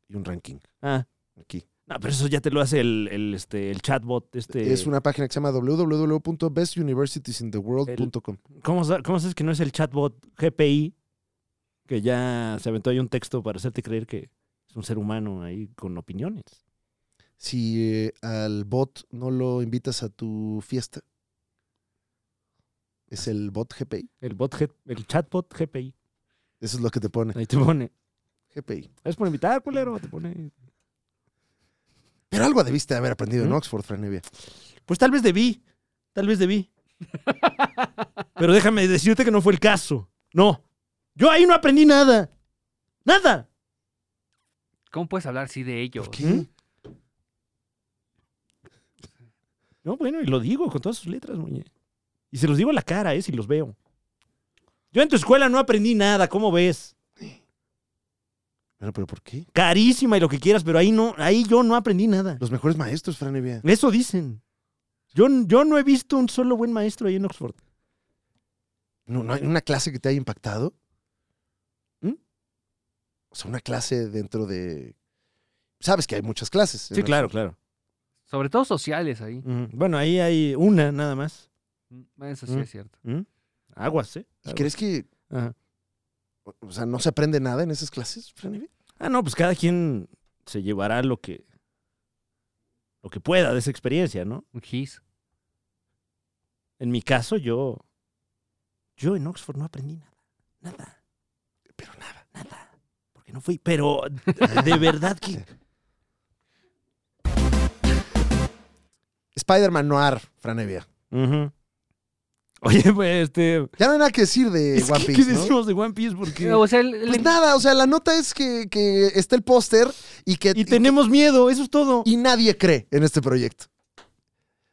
[SPEAKER 3] y un ranking
[SPEAKER 1] ah,
[SPEAKER 3] aquí.
[SPEAKER 1] no, pero eso ya te lo hace el, el, este, el chatbot. Este,
[SPEAKER 3] Es una página que se llama www.bestuniversitiesintheworld.com.
[SPEAKER 1] ¿Cómo, sa- ¿Cómo sabes que no es el chatbot GPI? Que ya se aventó ahí un texto para hacerte creer que es un ser humano ahí con opiniones.
[SPEAKER 3] Si eh, al bot no lo invitas a tu fiesta, es el bot GPI.
[SPEAKER 1] El, bot, G- el chatbot GPI.
[SPEAKER 3] Eso es lo que te pone.
[SPEAKER 1] Ahí te pone.
[SPEAKER 3] GPI.
[SPEAKER 1] Es por invitar, culero. Te pone.
[SPEAKER 3] Pero algo debiste de haber aprendido en
[SPEAKER 1] ¿Mm?
[SPEAKER 3] Oxford, Franevia.
[SPEAKER 1] Pues tal vez debí. Tal vez debí. Pero déjame decirte que no fue el caso. No. Yo ahí no aprendí nada. Nada.
[SPEAKER 2] ¿Cómo puedes hablar así de ellos?
[SPEAKER 1] ¿Mm? No, bueno, y lo digo con todas sus letras, muñe. Y se los digo a la cara, ¿eh? Si los veo. Yo en tu escuela no aprendí nada, ¿cómo ves?
[SPEAKER 3] Bueno, pero ¿por qué?
[SPEAKER 1] Carísima y lo que quieras, pero ahí no, ahí yo no aprendí nada.
[SPEAKER 3] Los mejores maestros, Franevia.
[SPEAKER 1] Eso dicen. Yo, yo no he visto un solo buen maestro ahí en Oxford.
[SPEAKER 3] ¿No, no hay una clase que te haya impactado?
[SPEAKER 1] ¿Mm?
[SPEAKER 3] O sea, una clase dentro de... Sabes que hay muchas clases. en Oxford.
[SPEAKER 1] claro.
[SPEAKER 2] Sobre todo sociales ahí.
[SPEAKER 1] Bueno, ahí hay una nada más.
[SPEAKER 2] Mm, Eso sí
[SPEAKER 1] Mm.
[SPEAKER 2] es cierto.
[SPEAKER 1] ¿Mm? Aguas, ¿eh?
[SPEAKER 3] ¿Y
[SPEAKER 1] Aguas.
[SPEAKER 3] crees que,
[SPEAKER 1] Ajá.
[SPEAKER 3] o- o sea, no se aprende nada en esas clases, Franevia?
[SPEAKER 1] Ah, no, pues cada quien se llevará lo que, lo que pueda de esa experiencia, ¿no?
[SPEAKER 2] Un gis.
[SPEAKER 1] En mi caso, yo. Yo en Oxford no aprendí nada. Nada. Pero nada. Nada. Porque no fui. Pero de verdad que.
[SPEAKER 3] Spider-Man Noir, Franevia.
[SPEAKER 1] Ujú. Oye, pues, este.
[SPEAKER 3] Ya no hay nada que decir de
[SPEAKER 1] es que,
[SPEAKER 3] Eh, One
[SPEAKER 1] ¿Qué
[SPEAKER 3] Piece, ¿no?
[SPEAKER 1] decimos de One Piece? Porque.
[SPEAKER 2] O sea, el- el-
[SPEAKER 3] Pues nada, o sea, la nota es que, que está el póster y que...
[SPEAKER 1] y tenemos miedo, eso es todo.
[SPEAKER 3] y nadie cree en este proyecto.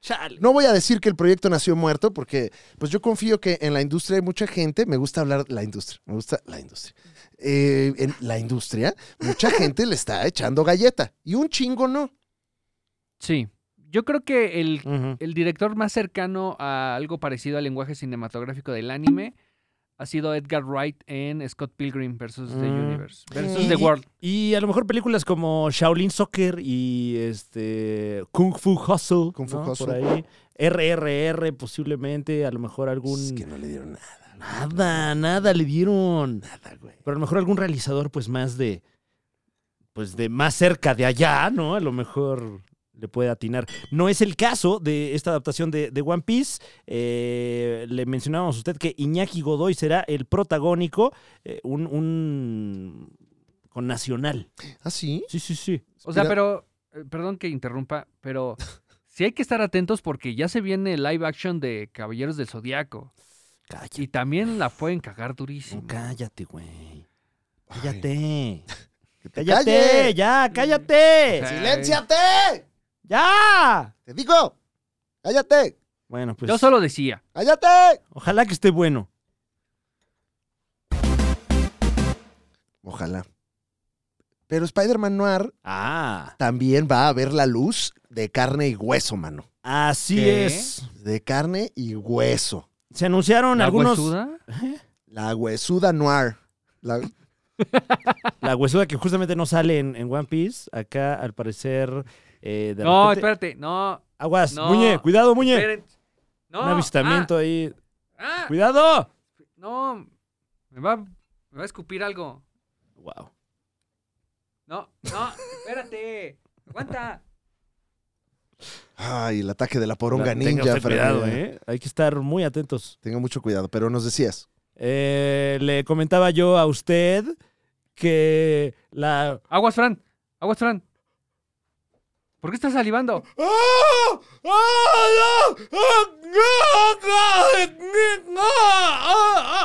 [SPEAKER 1] Chale.
[SPEAKER 3] No voy a decir que el proyecto nació muerto porque pues yo confío que en la industria hay mucha gente, me gusta hablar la industria, me gusta la industria. Eh, en la industria, mucha gente le está echando galleta y un chingo no.
[SPEAKER 2] Sí. Yo creo que el,
[SPEAKER 1] Ujú.
[SPEAKER 2] el director más cercano a algo parecido al lenguaje cinematográfico del anime ha sido Edgar Wright en Scott Pilgrim versus The
[SPEAKER 1] Mm.
[SPEAKER 2] Universe. Versus
[SPEAKER 1] Y-
[SPEAKER 2] The World.
[SPEAKER 1] Y a lo mejor películas como Shaolin Soccer y este Kung Fu Hustle.
[SPEAKER 3] Kung Fu
[SPEAKER 1] ¿no?
[SPEAKER 3] Hustle.
[SPEAKER 1] Por ahí. RRR posiblemente, a lo mejor algún...
[SPEAKER 3] Es que no le dieron nada.
[SPEAKER 1] Nada, nada le dieron.
[SPEAKER 3] Nada, güey.
[SPEAKER 1] Pero a lo mejor algún realizador pues más de... Pues de más cerca de allá, ¿no? A lo mejor le puede atinar. No es el caso de esta adaptación de, de One Piece. Eh, le mencionábamos a usted que Iñaki Godoy será el protagónico, eh, un, un... con Nacional.
[SPEAKER 3] ¿Ah, sí?
[SPEAKER 1] Sí, sí, sí.
[SPEAKER 2] O sea,
[SPEAKER 3] Mira,
[SPEAKER 2] pero, eh, perdón que interrumpa, pero sí hay que estar atentos porque ya se viene el live action de Caballeros del Zodíaco.
[SPEAKER 1] Cállate,
[SPEAKER 2] Y también la pueden cagar durísimo.
[SPEAKER 1] no, cállate, güey. Cállate.
[SPEAKER 3] ¡Que te
[SPEAKER 1] Cállate,
[SPEAKER 3] calle!
[SPEAKER 1] ya, cállate.
[SPEAKER 2] O sea,
[SPEAKER 3] ¡Silénciate!
[SPEAKER 1] ¡Ya!
[SPEAKER 3] ¡Te digo! ¡Cállate!
[SPEAKER 1] Bueno, pues
[SPEAKER 2] Yo solo decía.
[SPEAKER 3] ¡Cállate!
[SPEAKER 1] ojalá que esté bueno.
[SPEAKER 3] Ojalá. Pero Spider-Man Noir
[SPEAKER 1] Ah,
[SPEAKER 3] también va a ver la luz de carne y hueso, mano.
[SPEAKER 1] así
[SPEAKER 2] ¿Qué?
[SPEAKER 1] es.
[SPEAKER 3] De carne y hueso.
[SPEAKER 1] Se anunciaron
[SPEAKER 2] ¿La
[SPEAKER 1] algunos.
[SPEAKER 2] huesuda?
[SPEAKER 3] La huesuda Noir. La-
[SPEAKER 1] La huesuda que justamente no sale en, en One Piece. Acá, al parecer. eh, de
[SPEAKER 2] No,
[SPEAKER 1] repente-
[SPEAKER 2] espérate, no.
[SPEAKER 1] Aguas,
[SPEAKER 2] no.
[SPEAKER 1] Muñe, cuidado, Muñe.
[SPEAKER 2] esperen. No,
[SPEAKER 1] Un avistamiento ahí.
[SPEAKER 2] ah, ah,
[SPEAKER 1] ¡Cuidado!
[SPEAKER 2] no, me va, me va a escupir algo.
[SPEAKER 1] Wow.
[SPEAKER 2] No, no, espérate. Aguanta.
[SPEAKER 3] Ay, el ataque de la poronga
[SPEAKER 1] Tenga
[SPEAKER 3] ninja.
[SPEAKER 1] usted
[SPEAKER 3] Fran.
[SPEAKER 1] cuidado, ¿eh? Hay que estar muy atentos.
[SPEAKER 3] Tenga mucho cuidado, pero nos decías.
[SPEAKER 1] Eh, le comentaba yo a usted que la.
[SPEAKER 2] Aguas, Fran. Aguas, Fran. ¿Por qué estás salivando?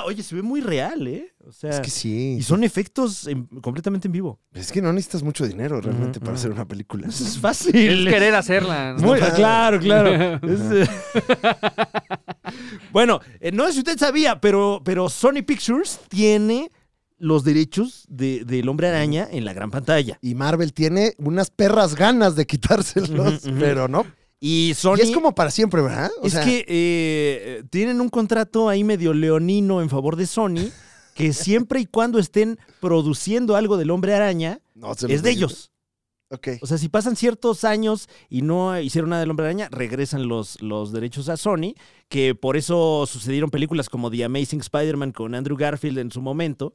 [SPEAKER 1] Oye, se ve muy real, ¿eh? O sea,
[SPEAKER 3] Es que sí.
[SPEAKER 1] y son efectos en- completamente en vivo.
[SPEAKER 3] Es que no necesitas mucho dinero realmente
[SPEAKER 1] Ujú,
[SPEAKER 3] para
[SPEAKER 1] ujú.
[SPEAKER 3] hacer una película.
[SPEAKER 1] Es fácil.
[SPEAKER 2] Es querer hacerla. ¿no?
[SPEAKER 1] Muy- claro, claro. Es, eh, bueno, eh, no sé si usted sabía, pero, pero Sony Pictures tiene los derechos de- del hombre araña en la gran pantalla.
[SPEAKER 3] Y Marvel tiene unas perras ganas de quitárselos,
[SPEAKER 1] Ujú, ujú.
[SPEAKER 3] pero no.
[SPEAKER 1] Y Sony...
[SPEAKER 3] Y es como para siempre, ¿verdad? O
[SPEAKER 1] es
[SPEAKER 3] sea,
[SPEAKER 1] que eh, tienen un contrato ahí medio leonino en favor de Sony, que siempre y cuando estén produciendo algo del hombre araña,
[SPEAKER 3] no se los
[SPEAKER 1] es de
[SPEAKER 3] doy.
[SPEAKER 1] ellos.
[SPEAKER 3] Ok.
[SPEAKER 1] O sea, si pasan ciertos años y no hicieron nada del Hombre Araña, regresan los, los derechos a Sony, que por eso sucedieron películas como The Amazing Spider-Man con Andrew Garfield en su momento,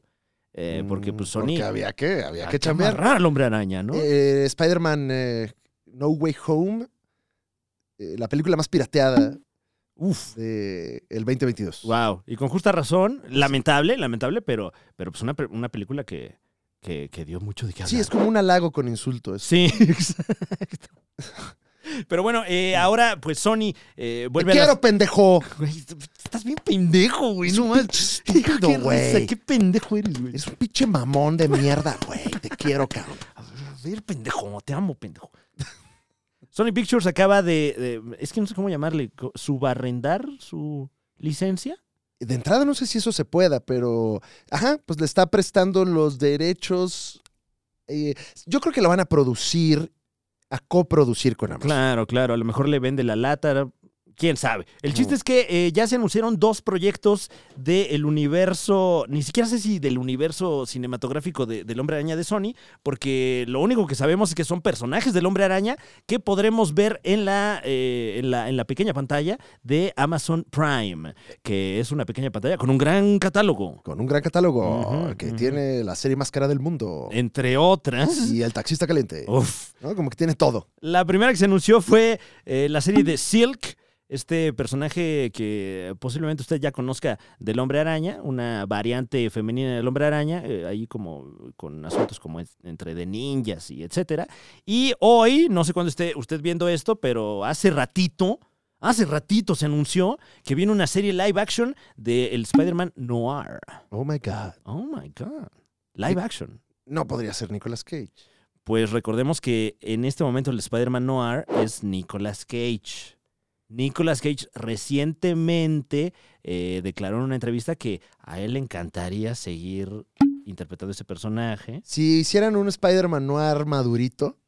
[SPEAKER 1] eh, porque pues
[SPEAKER 3] Mm,
[SPEAKER 1] Sony...
[SPEAKER 3] Porque había que, había
[SPEAKER 1] hay
[SPEAKER 3] que chambear.
[SPEAKER 1] amarrar al Hombre Araña, ¿no?
[SPEAKER 3] Eh, Spider-Man eh, No Way Home, eh, la película más pirateada
[SPEAKER 1] Uf.
[SPEAKER 3] del 2022.
[SPEAKER 1] Wow. Y con justa razón, lamentable, lamentable, pero, pero pues una, pe- una película que, que, que dio mucho de qué hablar.
[SPEAKER 3] Sí, es como un halago con insulto. eso.
[SPEAKER 1] Sí, exacto. Pero bueno, eh, ahora pues Sony eh,
[SPEAKER 3] ¡Te
[SPEAKER 1] vuelve a...
[SPEAKER 3] quiero,
[SPEAKER 1] las-
[SPEAKER 3] pendejo!
[SPEAKER 1] Güey, estás bien pendejo, güey.
[SPEAKER 3] Es
[SPEAKER 1] No
[SPEAKER 3] un
[SPEAKER 1] manches.
[SPEAKER 3] pinche estúpido,
[SPEAKER 1] Qué
[SPEAKER 3] güey.
[SPEAKER 1] risa, Qué pendejo eres, güey.
[SPEAKER 3] Es un pinche mamón de mierda, güey. Te quiero, cabrón.
[SPEAKER 1] A ver, a ver, pendejo, te amo, pendejo. Sony Pictures acaba de, de- Es que no sé cómo llamarle. co- ¿Subarrendar su licencia?
[SPEAKER 3] De entrada no sé si eso se pueda, pero... Ajá, pues le está prestando los derechos... eh, yo creo que lo van a producir, a coproducir con Amazon.
[SPEAKER 1] Claro, claro. A lo mejor le vende la lata. Quién sabe. El chiste es que eh, ya se anunciaron dos proyectos del universo. Ni siquiera sé si del universo cinematográfico de- del Hombre Araña de Sony, porque lo único que sabemos es que son personajes del Hombre Araña que podremos ver en la, eh, en la, en la pequeña pantalla de Amazon Prime, que es una pequeña pantalla con un gran catálogo.
[SPEAKER 3] Con un gran catálogo
[SPEAKER 1] Ujú,
[SPEAKER 3] que
[SPEAKER 1] ujú.
[SPEAKER 3] tiene la serie más cara del mundo.
[SPEAKER 1] Entre otras.
[SPEAKER 3] Y el taxista caliente.
[SPEAKER 1] Uf.
[SPEAKER 3] ¿no? Como que tiene todo.
[SPEAKER 1] La primera que se anunció fue eh, la serie de Silk, este personaje que posiblemente usted ya conozca del Hombre Araña, una variante femenina del Hombre Araña, eh, ahí como con asuntos como es- entre de ninjas y etcétera. Y hoy, no sé cuándo esté usted viendo esto, pero hace ratito, hace ratito se anunció que viene una serie live action de el Spider-Man Noir.
[SPEAKER 3] Oh my God.
[SPEAKER 1] Oh my god. Live action.
[SPEAKER 3] No podría ser Nicolas Cage.
[SPEAKER 1] Pues recordemos que en este momento el Spider-Man Noir es Nicolas Cage. Nicolas Cage recientemente eh, declaró en una entrevista que a él le encantaría seguir interpretando ese personaje.
[SPEAKER 3] Si hicieran un Spider-Man noir madurito,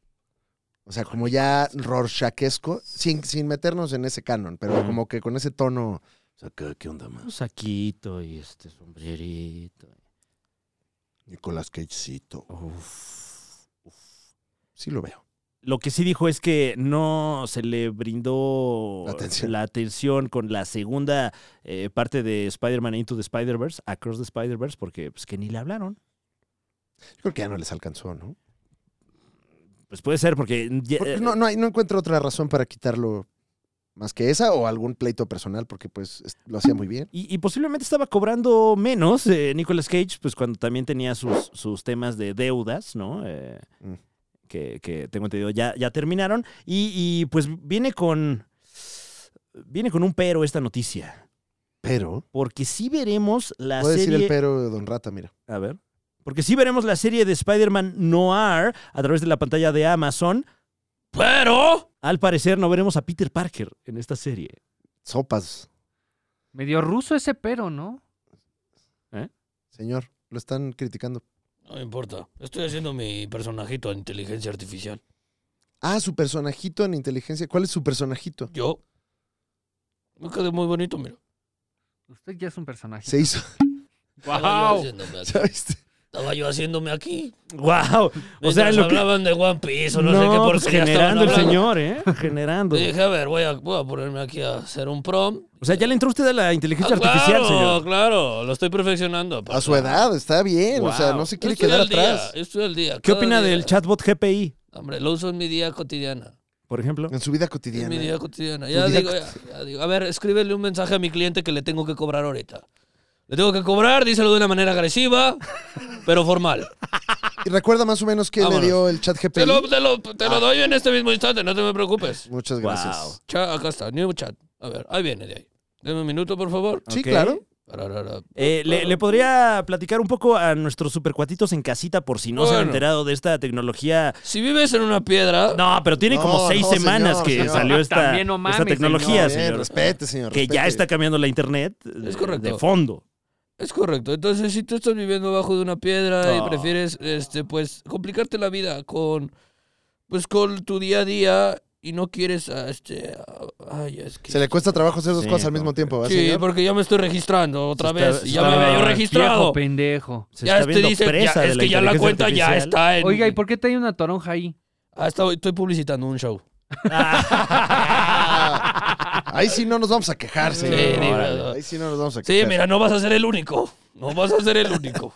[SPEAKER 3] o sea, como ya Rorschachesco, sin, sin meternos en ese canon, pero
[SPEAKER 1] Ujú. Pues
[SPEAKER 3] como que con ese tono. O sea, ¿qué, qué onda más?
[SPEAKER 1] Un saquito y este sombrerito.
[SPEAKER 3] Nicolas Cagecito.
[SPEAKER 1] Uf, uf.
[SPEAKER 3] Sí lo veo.
[SPEAKER 1] Lo que sí dijo es que no se le brindó
[SPEAKER 3] La atención.
[SPEAKER 1] la atención con la segunda eh, parte de Spider-Man Into the Spider-Verse, Across the Spider-Verse, porque pues que ni le hablaron.
[SPEAKER 3] Yo creo que ya no les alcanzó, ¿no?
[SPEAKER 1] Pues puede ser, porque. ya- eh,
[SPEAKER 3] Porque no, no, hay- no encuentro otra razón para quitarlo más que esa o algún pleito personal, porque pues es- lo hacía muy bien.
[SPEAKER 1] Y, y posiblemente estaba cobrando menos eh, Nicolas Cage, pues cuando también tenía sus, sus temas de deudas, ¿no? Eh,
[SPEAKER 3] Mm.
[SPEAKER 1] que, que tengo entendido ya, ya terminaron. Y, y, pues viene con. Viene con un pero esta noticia.
[SPEAKER 3] Pero.
[SPEAKER 1] Porque sí veremos la
[SPEAKER 3] Puede decir
[SPEAKER 1] serie.
[SPEAKER 3] el pero de Don Rata, mira.
[SPEAKER 1] A ver. Porque sí veremos la serie de Spider-Man Noir a través de la pantalla de Amazon.
[SPEAKER 9] Pero.
[SPEAKER 1] Al parecer no veremos a Peter Parker en esta serie.
[SPEAKER 3] Sopas,
[SPEAKER 2] Medio ruso ese pero, ¿no?
[SPEAKER 3] señor. Lo están criticando.
[SPEAKER 9] No me importa. Estoy haciendo mi personajito de inteligencia artificial.
[SPEAKER 3] Ah, su personajito en inteligencia. ¿Cuál es su personajito?
[SPEAKER 9] Yo. Me quedé muy bonito, mira.
[SPEAKER 2] Usted ya es un personaje.
[SPEAKER 3] Se hizo.
[SPEAKER 9] Estaba yo haciéndome aquí.
[SPEAKER 3] ¿Sabes?
[SPEAKER 9] Estaba yo haciéndome aquí.
[SPEAKER 1] ¡Wow! O sea,
[SPEAKER 9] Mientras
[SPEAKER 1] lo que-
[SPEAKER 9] hablaban de One Piece o no, sé qué por
[SPEAKER 1] pues, generando el señor, ¿eh? Generando.
[SPEAKER 9] Dije, a ver, voy a, voy a ponerme aquí a hacer un prom.
[SPEAKER 1] O sea, ya le entró usted a la
[SPEAKER 9] Ah,
[SPEAKER 1] inteligencia artificial,
[SPEAKER 9] claro,
[SPEAKER 1] señor.
[SPEAKER 9] claro, lo estoy perfeccionando.
[SPEAKER 3] A
[SPEAKER 9] papá.
[SPEAKER 3] su edad, está bien. O sea,
[SPEAKER 1] Wow.
[SPEAKER 3] no se
[SPEAKER 9] Yo
[SPEAKER 3] quiere
[SPEAKER 9] estoy
[SPEAKER 3] quedar
[SPEAKER 9] al día,
[SPEAKER 3] atrás.
[SPEAKER 9] yo estoy al día.
[SPEAKER 1] ¿Qué
[SPEAKER 9] cada
[SPEAKER 1] opina
[SPEAKER 9] día.
[SPEAKER 1] del chatbot GPI,
[SPEAKER 9] Hombre, lo uso en mi día cotidiana.
[SPEAKER 1] por ejemplo?
[SPEAKER 3] En su vida
[SPEAKER 9] En
[SPEAKER 3] cotidiana.
[SPEAKER 9] mi día cotidiana. Ya
[SPEAKER 3] día
[SPEAKER 9] digo, ya, ya digo. A ver, escríbele un mensaje a mi cliente que le tengo que cobrar ahorita. Le tengo que cobrar, díselo de una manera agresiva, pero formal.
[SPEAKER 3] Y recuerda más o menos qué le
[SPEAKER 9] Vámonos.
[SPEAKER 3] dio el chat GPI.
[SPEAKER 9] Te lo, te lo- te lo doy en este mismo instante, no te me preocupes.
[SPEAKER 3] Muchas gracias.
[SPEAKER 1] Wow.
[SPEAKER 9] Cha- acá está, new chat. A ver, ahí viene de ahí. Deme un minuto, por favor.
[SPEAKER 3] Sí,
[SPEAKER 1] Ok.
[SPEAKER 3] claro.
[SPEAKER 9] Pararara.
[SPEAKER 1] Eh, le, le podría platicar un poco a nuestros supercuatitos en casita por si no se han
[SPEAKER 9] Bueno.
[SPEAKER 1] enterado de esta tecnología?
[SPEAKER 9] Si vives en una piedra,
[SPEAKER 1] No, pero tiene
[SPEAKER 3] No,
[SPEAKER 1] como seis
[SPEAKER 3] no,
[SPEAKER 1] semanas
[SPEAKER 3] señor,
[SPEAKER 1] que
[SPEAKER 3] señor.
[SPEAKER 1] salió esta,
[SPEAKER 2] También no mames,
[SPEAKER 1] esta tecnología,
[SPEAKER 3] Bien,
[SPEAKER 1] señor.
[SPEAKER 3] Respete, señor.
[SPEAKER 1] que ya
[SPEAKER 3] respete.
[SPEAKER 1] está cambiando la internet eh,
[SPEAKER 9] Es correcto.
[SPEAKER 1] de fondo.
[SPEAKER 9] es correcto. Entonces, si tú estás viviendo bajo de una piedra
[SPEAKER 1] Ah.
[SPEAKER 9] y prefieres, este, pues, complicarte la vida con, pues, con tu día a día y no quieres, ah, este, ah, ay, es que...
[SPEAKER 3] Se le cuesta trabajo hacer dos
[SPEAKER 1] Sí,
[SPEAKER 3] cosas al
[SPEAKER 1] no,
[SPEAKER 3] mismo tiempo, ¿verdad,
[SPEAKER 9] Sí,
[SPEAKER 3] señor?
[SPEAKER 9] porque ya me estoy registrando otra
[SPEAKER 1] Se está-
[SPEAKER 9] vez.
[SPEAKER 1] se
[SPEAKER 9] ya
[SPEAKER 1] está-
[SPEAKER 9] me había yo
[SPEAKER 1] viejo
[SPEAKER 9] registrado.
[SPEAKER 2] Viejo pendejo.
[SPEAKER 1] Se
[SPEAKER 9] Ya
[SPEAKER 1] está
[SPEAKER 9] te
[SPEAKER 1] viendo
[SPEAKER 9] dice,
[SPEAKER 1] presa
[SPEAKER 9] ya-
[SPEAKER 1] de
[SPEAKER 9] es que ya la
[SPEAKER 1] inteligencia
[SPEAKER 9] cuenta ya
[SPEAKER 1] artificial.
[SPEAKER 9] está en...
[SPEAKER 2] Oiga, ¿y por qué trae una toronja ahí?
[SPEAKER 9] Ah, está- estoy publicitando un show.
[SPEAKER 3] Ahí sí no nos vamos a quejar, señor.
[SPEAKER 9] digo,
[SPEAKER 3] Ahí sí no nos vamos a
[SPEAKER 9] Sí,
[SPEAKER 3] quejar.
[SPEAKER 9] mira, no vas a ser el único. No vas a ser el único.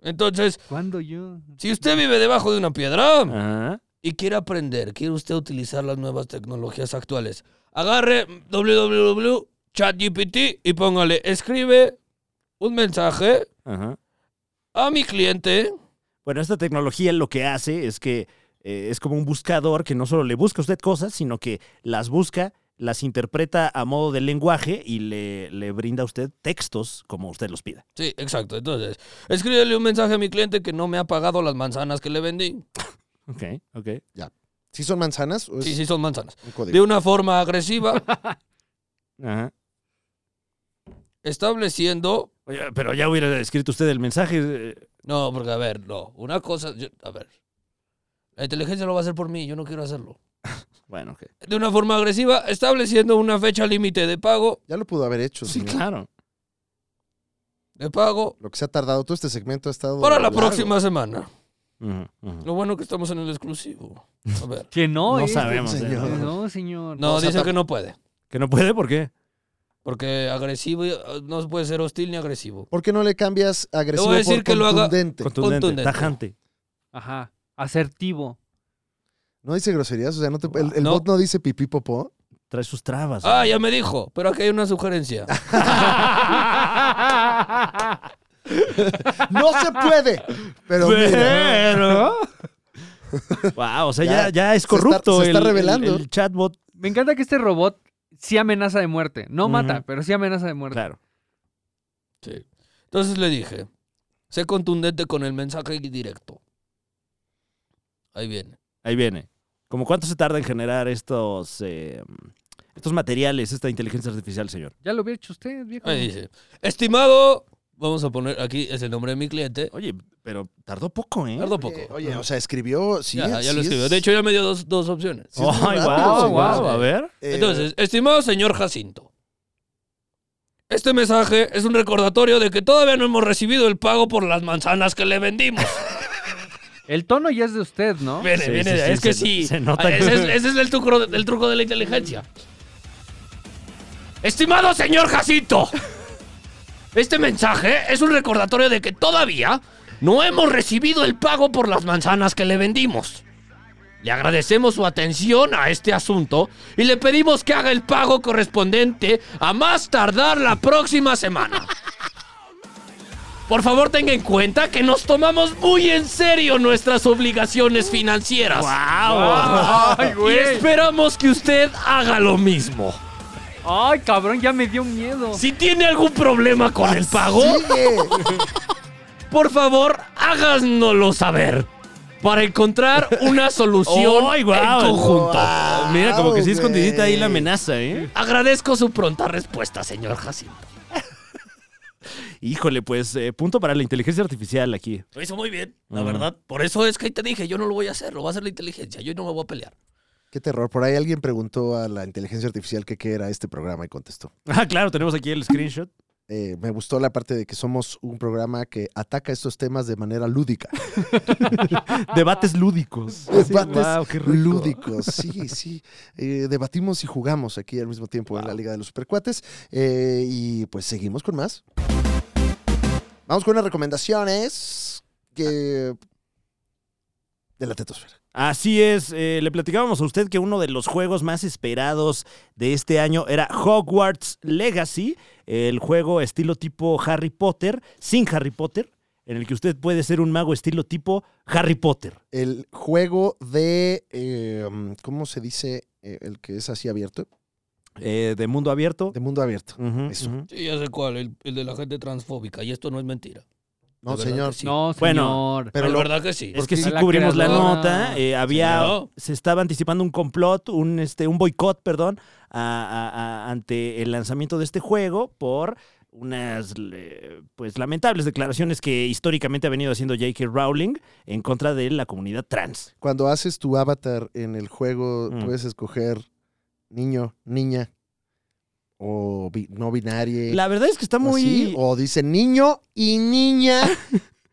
[SPEAKER 9] Entonces,
[SPEAKER 2] ¿Cuándo yo?
[SPEAKER 9] si usted vive debajo de una piedra
[SPEAKER 1] Ajá.
[SPEAKER 9] y quiere aprender, quiere usted utilizar las nuevas tecnologías actuales, agarre www.chatgpt y póngale, escribe un mensaje
[SPEAKER 1] Ajá.
[SPEAKER 9] a mi cliente.
[SPEAKER 1] Bueno, esta tecnología lo que hace es que eh, es como un buscador que no solo le busca a usted cosas, sino que las busca, las interpreta a modo de lenguaje y le, le brinda a usted textos como usted los pida.
[SPEAKER 9] Sí, exacto. Entonces, escríbele un mensaje a mi cliente que no me ha pagado las manzanas que le vendí.
[SPEAKER 1] Ok, ok.
[SPEAKER 3] ¿Sí son manzanas o es
[SPEAKER 9] Sí, sí, son manzanas.
[SPEAKER 3] un código?
[SPEAKER 9] De una forma agresiva,
[SPEAKER 1] Ajá.
[SPEAKER 9] estableciendo
[SPEAKER 1] Oye, pero ya hubiera escrito usted el mensaje. eh,
[SPEAKER 9] No, porque a ver, no. Una cosa, yo- a ver. La inteligencia lo va a hacer por mí, yo no quiero hacerlo.
[SPEAKER 1] Bueno, ok.
[SPEAKER 9] De una forma agresiva, estableciendo una fecha límite de pago,
[SPEAKER 3] Ya lo pudo haber hecho,
[SPEAKER 1] Pues Sí,
[SPEAKER 3] señor.
[SPEAKER 1] claro.
[SPEAKER 9] de pago
[SPEAKER 3] Lo que se ha tardado todo este segmento ha estado.
[SPEAKER 9] para la
[SPEAKER 3] largo.
[SPEAKER 9] próxima semana.
[SPEAKER 1] Ujú, ujú.
[SPEAKER 9] Lo bueno que estamos en el exclusivo. A ver.
[SPEAKER 2] Que no,
[SPEAKER 1] No
[SPEAKER 2] ¿eh?
[SPEAKER 1] sabemos. eh,
[SPEAKER 3] señor.
[SPEAKER 1] no.
[SPEAKER 2] No, señor.
[SPEAKER 9] No,
[SPEAKER 3] o sea,
[SPEAKER 9] dice
[SPEAKER 3] tam-
[SPEAKER 9] que no puede.
[SPEAKER 1] ¿Que no puede? ¿Por qué?
[SPEAKER 9] Porque agresivo eh, no puede ser hostil ni agresivo.
[SPEAKER 3] ¿Por qué no le cambias agresivo
[SPEAKER 9] voy a decir
[SPEAKER 3] por
[SPEAKER 9] que lo haga-
[SPEAKER 3] contundente?
[SPEAKER 1] Contundente,
[SPEAKER 9] Contundente.
[SPEAKER 1] tajante.
[SPEAKER 2] Ajá. Asertivo.
[SPEAKER 3] No dice groserías, o sea, no te- el, el
[SPEAKER 9] No.
[SPEAKER 3] bot no dice pipí popó.
[SPEAKER 1] Trae sus trabas.
[SPEAKER 9] Ah,
[SPEAKER 1] ¿no?
[SPEAKER 9] ya me dijo, pero aquí hay una sugerencia.
[SPEAKER 3] ¡No se puede! Pero mira,
[SPEAKER 1] Pero. wow, o sea, ya,
[SPEAKER 3] Ya,
[SPEAKER 1] ya es
[SPEAKER 3] se está-
[SPEAKER 1] corrupto.
[SPEAKER 3] se está
[SPEAKER 1] el- el-
[SPEAKER 3] revelando.
[SPEAKER 1] el chatbot.
[SPEAKER 2] Me encanta que este robot sí amenaza de muerte. No
[SPEAKER 1] Ujú.
[SPEAKER 2] mata, pero sí amenaza de muerte.
[SPEAKER 1] Claro.
[SPEAKER 9] Sí. Entonces le dije, sé contundente con el mensaje directo. Ahí viene.
[SPEAKER 1] Ahí viene. ¿Cómo cuánto se tarda en generar estos, eh, estos materiales, esta inteligencia artificial, señor?
[SPEAKER 2] Ya lo hubiera hecho usted, viejo.
[SPEAKER 9] Ahí dice, estimado, vamos a poner aquí es el nombre de mi cliente.
[SPEAKER 1] Oye, pero tardó poco, ¿eh?
[SPEAKER 9] Eh. Tardó poco.
[SPEAKER 3] oye, oye, o sea, escribió. Sí,
[SPEAKER 9] ya, ya
[SPEAKER 3] sí
[SPEAKER 9] lo escribió.
[SPEAKER 3] es-
[SPEAKER 9] De hecho, ya me dio dos, dos opciones.
[SPEAKER 3] sí es muy
[SPEAKER 1] Ay,
[SPEAKER 3] rápido,
[SPEAKER 1] guau,
[SPEAKER 3] señor.
[SPEAKER 1] guau, a ver.
[SPEAKER 3] Eh,
[SPEAKER 9] Entonces, este estimado señor Jacinto, este mensaje es un recordatorio de que todavía no hemos recibido el pago por las manzanas que le vendimos.
[SPEAKER 2] El tono ya es de usted, ¿no?
[SPEAKER 9] Viene,
[SPEAKER 1] Sí,
[SPEAKER 9] viene,
[SPEAKER 1] sí,
[SPEAKER 9] de-
[SPEAKER 1] sí,
[SPEAKER 9] es que
[SPEAKER 1] se-
[SPEAKER 9] sí.
[SPEAKER 1] se nota que-
[SPEAKER 9] Ese es, ese es el, truco, el truco de la inteligencia. Estimado señor Jacinto, este mensaje es un recordatorio de que todavía no hemos recibido el pago por las manzanas que le vendimos. Le agradecemos su atención a este asunto y le pedimos que haga el pago correspondiente a más tardar la próxima semana. Por favor, tenga en cuenta que nos tomamos muy en serio nuestras obligaciones financieras.
[SPEAKER 2] Ay,
[SPEAKER 9] Y
[SPEAKER 2] güey.
[SPEAKER 9] esperamos que usted haga lo mismo.
[SPEAKER 2] Ay, cabrón, ya me dio miedo.
[SPEAKER 9] Si tiene algún problema con el pago,
[SPEAKER 3] ah, Sigue.
[SPEAKER 9] por favor, háganoslo saber. Para encontrar una solución
[SPEAKER 1] ¡Ay, guau!
[SPEAKER 9] en conjunto.
[SPEAKER 1] Mira, como que sí
[SPEAKER 3] Wow,
[SPEAKER 1] escondidita ahí la
[SPEAKER 3] güey.
[SPEAKER 1] amenaza, ¿eh?
[SPEAKER 9] Agradezco su pronta respuesta, señor Jacinto.
[SPEAKER 1] Híjole, pues eh, punto para la inteligencia artificial aquí.
[SPEAKER 9] Lo hizo muy bien, la
[SPEAKER 1] Ajá.
[SPEAKER 9] verdad. Por eso es que te dije, yo no lo voy a hacer, lo va a hacer la inteligencia. Yo no me voy a pelear.
[SPEAKER 3] Qué terror. Por ahí alguien preguntó a la inteligencia artificial que qué era este programa y contestó.
[SPEAKER 1] Ah, claro, tenemos aquí el screenshot.
[SPEAKER 3] Eh, me gustó la parte de que somos un programa que ataca estos temas de manera lúdica.
[SPEAKER 9] Ah.
[SPEAKER 1] Debates lúdicos.
[SPEAKER 3] Debates
[SPEAKER 1] Guau, qué rico.
[SPEAKER 3] lúdicos, sí, sí. Eh, debatimos y jugamos aquí al mismo tiempo en la Liga de los Supercuates. Eh, y pues seguimos con más. Vamos con unas recomendaciones que... de la tetosfera.
[SPEAKER 1] Así es, eh, le platicábamos a usted que uno de los juegos más esperados de este año era Hogwarts Legacy, el juego estilo tipo Harry Potter, sin Harry Potter, en el que usted puede ser un mago estilo tipo Harry Potter.
[SPEAKER 3] El juego de... eh, ¿Cómo se dice? Eh, el que es así abierto.
[SPEAKER 1] Eh, de mundo abierto.
[SPEAKER 3] De mundo abierto.
[SPEAKER 1] Ujú,
[SPEAKER 3] Eso.
[SPEAKER 1] ujú.
[SPEAKER 9] Sí, ya sé cuál, el, el de la gente transfóbica. Y esto no es mentira.
[SPEAKER 3] No,
[SPEAKER 9] De verdad
[SPEAKER 3] señor.
[SPEAKER 9] que sí.
[SPEAKER 2] No,
[SPEAKER 1] Bueno.
[SPEAKER 2] señor.
[SPEAKER 9] Pero
[SPEAKER 3] Pero
[SPEAKER 9] la
[SPEAKER 3] lo-
[SPEAKER 9] verdad que sí.
[SPEAKER 1] Es que
[SPEAKER 2] Porque
[SPEAKER 1] sí
[SPEAKER 2] la
[SPEAKER 1] cubrimos la
[SPEAKER 2] creadora-
[SPEAKER 1] nota. eh, había,
[SPEAKER 9] Claro.
[SPEAKER 1] se estaba anticipando un complot, un este, un boicot, perdón, a- a- a- ante el lanzamiento de este juego por unas eh, pues lamentables declaraciones que históricamente ha venido haciendo J.K. Rowling en contra de la comunidad trans.
[SPEAKER 3] Cuando haces tu avatar en el juego,
[SPEAKER 1] Mm.
[SPEAKER 3] puedes escoger niño, niña o bi- no binaria.
[SPEAKER 1] La verdad es que está
[SPEAKER 3] o así,
[SPEAKER 1] muy
[SPEAKER 3] o dice niño y niña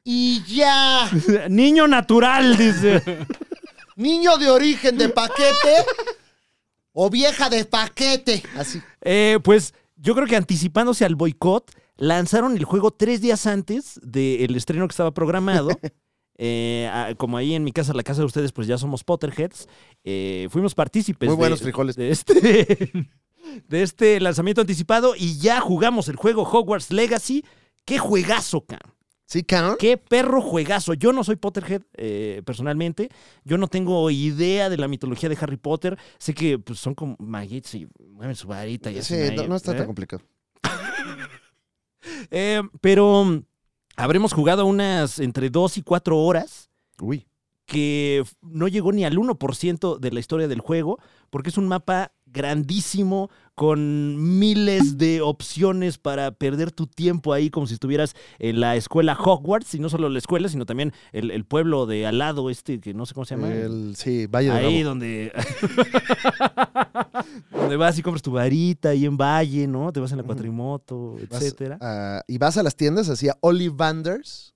[SPEAKER 3] y ya.
[SPEAKER 1] niño natural, dice.
[SPEAKER 3] Niño de origen de paquete o vieja de paquete. Así.
[SPEAKER 1] Eh, pues yo creo que anticipándose al boicot, lanzaron el juego tres días antes del estreno que estaba programado. Eh, ah, como ahí en mi casa, la casa de ustedes, pues ya somos Potterheads. Eh, fuimos partícipes
[SPEAKER 3] Muy
[SPEAKER 1] de-
[SPEAKER 3] buenos frijoles.
[SPEAKER 1] de este, de este lanzamiento anticipado y ya jugamos el juego Hogwarts Legacy. ¡Qué juegazo, can!
[SPEAKER 3] ¿Sí, cabrón?
[SPEAKER 1] ¡Qué perro juegazo! Yo no soy Potterhead eh, personalmente. Yo no tengo idea de la mitología de Harry Potter. Sé que pues, son como maguitos y mueven su varita y
[SPEAKER 3] Sí,
[SPEAKER 1] hacen
[SPEAKER 3] no,
[SPEAKER 1] ahí,
[SPEAKER 3] no está
[SPEAKER 1] ¿eh?
[SPEAKER 3] tan complicado.
[SPEAKER 1] Eh, pero mm, habremos jugado unas entre dos y cuatro horas
[SPEAKER 3] Uy.
[SPEAKER 1] que f- no llegó ni al 1% de la historia del juego, porque es un mapa grandísimo con miles de opciones para perder tu tiempo ahí como si estuvieras en la escuela Hogwarts, y no solo la escuela, sino también el, el pueblo de al lado este, que no sé cómo se llama.
[SPEAKER 3] El- sí, Valle de
[SPEAKER 1] Ahí
[SPEAKER 3] Bravo.
[SPEAKER 1] donde... donde vas y compras tu varita ahí en Valle, ¿no? Te vas en la
[SPEAKER 3] Ujú.
[SPEAKER 1] cuatrimoto,
[SPEAKER 3] Vas
[SPEAKER 1] etcétera.
[SPEAKER 3] a- y vas a las tiendas, hacía Ollivanders.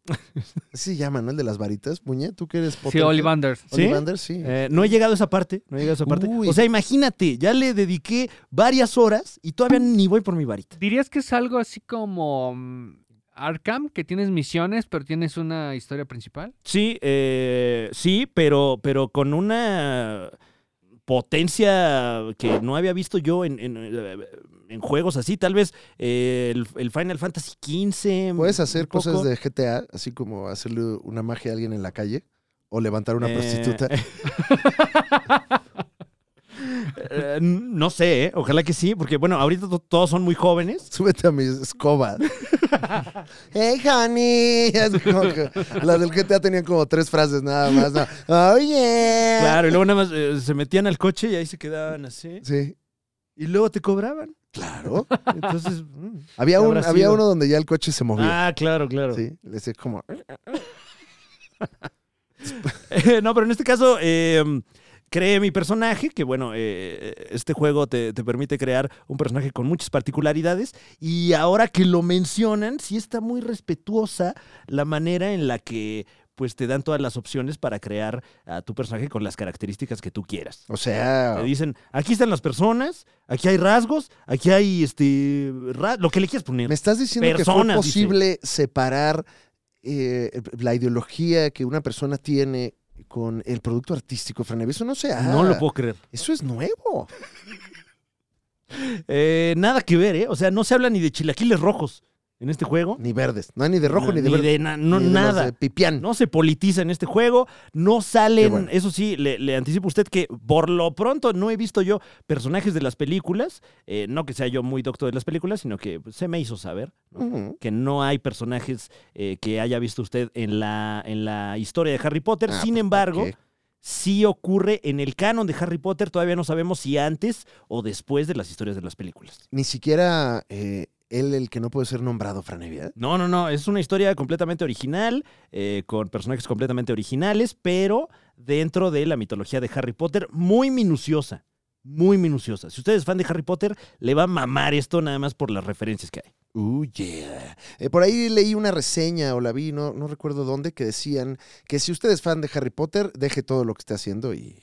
[SPEAKER 3] Así se llama, ¿no? El de las varitas. Muñe, ¿tú que eres
[SPEAKER 2] Sí,
[SPEAKER 3] Potterhead?
[SPEAKER 2] Ollivanders.
[SPEAKER 1] ¿Sí?
[SPEAKER 3] Ollivanders, sí.
[SPEAKER 1] Eh, no he llegado a esa parte, no he llegado a esa parte.
[SPEAKER 3] Uy.
[SPEAKER 1] O sea, imagínate, ya le dediqué varias horas y todavía ni voy por mi varita.
[SPEAKER 2] ¿Dirías que es algo así como mm, Arkham, que tienes misiones, pero tienes una historia principal?
[SPEAKER 1] Sí, eh, sí, pero, pero con una potencia que no había visto yo en, en, eh, en juegos así. Tal vez eh, el, el Final Fantasy XV.
[SPEAKER 3] Puedes hacer
[SPEAKER 1] un poco.
[SPEAKER 3] cosas de GTA, así como hacerle una magia a alguien en la calle o levantar una
[SPEAKER 1] Eh,
[SPEAKER 3] prostituta.
[SPEAKER 1] Eh, no sé, eh, ojalá que sí, porque bueno, ahorita to- todos son muy jóvenes.
[SPEAKER 3] Súbete a mi escoba. hey, honey. Es como que Las del GTA tenían como tres frases nada más. ¿no? Oh, yeah.
[SPEAKER 1] Claro, y luego nada más eh, se metían al coche y ahí se quedaban así.
[SPEAKER 3] Sí,
[SPEAKER 1] Y luego te cobraban.
[SPEAKER 3] claro.
[SPEAKER 1] Entonces. mm.
[SPEAKER 3] Había,
[SPEAKER 1] ¿Qué
[SPEAKER 3] un,
[SPEAKER 1] habrá
[SPEAKER 3] había
[SPEAKER 1] sido?
[SPEAKER 3] uno donde ya el coche se movió.
[SPEAKER 1] Ah, claro, claro.
[SPEAKER 3] Sí, le decía como.
[SPEAKER 1] Eh, no, pero en este caso, eh, creé mi personaje, que bueno, eh, este juego te, te permite crear un personaje con muchas particularidades. Y ahora que lo mencionan, sí está muy respetuosa la manera en la que pues te dan todas las opciones para crear a tu personaje con las características que tú quieras.
[SPEAKER 3] O sea.
[SPEAKER 1] Te dicen, aquí están las personas, aquí hay rasgos, aquí hay este ra- lo que le quieras poner.
[SPEAKER 3] ¿Me estás diciendo que fue
[SPEAKER 1] Personas, dice.
[SPEAKER 3] posible separar eh, la ideología que una persona tiene con el producto artístico, Franevi? Eso no se hace.
[SPEAKER 1] No lo puedo creer.
[SPEAKER 3] Eso es nuevo.
[SPEAKER 1] Eh, nada que ver, ¿eh? O sea, no se habla ni de chilaquiles rojos en este juego.
[SPEAKER 3] Ni verdes. No hay ni de rojo ni de
[SPEAKER 1] ni
[SPEAKER 3] verde.
[SPEAKER 1] de na- no,
[SPEAKER 3] ni de los
[SPEAKER 1] nada.
[SPEAKER 3] de pipián.
[SPEAKER 1] No se politiza en este juego, no salen,
[SPEAKER 3] Qué bueno.
[SPEAKER 1] eso sí, le, le anticipo a usted que por lo pronto no he visto yo personajes de las películas, eh, no que sea yo muy doctor de las películas, sino que pues, se me hizo saber ¿no?
[SPEAKER 3] Ujú.
[SPEAKER 1] que no hay personajes eh, que haya visto usted en la, en la historia de Harry Potter,
[SPEAKER 3] Ah,
[SPEAKER 1] sin
[SPEAKER 3] pues,
[SPEAKER 1] embargo...
[SPEAKER 3] ¿por qué?
[SPEAKER 1] Sí ocurre en el canon de Harry Potter, todavía no sabemos si antes o después de las historias de las películas.
[SPEAKER 3] Ni siquiera eh, él el que no puede ser nombrado, Franevia.
[SPEAKER 1] No, no, no. Es una historia completamente original, eh, con personajes completamente originales, pero dentro de la mitología de Harry Potter, muy minuciosa. Muy minuciosa. Si usted es fan de Harry Potter, le va a mamar esto nada más por las referencias que hay.
[SPEAKER 3] Uh, yeah. Eh, por ahí leí una reseña o la vi, no, no recuerdo dónde, que decían que si usted es fan de Harry Potter, deje todo lo que esté haciendo y,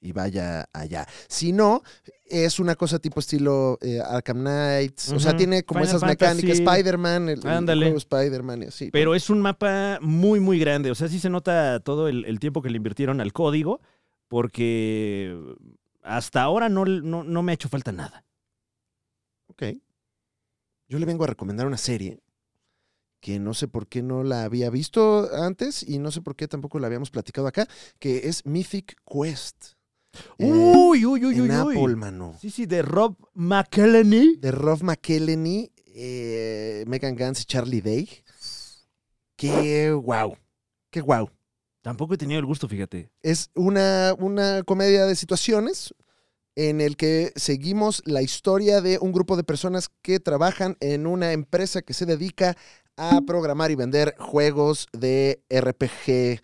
[SPEAKER 3] y vaya allá. Si no, es una cosa tipo estilo eh, Arkham Knights. O sea,
[SPEAKER 1] Ujú.
[SPEAKER 3] tiene como
[SPEAKER 1] Final
[SPEAKER 3] esas
[SPEAKER 1] Fantasy.
[SPEAKER 3] mecánicas. Spider-Man, el, el
[SPEAKER 1] Ándale.
[SPEAKER 3] juego Spider-Man y así.
[SPEAKER 1] Pero es un mapa muy, muy grande. O sea, sí se nota todo el, el tiempo que le invirtieron al código, porque hasta ahora no, no, no me ha hecho falta nada.
[SPEAKER 3] Ok. Yo le vengo a recomendar una serie que no sé por qué no la había visto antes y no sé por qué tampoco la habíamos platicado acá, que es Mythic Quest. Eh,
[SPEAKER 1] uy, uy, uy,
[SPEAKER 3] en
[SPEAKER 1] uy, uy.
[SPEAKER 3] Apple, mano.
[SPEAKER 1] Sí, sí, de Rob McElhenney.
[SPEAKER 3] de Rob McElhenney, eh, Megan Gantz y Charlie Day. Qué guau. Qué guau.
[SPEAKER 1] Tampoco he tenido el gusto, fíjate.
[SPEAKER 3] Es una, una comedia de situaciones en el que seguimos la historia de un grupo de personas que trabajan en una empresa que se dedica a programar y vender juegos de RPG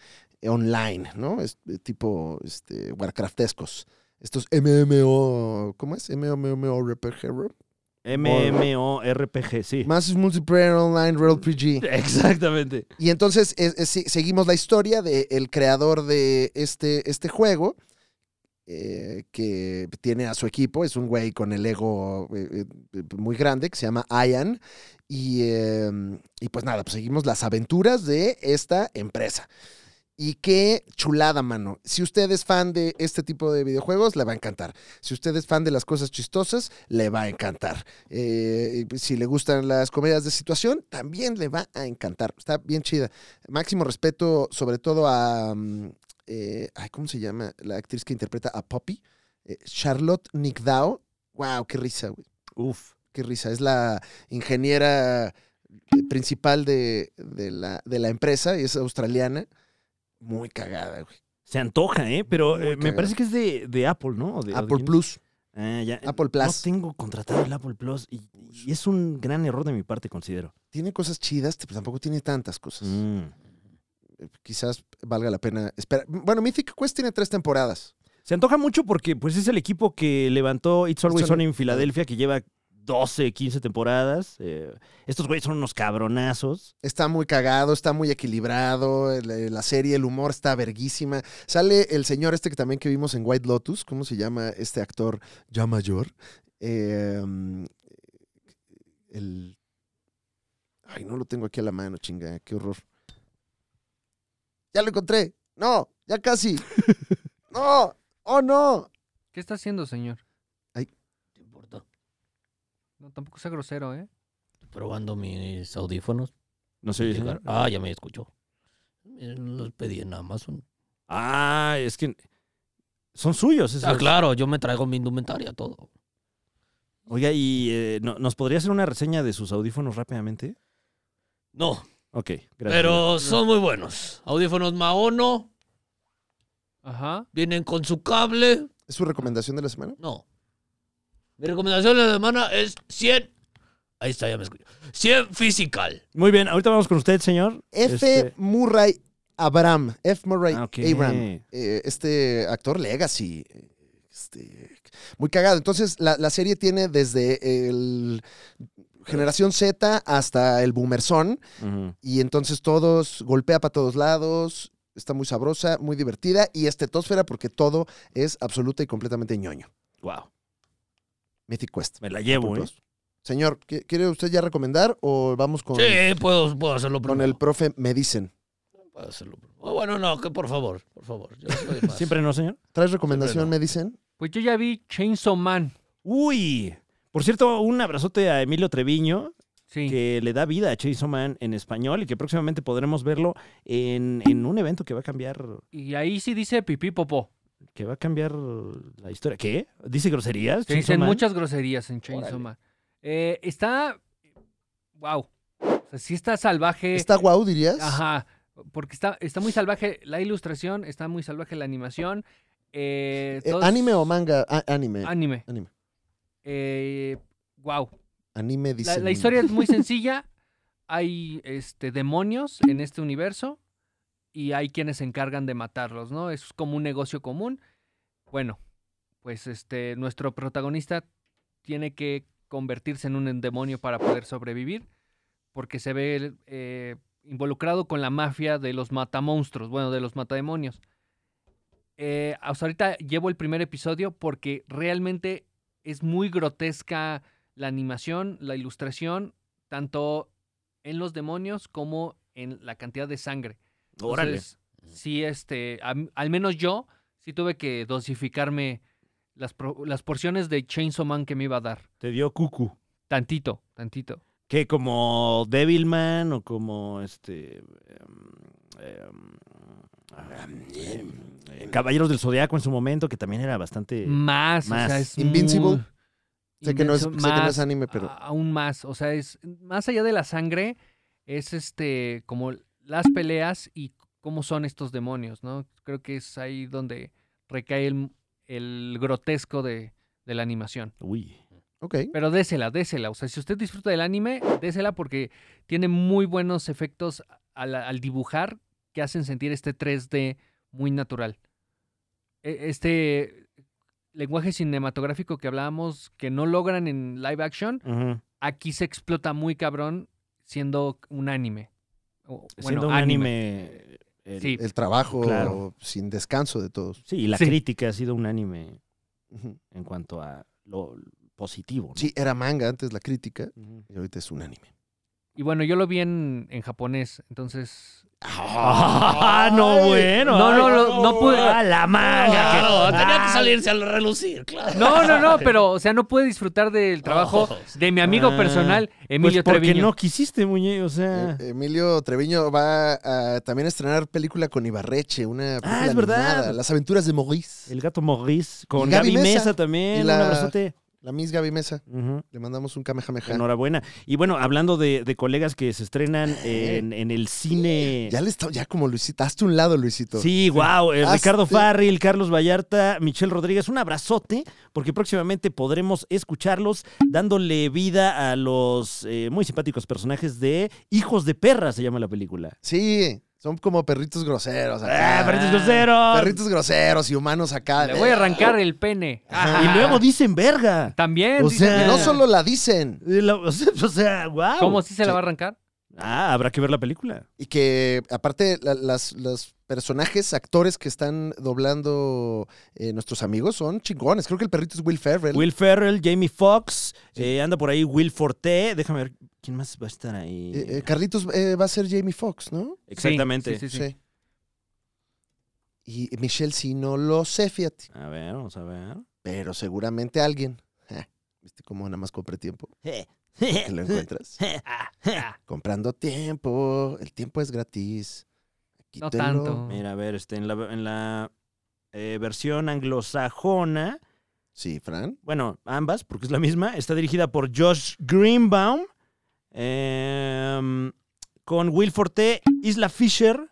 [SPEAKER 3] online, ¿no? Es de tipo este, Warcraftescos. Estos MMO, ¿cómo es? MMORPG,
[SPEAKER 1] MMORPG, sí.
[SPEAKER 3] Massive Multiplayer Online RPG.
[SPEAKER 1] Exactamente.
[SPEAKER 3] Y entonces es- es- sí, seguimos la historia del creador de este, este juego, eh, que tiene a su equipo, es un güey con el ego eh, eh, muy grande, que se llama Ian. Y, eh, y pues nada, pues seguimos las aventuras de esta empresa. Y qué chulada, mano. Si usted es fan de este tipo de videojuegos, le va a encantar. Si usted es fan de las cosas chistosas, le va a encantar. Eh, y si le gustan las comedias de situación, también le va a encantar. Está bien chida. Máximo respeto, sobre todo a. mm, eh, ay, ¿Cómo se llama? La actriz que interpreta a Poppy, eh, Charlotte Nickdao. ¡Wow! ¡Qué risa, güey!
[SPEAKER 1] Uf.
[SPEAKER 3] ¡Qué risa! Es la ingeniera eh, principal de, de la, de la empresa y es australiana. Muy cagada, güey.
[SPEAKER 1] Se antoja, ¿eh? Pero
[SPEAKER 3] Muy
[SPEAKER 1] eh, me
[SPEAKER 3] cagado.
[SPEAKER 1] parece que es de, de Apple, ¿no? ¿O de- o de
[SPEAKER 3] Apple
[SPEAKER 1] quién?
[SPEAKER 3] Plus.
[SPEAKER 1] Ah, ya.
[SPEAKER 3] Apple Plus.
[SPEAKER 1] No tengo contratado el Apple Plus y, y es un gran error de mi parte, considero.
[SPEAKER 3] Tiene cosas chidas, pero tampoco tiene tantas cosas.
[SPEAKER 1] Mm.
[SPEAKER 3] Eh, Quizás valga la pena esperar. Bueno, Mythic Quest tiene tres temporadas.
[SPEAKER 1] Se antoja mucho porque pues es el equipo que levantó It's Always
[SPEAKER 3] It's
[SPEAKER 1] On
[SPEAKER 3] Al-
[SPEAKER 1] en Filadelfia, que lleva 12, 15 temporadas. Eh, estos güeyes son unos cabronazos.
[SPEAKER 3] Está muy cagado, está muy equilibrado, el- eh, la serie, el humor está verguísima. Sale el señor este que también que vimos en White Lotus, ¿cómo se llama este actor ya mayor? Eh, mm, el... Ay, no lo tengo aquí a la mano, chinga, qué horror. Ya lo encontré. No, ya casi. No, oh no.
[SPEAKER 2] ¿Qué está haciendo, señor?
[SPEAKER 9] ¿Te importa?
[SPEAKER 2] No, tampoco sea grosero, ¿eh?
[SPEAKER 9] Probando mis audífonos.
[SPEAKER 1] No sé. ¿sí?
[SPEAKER 9] Llegar- Ah, ya me escuchó. Eh, Los pedí en Amazon.
[SPEAKER 1] Ah, es que son suyos. esos.
[SPEAKER 9] Ah, claro, yo me traigo mi indumentaria, todo.
[SPEAKER 1] Oiga, ¿y eh, no- nos podría hacer una reseña de sus audífonos rápidamente?
[SPEAKER 9] No,
[SPEAKER 1] Ok, gracias.
[SPEAKER 9] pero son muy buenos. Audífonos Maono,
[SPEAKER 2] Ajá.
[SPEAKER 9] vienen con su cable.
[SPEAKER 3] ¿Es su recomendación de la semana?
[SPEAKER 9] No. Mi recomendación de la semana es 100. Ahí está, ya me escucho. 100 Physical.
[SPEAKER 1] Muy bien, ahorita vamos con usted, señor.
[SPEAKER 3] F.
[SPEAKER 1] Este,
[SPEAKER 3] Murray Abram. F. Murray
[SPEAKER 1] Ah, ok.
[SPEAKER 3] Abram. Eh, este actor Legacy. eh, Este, muy cagado. Entonces, la, la serie tiene desde el Generación Z hasta el Boomerson.
[SPEAKER 1] ujú.
[SPEAKER 3] Y entonces todos golpea para todos lados. Está muy sabrosa, muy divertida y estetosfera porque todo es absoluta y completamente ñoño.
[SPEAKER 1] Wow,
[SPEAKER 3] Mythic
[SPEAKER 2] Ah,
[SPEAKER 3] Quest.
[SPEAKER 1] me la llevo,
[SPEAKER 3] Apple
[SPEAKER 1] ¿eh?
[SPEAKER 3] Plus. Señor, ¿qui- ¿quiere usted ya recomendar o vamos con,
[SPEAKER 9] Sí, puedo, puedo hacerlo
[SPEAKER 3] con
[SPEAKER 9] primero.
[SPEAKER 3] el profe? Me dicen.
[SPEAKER 9] Puedo hacerlo primero. Oh, bueno, no, que por favor, por favor. Yo soy más.
[SPEAKER 1] ¿Siempre no, señor?
[SPEAKER 3] ¿Traes recomendación?
[SPEAKER 9] no.
[SPEAKER 3] Me dicen.
[SPEAKER 2] Pues yo ya vi Chainsaw Man.
[SPEAKER 1] Uy, por cierto, un abrazote a Emilio Treviño,
[SPEAKER 2] Sí.
[SPEAKER 1] que le da vida a Chainsaw Man en español y que próximamente podremos verlo en, en un evento que va a cambiar
[SPEAKER 2] Y ahí sí dice pipí popó.
[SPEAKER 1] que va a cambiar la historia. ¿Qué? ¿Dice groserías?
[SPEAKER 2] Se
[SPEAKER 1] Chainsaw
[SPEAKER 2] dicen
[SPEAKER 1] Man?
[SPEAKER 2] muchas groserías en Chainsaw
[SPEAKER 1] Órale.
[SPEAKER 2] Man. Eh, está. Wow. O sea, sí está salvaje.
[SPEAKER 3] ¿Está guau, dirías?
[SPEAKER 2] Eh, Ajá. Porque está, está muy salvaje la ilustración, está muy salvaje la animación. eh,
[SPEAKER 3] Eh,
[SPEAKER 2] todos-
[SPEAKER 3] ¿Anime o manga? A- anime.
[SPEAKER 2] Anime. eh,
[SPEAKER 3] Anime.
[SPEAKER 2] wow.
[SPEAKER 3] Anime dice.
[SPEAKER 2] La, la historia es muy sencilla. Hay este, demonios en este universo y hay quienes se encargan de matarlos, ¿no? Es como un negocio común. Bueno, pues este, nuestro protagonista tiene que convertirse en un demonio para poder sobrevivir porque se ve eh, involucrado con la mafia de los matamonstruos, bueno, de los matademonios. Eh, hasta ahorita llevo el primer episodio porque realmente es muy grotesca la animación, la ilustración, tanto en los demonios como en la cantidad de sangre.
[SPEAKER 1] Órale.
[SPEAKER 2] Entonces, sí, este, a mí- al menos yo sí tuve que dosificarme las, pro- las porciones de Chainsaw Man que me iba a dar.
[SPEAKER 1] Te dio cucu.
[SPEAKER 2] Tantito, tantito.
[SPEAKER 1] ¿Qué? ¿Como Devilman o como este... em, em, em, em, Caballeros del Zodiaco en su momento, que también era bastante...
[SPEAKER 2] Más, o sea,
[SPEAKER 1] este, más.
[SPEAKER 2] es
[SPEAKER 3] Invincible.
[SPEAKER 2] muy-
[SPEAKER 3] Sé que no es-
[SPEAKER 2] Invincible,
[SPEAKER 3] sé que no es anime, pero-
[SPEAKER 2] a- Aún más, o sea, es más allá de la sangre, es este, como las peleas y cómo son estos demonios, ¿no? Creo que es ahí donde recae el, el grotesco de, de la animación.
[SPEAKER 1] Uy.
[SPEAKER 3] Ok.
[SPEAKER 2] Pero désela, désela. O sea, si usted disfruta del anime, désela porque tiene muy buenos efectos al, al dibujar que hacen sentir este 3D muy natural. E- Este lenguaje cinematográfico que hablábamos que no logran en live action,
[SPEAKER 1] Ujú.
[SPEAKER 2] aquí se explota muy cabrón siendo un anime. O, bueno,
[SPEAKER 1] Siendo un anime... el-
[SPEAKER 2] Sí.
[SPEAKER 3] El trabajo
[SPEAKER 1] Claro.
[SPEAKER 3] sin descanso de todos.
[SPEAKER 1] Sí, y la
[SPEAKER 2] Sí.
[SPEAKER 1] crítica ha sido un anime
[SPEAKER 3] Ujú.
[SPEAKER 1] en cuanto a lo positivo. ¿no?
[SPEAKER 3] Sí, era manga antes la crítica
[SPEAKER 1] Ujú.
[SPEAKER 3] y ahorita es un anime.
[SPEAKER 2] Y bueno, yo lo vi en, en japonés, entonces...
[SPEAKER 1] Ah, no, bueno.
[SPEAKER 2] No, no,
[SPEAKER 1] Ay,
[SPEAKER 2] no, no pude-
[SPEAKER 1] A la manga. que-
[SPEAKER 9] Claro, tenía que
[SPEAKER 1] Ah,
[SPEAKER 9] salirse al relucir, claro.
[SPEAKER 2] No, no, no, pero, o sea, no pude disfrutar del trabajo
[SPEAKER 9] Oh.
[SPEAKER 2] de mi amigo
[SPEAKER 1] Ah,
[SPEAKER 2] personal,
[SPEAKER 1] Pues
[SPEAKER 2] Emilio
[SPEAKER 1] porque
[SPEAKER 2] Treviño.
[SPEAKER 1] no quisiste, muñe, o sea.
[SPEAKER 3] Eh, Emilio Treviño va a también estrenar película con Ibarreche, una película
[SPEAKER 1] es verdad.
[SPEAKER 3] animada, Las aventuras de Maurice.
[SPEAKER 1] el gato Morris con
[SPEAKER 3] y Gaby
[SPEAKER 1] Gaby Mesa,
[SPEAKER 3] Mesa
[SPEAKER 1] también.
[SPEAKER 3] y la-
[SPEAKER 1] Un abrazote.
[SPEAKER 3] La Miss Gaby Mesa.
[SPEAKER 1] Ujú,
[SPEAKER 3] Le mandamos un kamehameha.
[SPEAKER 1] Enhorabuena. Y bueno, hablando de, de colegas que se estrenan en, en el cine.
[SPEAKER 3] Ya le está, ya como Luisito, hazte un lado, Luisito.
[SPEAKER 1] Sí, wow.
[SPEAKER 3] Hazte-
[SPEAKER 1] Ricardo Farril, Carlos Vallarta, Michelle Rodríguez, un abrazote, porque próximamente podremos escucharlos dándole vida a los eh, muy simpáticos personajes de Hijos de Perra, se llama la película.
[SPEAKER 3] Sí, son como perritos groseros. acá.
[SPEAKER 1] ¡Ah, perritos groseros!
[SPEAKER 3] Perritos groseros y humanos acá.
[SPEAKER 2] Le voy a arrancar el pene.
[SPEAKER 3] Ah, eh, oh. Ajá.
[SPEAKER 1] Y luego dicen verga.
[SPEAKER 2] También.
[SPEAKER 3] O
[SPEAKER 2] dice
[SPEAKER 3] sea,
[SPEAKER 2] que-
[SPEAKER 3] no solo la dicen.
[SPEAKER 1] Y la- o sea, o sea, wow.
[SPEAKER 2] ¿Cómo si se la va a arrancar?
[SPEAKER 1] Ah, habrá que ver la película.
[SPEAKER 3] Y que aparte la- las, los personajes, actores que están doblando eh, nuestros amigos son chingones. Creo que el perrito es Will Ferrell.
[SPEAKER 1] Will Ferrell, Jamie Foxx, eh, anda por ahí Will Forte. Déjame ver quién más va a estar ahí.
[SPEAKER 3] Eh, eh, Carlitos eh, va a ser Jamie Foxx, ¿no?
[SPEAKER 1] Exactamente.
[SPEAKER 2] Sí, sí, sí.
[SPEAKER 3] Y Michelle sí no lo sé, fíjate.
[SPEAKER 1] A ver, vamos a ver.
[SPEAKER 3] Pero seguramente alguien. Ja, ¿Viste cómo nada más compré tiempo? Que lo encuentras. Ah. Comprando tiempo. El tiempo es gratis.
[SPEAKER 2] No
[SPEAKER 3] Quítenlo.
[SPEAKER 2] tanto.
[SPEAKER 1] Mira, a ver, este, en la, en la eh, versión anglosajona,
[SPEAKER 3] Sí, Fran.
[SPEAKER 1] bueno, ambas, porque es la misma, está dirigida por Josh Greenbaum, em, con Will Forte, Isla Fisher,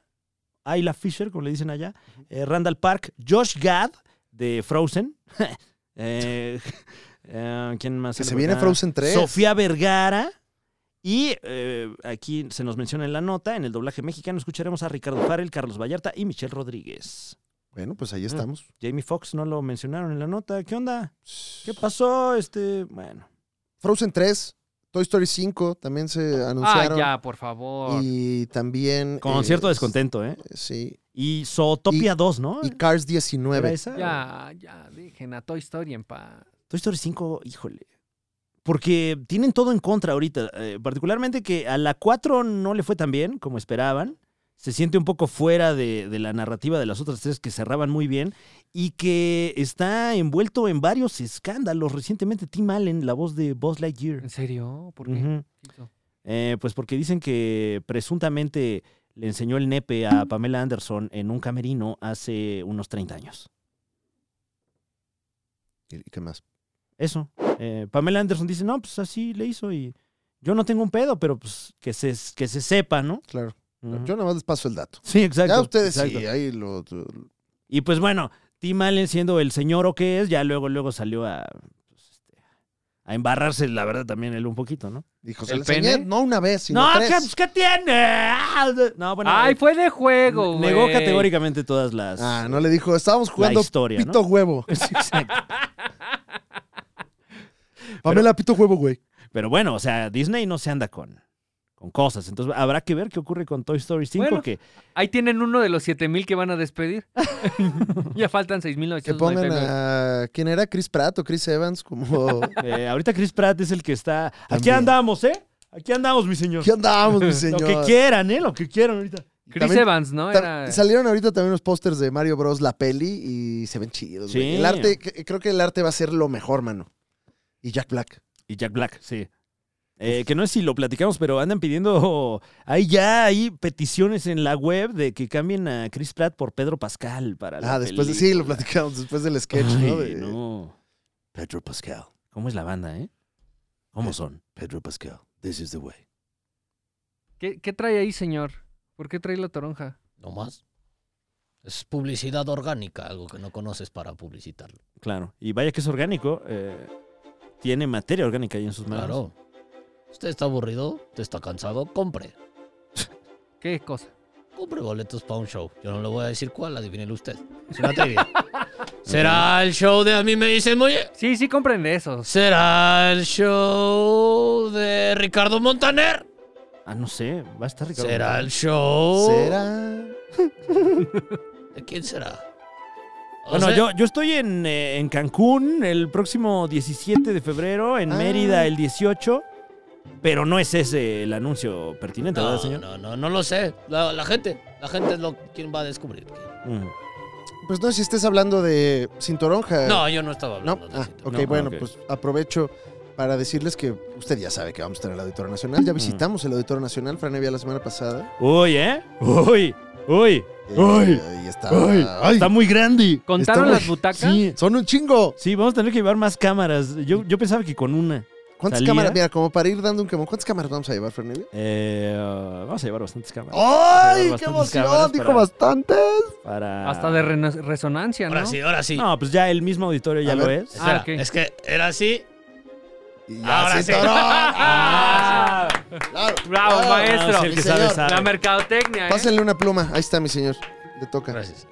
[SPEAKER 1] Isla Fisher, como le dicen allá, eh, Randall Park, Josh Gad, de Frozen. eh, eh, ¿Quién más?
[SPEAKER 3] Que
[SPEAKER 1] sale
[SPEAKER 3] se
[SPEAKER 1] por
[SPEAKER 3] viene
[SPEAKER 1] acá?
[SPEAKER 3] Frozen 3.
[SPEAKER 1] Sofía Vergara. Y eh, aquí se nos menciona en la nota, en el doblaje mexicano, escucharemos a Ricardo Farrell, Carlos Vallarta y Michelle Rodríguez.
[SPEAKER 3] Bueno, pues ahí estamos.
[SPEAKER 1] Jamie Foxx no lo mencionaron en la nota. ¿Qué onda? ¿Qué pasó? Este, bueno.
[SPEAKER 3] Frozen 3. Toy Story 5 también se
[SPEAKER 2] Ah,
[SPEAKER 3] anunciaron.
[SPEAKER 2] ya, por favor.
[SPEAKER 3] Y también.
[SPEAKER 1] Con
[SPEAKER 3] eh,
[SPEAKER 1] cierto descontento, ¿eh?
[SPEAKER 3] Sí.
[SPEAKER 1] Y Zootopia 2, ¿no?
[SPEAKER 3] Y Cars
[SPEAKER 1] ¿Era
[SPEAKER 3] 19.
[SPEAKER 1] esa?
[SPEAKER 2] Ya, ya, dejen a Toy Story en paz.
[SPEAKER 1] Toy Story 5, híjole. Porque tienen todo en contra ahorita. eh, particularmente que a la 4 no le fue tan bien como esperaban. Se siente un poco fuera de, de la narrativa de las otras tres que cerraban muy bien. Y que está envuelto en varios escándalos. Recientemente Tim Allen, la voz de Buzz Lightyear.
[SPEAKER 2] ¿En serio? ¿Por qué?
[SPEAKER 1] Ujú.
[SPEAKER 2] Tito?
[SPEAKER 1] Eh, pues porque dicen que presuntamente le enseñó el nepe a Pamela Anderson en un camerino hace unos 30 años.
[SPEAKER 3] ¿Y qué más?
[SPEAKER 1] Eso. Eh, Pamela Anderson dice, no, pues así le hizo y yo no tengo un pedo, pero pues que se, que se sepa, ¿no?
[SPEAKER 3] Claro.
[SPEAKER 1] Ujú.
[SPEAKER 3] Yo nada más les paso el dato.
[SPEAKER 1] Sí, exacto.
[SPEAKER 3] ya ustedes
[SPEAKER 1] exacto.
[SPEAKER 3] sí, ahí lo...
[SPEAKER 1] Y pues bueno, Tim Allen siendo el señor o qué es, ya luego, luego salió a, pues, este, a embarrarse, la verdad, también él un poquito, ¿no?
[SPEAKER 3] Dijo, se
[SPEAKER 2] ¿El
[SPEAKER 3] lo enseñé,
[SPEAKER 2] pene?
[SPEAKER 3] no una vez, sino
[SPEAKER 1] No, ¿qué,
[SPEAKER 3] tres.
[SPEAKER 1] pues, ¿qué tiene? No, bueno.
[SPEAKER 2] Ay,
[SPEAKER 1] eh,
[SPEAKER 2] fue de juego, güey.
[SPEAKER 1] Negó categóricamente todas las.
[SPEAKER 3] Ah, no le dijo, estábamos jugando
[SPEAKER 1] historia,
[SPEAKER 3] pito huevo.
[SPEAKER 1] Exacto.
[SPEAKER 3] Pamela, pito huevo, güey.
[SPEAKER 1] Pero bueno, o sea, Disney no se anda con, con cosas. Entonces habrá que ver qué ocurre con Toy Story 5,
[SPEAKER 2] Bueno.
[SPEAKER 1] que
[SPEAKER 2] Ahí tienen uno de los 7000 que van a despedir. ya faltan
[SPEAKER 3] Que pongan
[SPEAKER 2] 6999.
[SPEAKER 3] a... ¿Quién era? Chris Pratt o Chris Evans, como...
[SPEAKER 1] eh, ahorita Chris Pratt es el que está. Aquí
[SPEAKER 3] También.
[SPEAKER 1] andamos, ¿eh? Aquí andamos, mi señor.
[SPEAKER 3] ¿Qué andábamos, mi
[SPEAKER 1] Lo
[SPEAKER 3] señor?
[SPEAKER 1] que quieran, ¿eh? Lo que quieran ahorita.
[SPEAKER 2] Chris
[SPEAKER 3] También-
[SPEAKER 2] Evans, ¿no?
[SPEAKER 3] Ta-
[SPEAKER 2] Era-
[SPEAKER 3] Salieron ahorita también los pósters de Mario Bros. la peli y se ven chidos.
[SPEAKER 1] Sí.
[SPEAKER 3] güey. El arte, que- creo que el arte va a ser lo mejor, mano. Y Jack Black.
[SPEAKER 1] Y Jack Black, sí. Eh, que no es si lo platicamos, pero andan pidiendo. Hay ya hay peticiones en la web de que cambien a Chris Pratt por Pedro Pascal para la
[SPEAKER 3] Ah, después de, sí,
[SPEAKER 1] película.
[SPEAKER 3] lo platicamos después del sketch, ¿no?
[SPEAKER 1] Ay,
[SPEAKER 3] De-
[SPEAKER 1] no.
[SPEAKER 3] Pedro Pascal,
[SPEAKER 1] ¿Cómo es la banda, eh? ¿Cómo son?
[SPEAKER 3] Pedro Pascal, this is the way.
[SPEAKER 2] ¿Qué, qué trae ahí, señor? ¿Por qué trae la toronja?
[SPEAKER 9] No más. Es publicidad orgánica, algo que no conoces para publicitarlo.
[SPEAKER 1] Claro. Y vaya que es orgánico. eh, tiene materia orgánica ahí en sus manos.
[SPEAKER 9] Claro. Usted está aburrido, usted está cansado, compre.
[SPEAKER 2] ¿Qué cosa?
[SPEAKER 9] Compre boletos para un show. Yo no le voy a decir cuál, adivínelo usted. Es una trivia. ¿Será el show de a mí me dicen, oye?
[SPEAKER 2] Sí, sí, compren de esos.
[SPEAKER 9] ¿Será el show de Ricardo Montaner?
[SPEAKER 1] Ah, no sé. Va a estar Ricardo.
[SPEAKER 9] ¿Será el show?
[SPEAKER 3] ¿Será?
[SPEAKER 9] ¿De quién será? No
[SPEAKER 1] Bueno,
[SPEAKER 9] sé.
[SPEAKER 1] yo, yo estoy en, eh, en Cancún el próximo 17 de febrero, en
[SPEAKER 3] Ah.
[SPEAKER 1] Mérida el 18, pero no es ese el anuncio pertinente,
[SPEAKER 9] No,
[SPEAKER 1] ¿verdad, señor?
[SPEAKER 9] no, no, no lo sé. La, la gente, la gente es lo, quien va a descubrir.
[SPEAKER 1] Mm.
[SPEAKER 3] Pues no, si estés hablando de Cintoronja.
[SPEAKER 9] No, yo no estaba
[SPEAKER 3] ¿No?
[SPEAKER 9] hablando. de
[SPEAKER 3] Ah,
[SPEAKER 9] eso.
[SPEAKER 3] ok,
[SPEAKER 1] No, ah,
[SPEAKER 3] bueno,
[SPEAKER 1] ok.
[SPEAKER 3] pues aprovecho para decirles que usted ya sabe que vamos a estar en el Auditorio Nacional. Ya visitamos el Auditorio Nacional, Fran Evia, la semana pasada.
[SPEAKER 1] Uy, ¿eh? Uy, uy,
[SPEAKER 3] Eh,
[SPEAKER 1] uy.
[SPEAKER 3] ahí está.
[SPEAKER 1] Uy,
[SPEAKER 3] Ay,
[SPEAKER 1] Está muy grande.
[SPEAKER 2] ¿Contaron
[SPEAKER 3] Estamos-
[SPEAKER 2] las butacas?
[SPEAKER 3] sí, son un chingo.
[SPEAKER 1] Sí, vamos a tener que llevar más cámaras. Yo, yo pensaba que con una.
[SPEAKER 3] ¿Cuántas
[SPEAKER 1] ¿Salida?
[SPEAKER 3] cámaras? Mira, como para ir dando un quemón, ¿cuántas cámaras vamos a llevar, Fran Evia?
[SPEAKER 1] Eh, ah, vamos a llevar bastantes cámaras.
[SPEAKER 3] ¡Ay,
[SPEAKER 1] Llevar
[SPEAKER 3] qué
[SPEAKER 1] bastantes
[SPEAKER 3] emoción!
[SPEAKER 1] cámaras
[SPEAKER 3] Dijo
[SPEAKER 1] para-
[SPEAKER 3] bastantes.
[SPEAKER 1] Para...
[SPEAKER 2] Hasta de reno- resonancia, ¿no?
[SPEAKER 9] Oh. Ahora sí, ahora sí.
[SPEAKER 1] No, pues ya el mismo auditorio ya
[SPEAKER 3] A
[SPEAKER 1] lo
[SPEAKER 3] ver.
[SPEAKER 1] es.
[SPEAKER 9] Espera,
[SPEAKER 2] Ah, ok.
[SPEAKER 9] Es que era así.
[SPEAKER 3] Y ya se
[SPEAKER 9] Ahora sí.
[SPEAKER 3] atoró.
[SPEAKER 2] ¡Ah!
[SPEAKER 3] Claro,
[SPEAKER 2] Bravo,
[SPEAKER 3] claro.
[SPEAKER 2] maestro.
[SPEAKER 1] Ah, sí, el
[SPEAKER 3] mi
[SPEAKER 1] que sabe,
[SPEAKER 3] señor.
[SPEAKER 1] sabe.
[SPEAKER 2] La mercadotecnia, ¿eh?
[SPEAKER 3] Pásenle una pluma. Ahí está, mi señor. Le toca.
[SPEAKER 9] Gracias.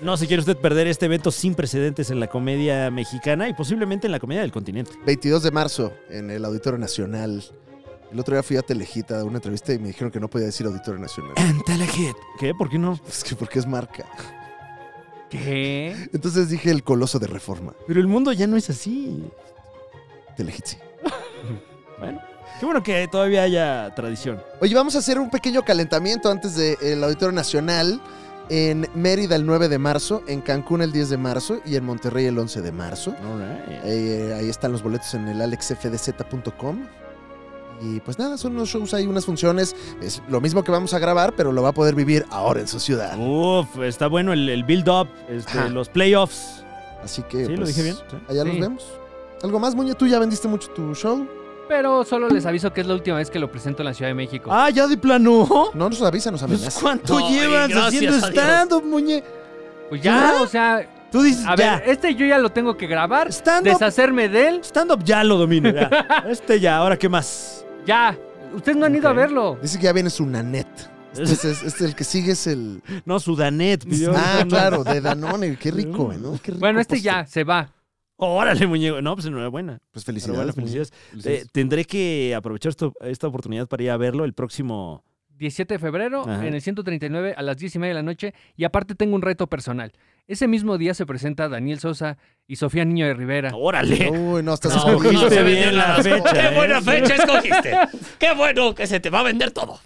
[SPEAKER 1] No se quiere usted perder este evento sin precedentes en la comedia mexicana y posiblemente en la comedia del continente.
[SPEAKER 3] 22 de marzo en el Auditorio Nacional. El otro día fui a Telejita a una entrevista y me dijeron que no podía decir Auditorio Nacional.
[SPEAKER 1] ¿Qué? ¿Por qué no?
[SPEAKER 3] Es que porque es marca.
[SPEAKER 2] ¿Qué?
[SPEAKER 3] Entonces dije el coloso de reforma.
[SPEAKER 1] Pero el mundo ya no es así.
[SPEAKER 3] Telehit sí.
[SPEAKER 1] Bueno, qué bueno que todavía haya tradición.
[SPEAKER 3] Oye, vamos a hacer un pequeño calentamiento antes del Auditorio Nacional. En Mérida el 9 de marzo, en Cancún el 10 de marzo y en Monterrey el 11 de marzo. Eh, ahí están los boletos en el alexfdz.com. Y pues nada, son unos shows, hay unas funciones. Es lo mismo que vamos a grabar, pero lo va a poder vivir ahora en su ciudad.
[SPEAKER 1] Uf, está bueno el, el build-up, este,
[SPEAKER 3] Ajá.
[SPEAKER 1] los playoffs.
[SPEAKER 3] Así que.
[SPEAKER 1] Sí, lo
[SPEAKER 3] pues,
[SPEAKER 1] dije bien. Sí.
[SPEAKER 3] Allá
[SPEAKER 2] Sí.
[SPEAKER 3] nos vemos. ¿Algo más, Muñe? Tú ya vendiste mucho tu show.
[SPEAKER 2] Pero solo les aviso que es la última vez que lo presento en la Ciudad de México.
[SPEAKER 1] Ah, ya de plano.
[SPEAKER 3] No nos avisa, nos
[SPEAKER 1] Pues,
[SPEAKER 3] amenaza.
[SPEAKER 1] ¿Cuánto
[SPEAKER 9] Ay,
[SPEAKER 1] llevas
[SPEAKER 9] gracias
[SPEAKER 1] haciendo
[SPEAKER 9] a Dios.
[SPEAKER 1] stand-up, muñe?
[SPEAKER 2] pues ya,
[SPEAKER 1] ¿ya?
[SPEAKER 2] o sea,
[SPEAKER 1] Tú dices,
[SPEAKER 2] a
[SPEAKER 1] ya.
[SPEAKER 2] ver, este yo ya lo tengo que grabar,
[SPEAKER 1] Stand-up
[SPEAKER 2] deshacerme de él,
[SPEAKER 1] stand-up ya lo domino. ya. Este ya, ahora qué más.
[SPEAKER 2] ya. Ustedes no han ido
[SPEAKER 1] Ok.
[SPEAKER 2] a verlo.
[SPEAKER 3] Dice que ya viene su Nanet. Este es, este es el que sigue, es el.
[SPEAKER 1] No, Sudanet pidió.
[SPEAKER 3] Ah, claro, de Danone. Qué rico,
[SPEAKER 1] Mm,
[SPEAKER 3] ¿no? Qué rico
[SPEAKER 2] Bueno, este
[SPEAKER 3] postre.
[SPEAKER 2] ya se va.
[SPEAKER 1] Órale, muñeco. No, pues enhorabuena.
[SPEAKER 3] Pues
[SPEAKER 1] Pero
[SPEAKER 3] felicidades.
[SPEAKER 1] bueno,
[SPEAKER 3] Muñe.
[SPEAKER 1] felicidades.
[SPEAKER 3] Felicidades.
[SPEAKER 1] Eh, tendré que aprovechar esto- esta oportunidad para ir a verlo el próximo.
[SPEAKER 2] 17 de febrero
[SPEAKER 1] Ajá.
[SPEAKER 2] en el 139 a las 10 y media de la noche. Y aparte tengo un reto personal. Ese mismo día se presenta Daniel Sosa y Sofía Niño de Rivera.
[SPEAKER 1] Oh. ¡Órale!
[SPEAKER 3] Uy, Ah. no, estás
[SPEAKER 1] Eh, No,
[SPEAKER 3] escondido.
[SPEAKER 1] escogiste
[SPEAKER 9] se
[SPEAKER 1] bien
[SPEAKER 9] vendió
[SPEAKER 1] la fecha,
[SPEAKER 9] ¡Qué
[SPEAKER 1] ¿eh?
[SPEAKER 9] buena
[SPEAKER 1] Sí.
[SPEAKER 9] fecha escogiste! ¡Qué bueno que se te va a vender todo!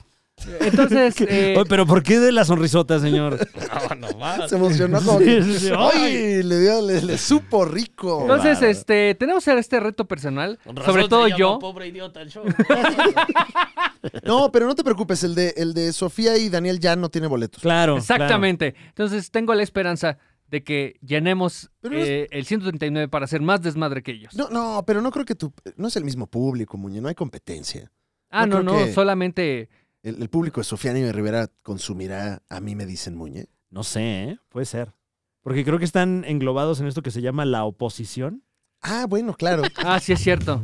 [SPEAKER 2] Entonces, eh,
[SPEAKER 1] Oye, pero ¿por qué de la sonrisota, señor?
[SPEAKER 9] No, no más.
[SPEAKER 3] Se emocionó como que,
[SPEAKER 1] Sí, sí,
[SPEAKER 3] ¡Ay! Le, dio, le, le supo rico.
[SPEAKER 2] entonces
[SPEAKER 1] bárbaro.
[SPEAKER 2] este, tenemos este reto personal,
[SPEAKER 9] Con razón
[SPEAKER 2] sobre
[SPEAKER 9] se
[SPEAKER 2] todo
[SPEAKER 9] llama
[SPEAKER 2] yo.
[SPEAKER 9] Pobre idiota el show.
[SPEAKER 3] No, pero no te preocupes, el de, el de Sofía y Daniel ya no tiene boletos.
[SPEAKER 1] Claro.
[SPEAKER 2] Exactamente. Entonces tengo la esperanza de que llenemos
[SPEAKER 3] Pero no es-
[SPEAKER 2] eh, el 139 para ser más desmadre que ellos.
[SPEAKER 3] No, no, pero no creo que tú. No es el mismo público, Muñe, no hay competencia.
[SPEAKER 2] ah,
[SPEAKER 3] no
[SPEAKER 2] no, no,
[SPEAKER 3] creo que-
[SPEAKER 2] solamente
[SPEAKER 3] El, el público de Sofía Niño de Rivera consumirá, a mí me dicen Muñe.
[SPEAKER 1] claro. No sé, ¿eh? puede ser. Porque creo que están englobados en esto que se llama la oposición.
[SPEAKER 3] Ah, bueno, claro.
[SPEAKER 2] Ah, sí es cierto.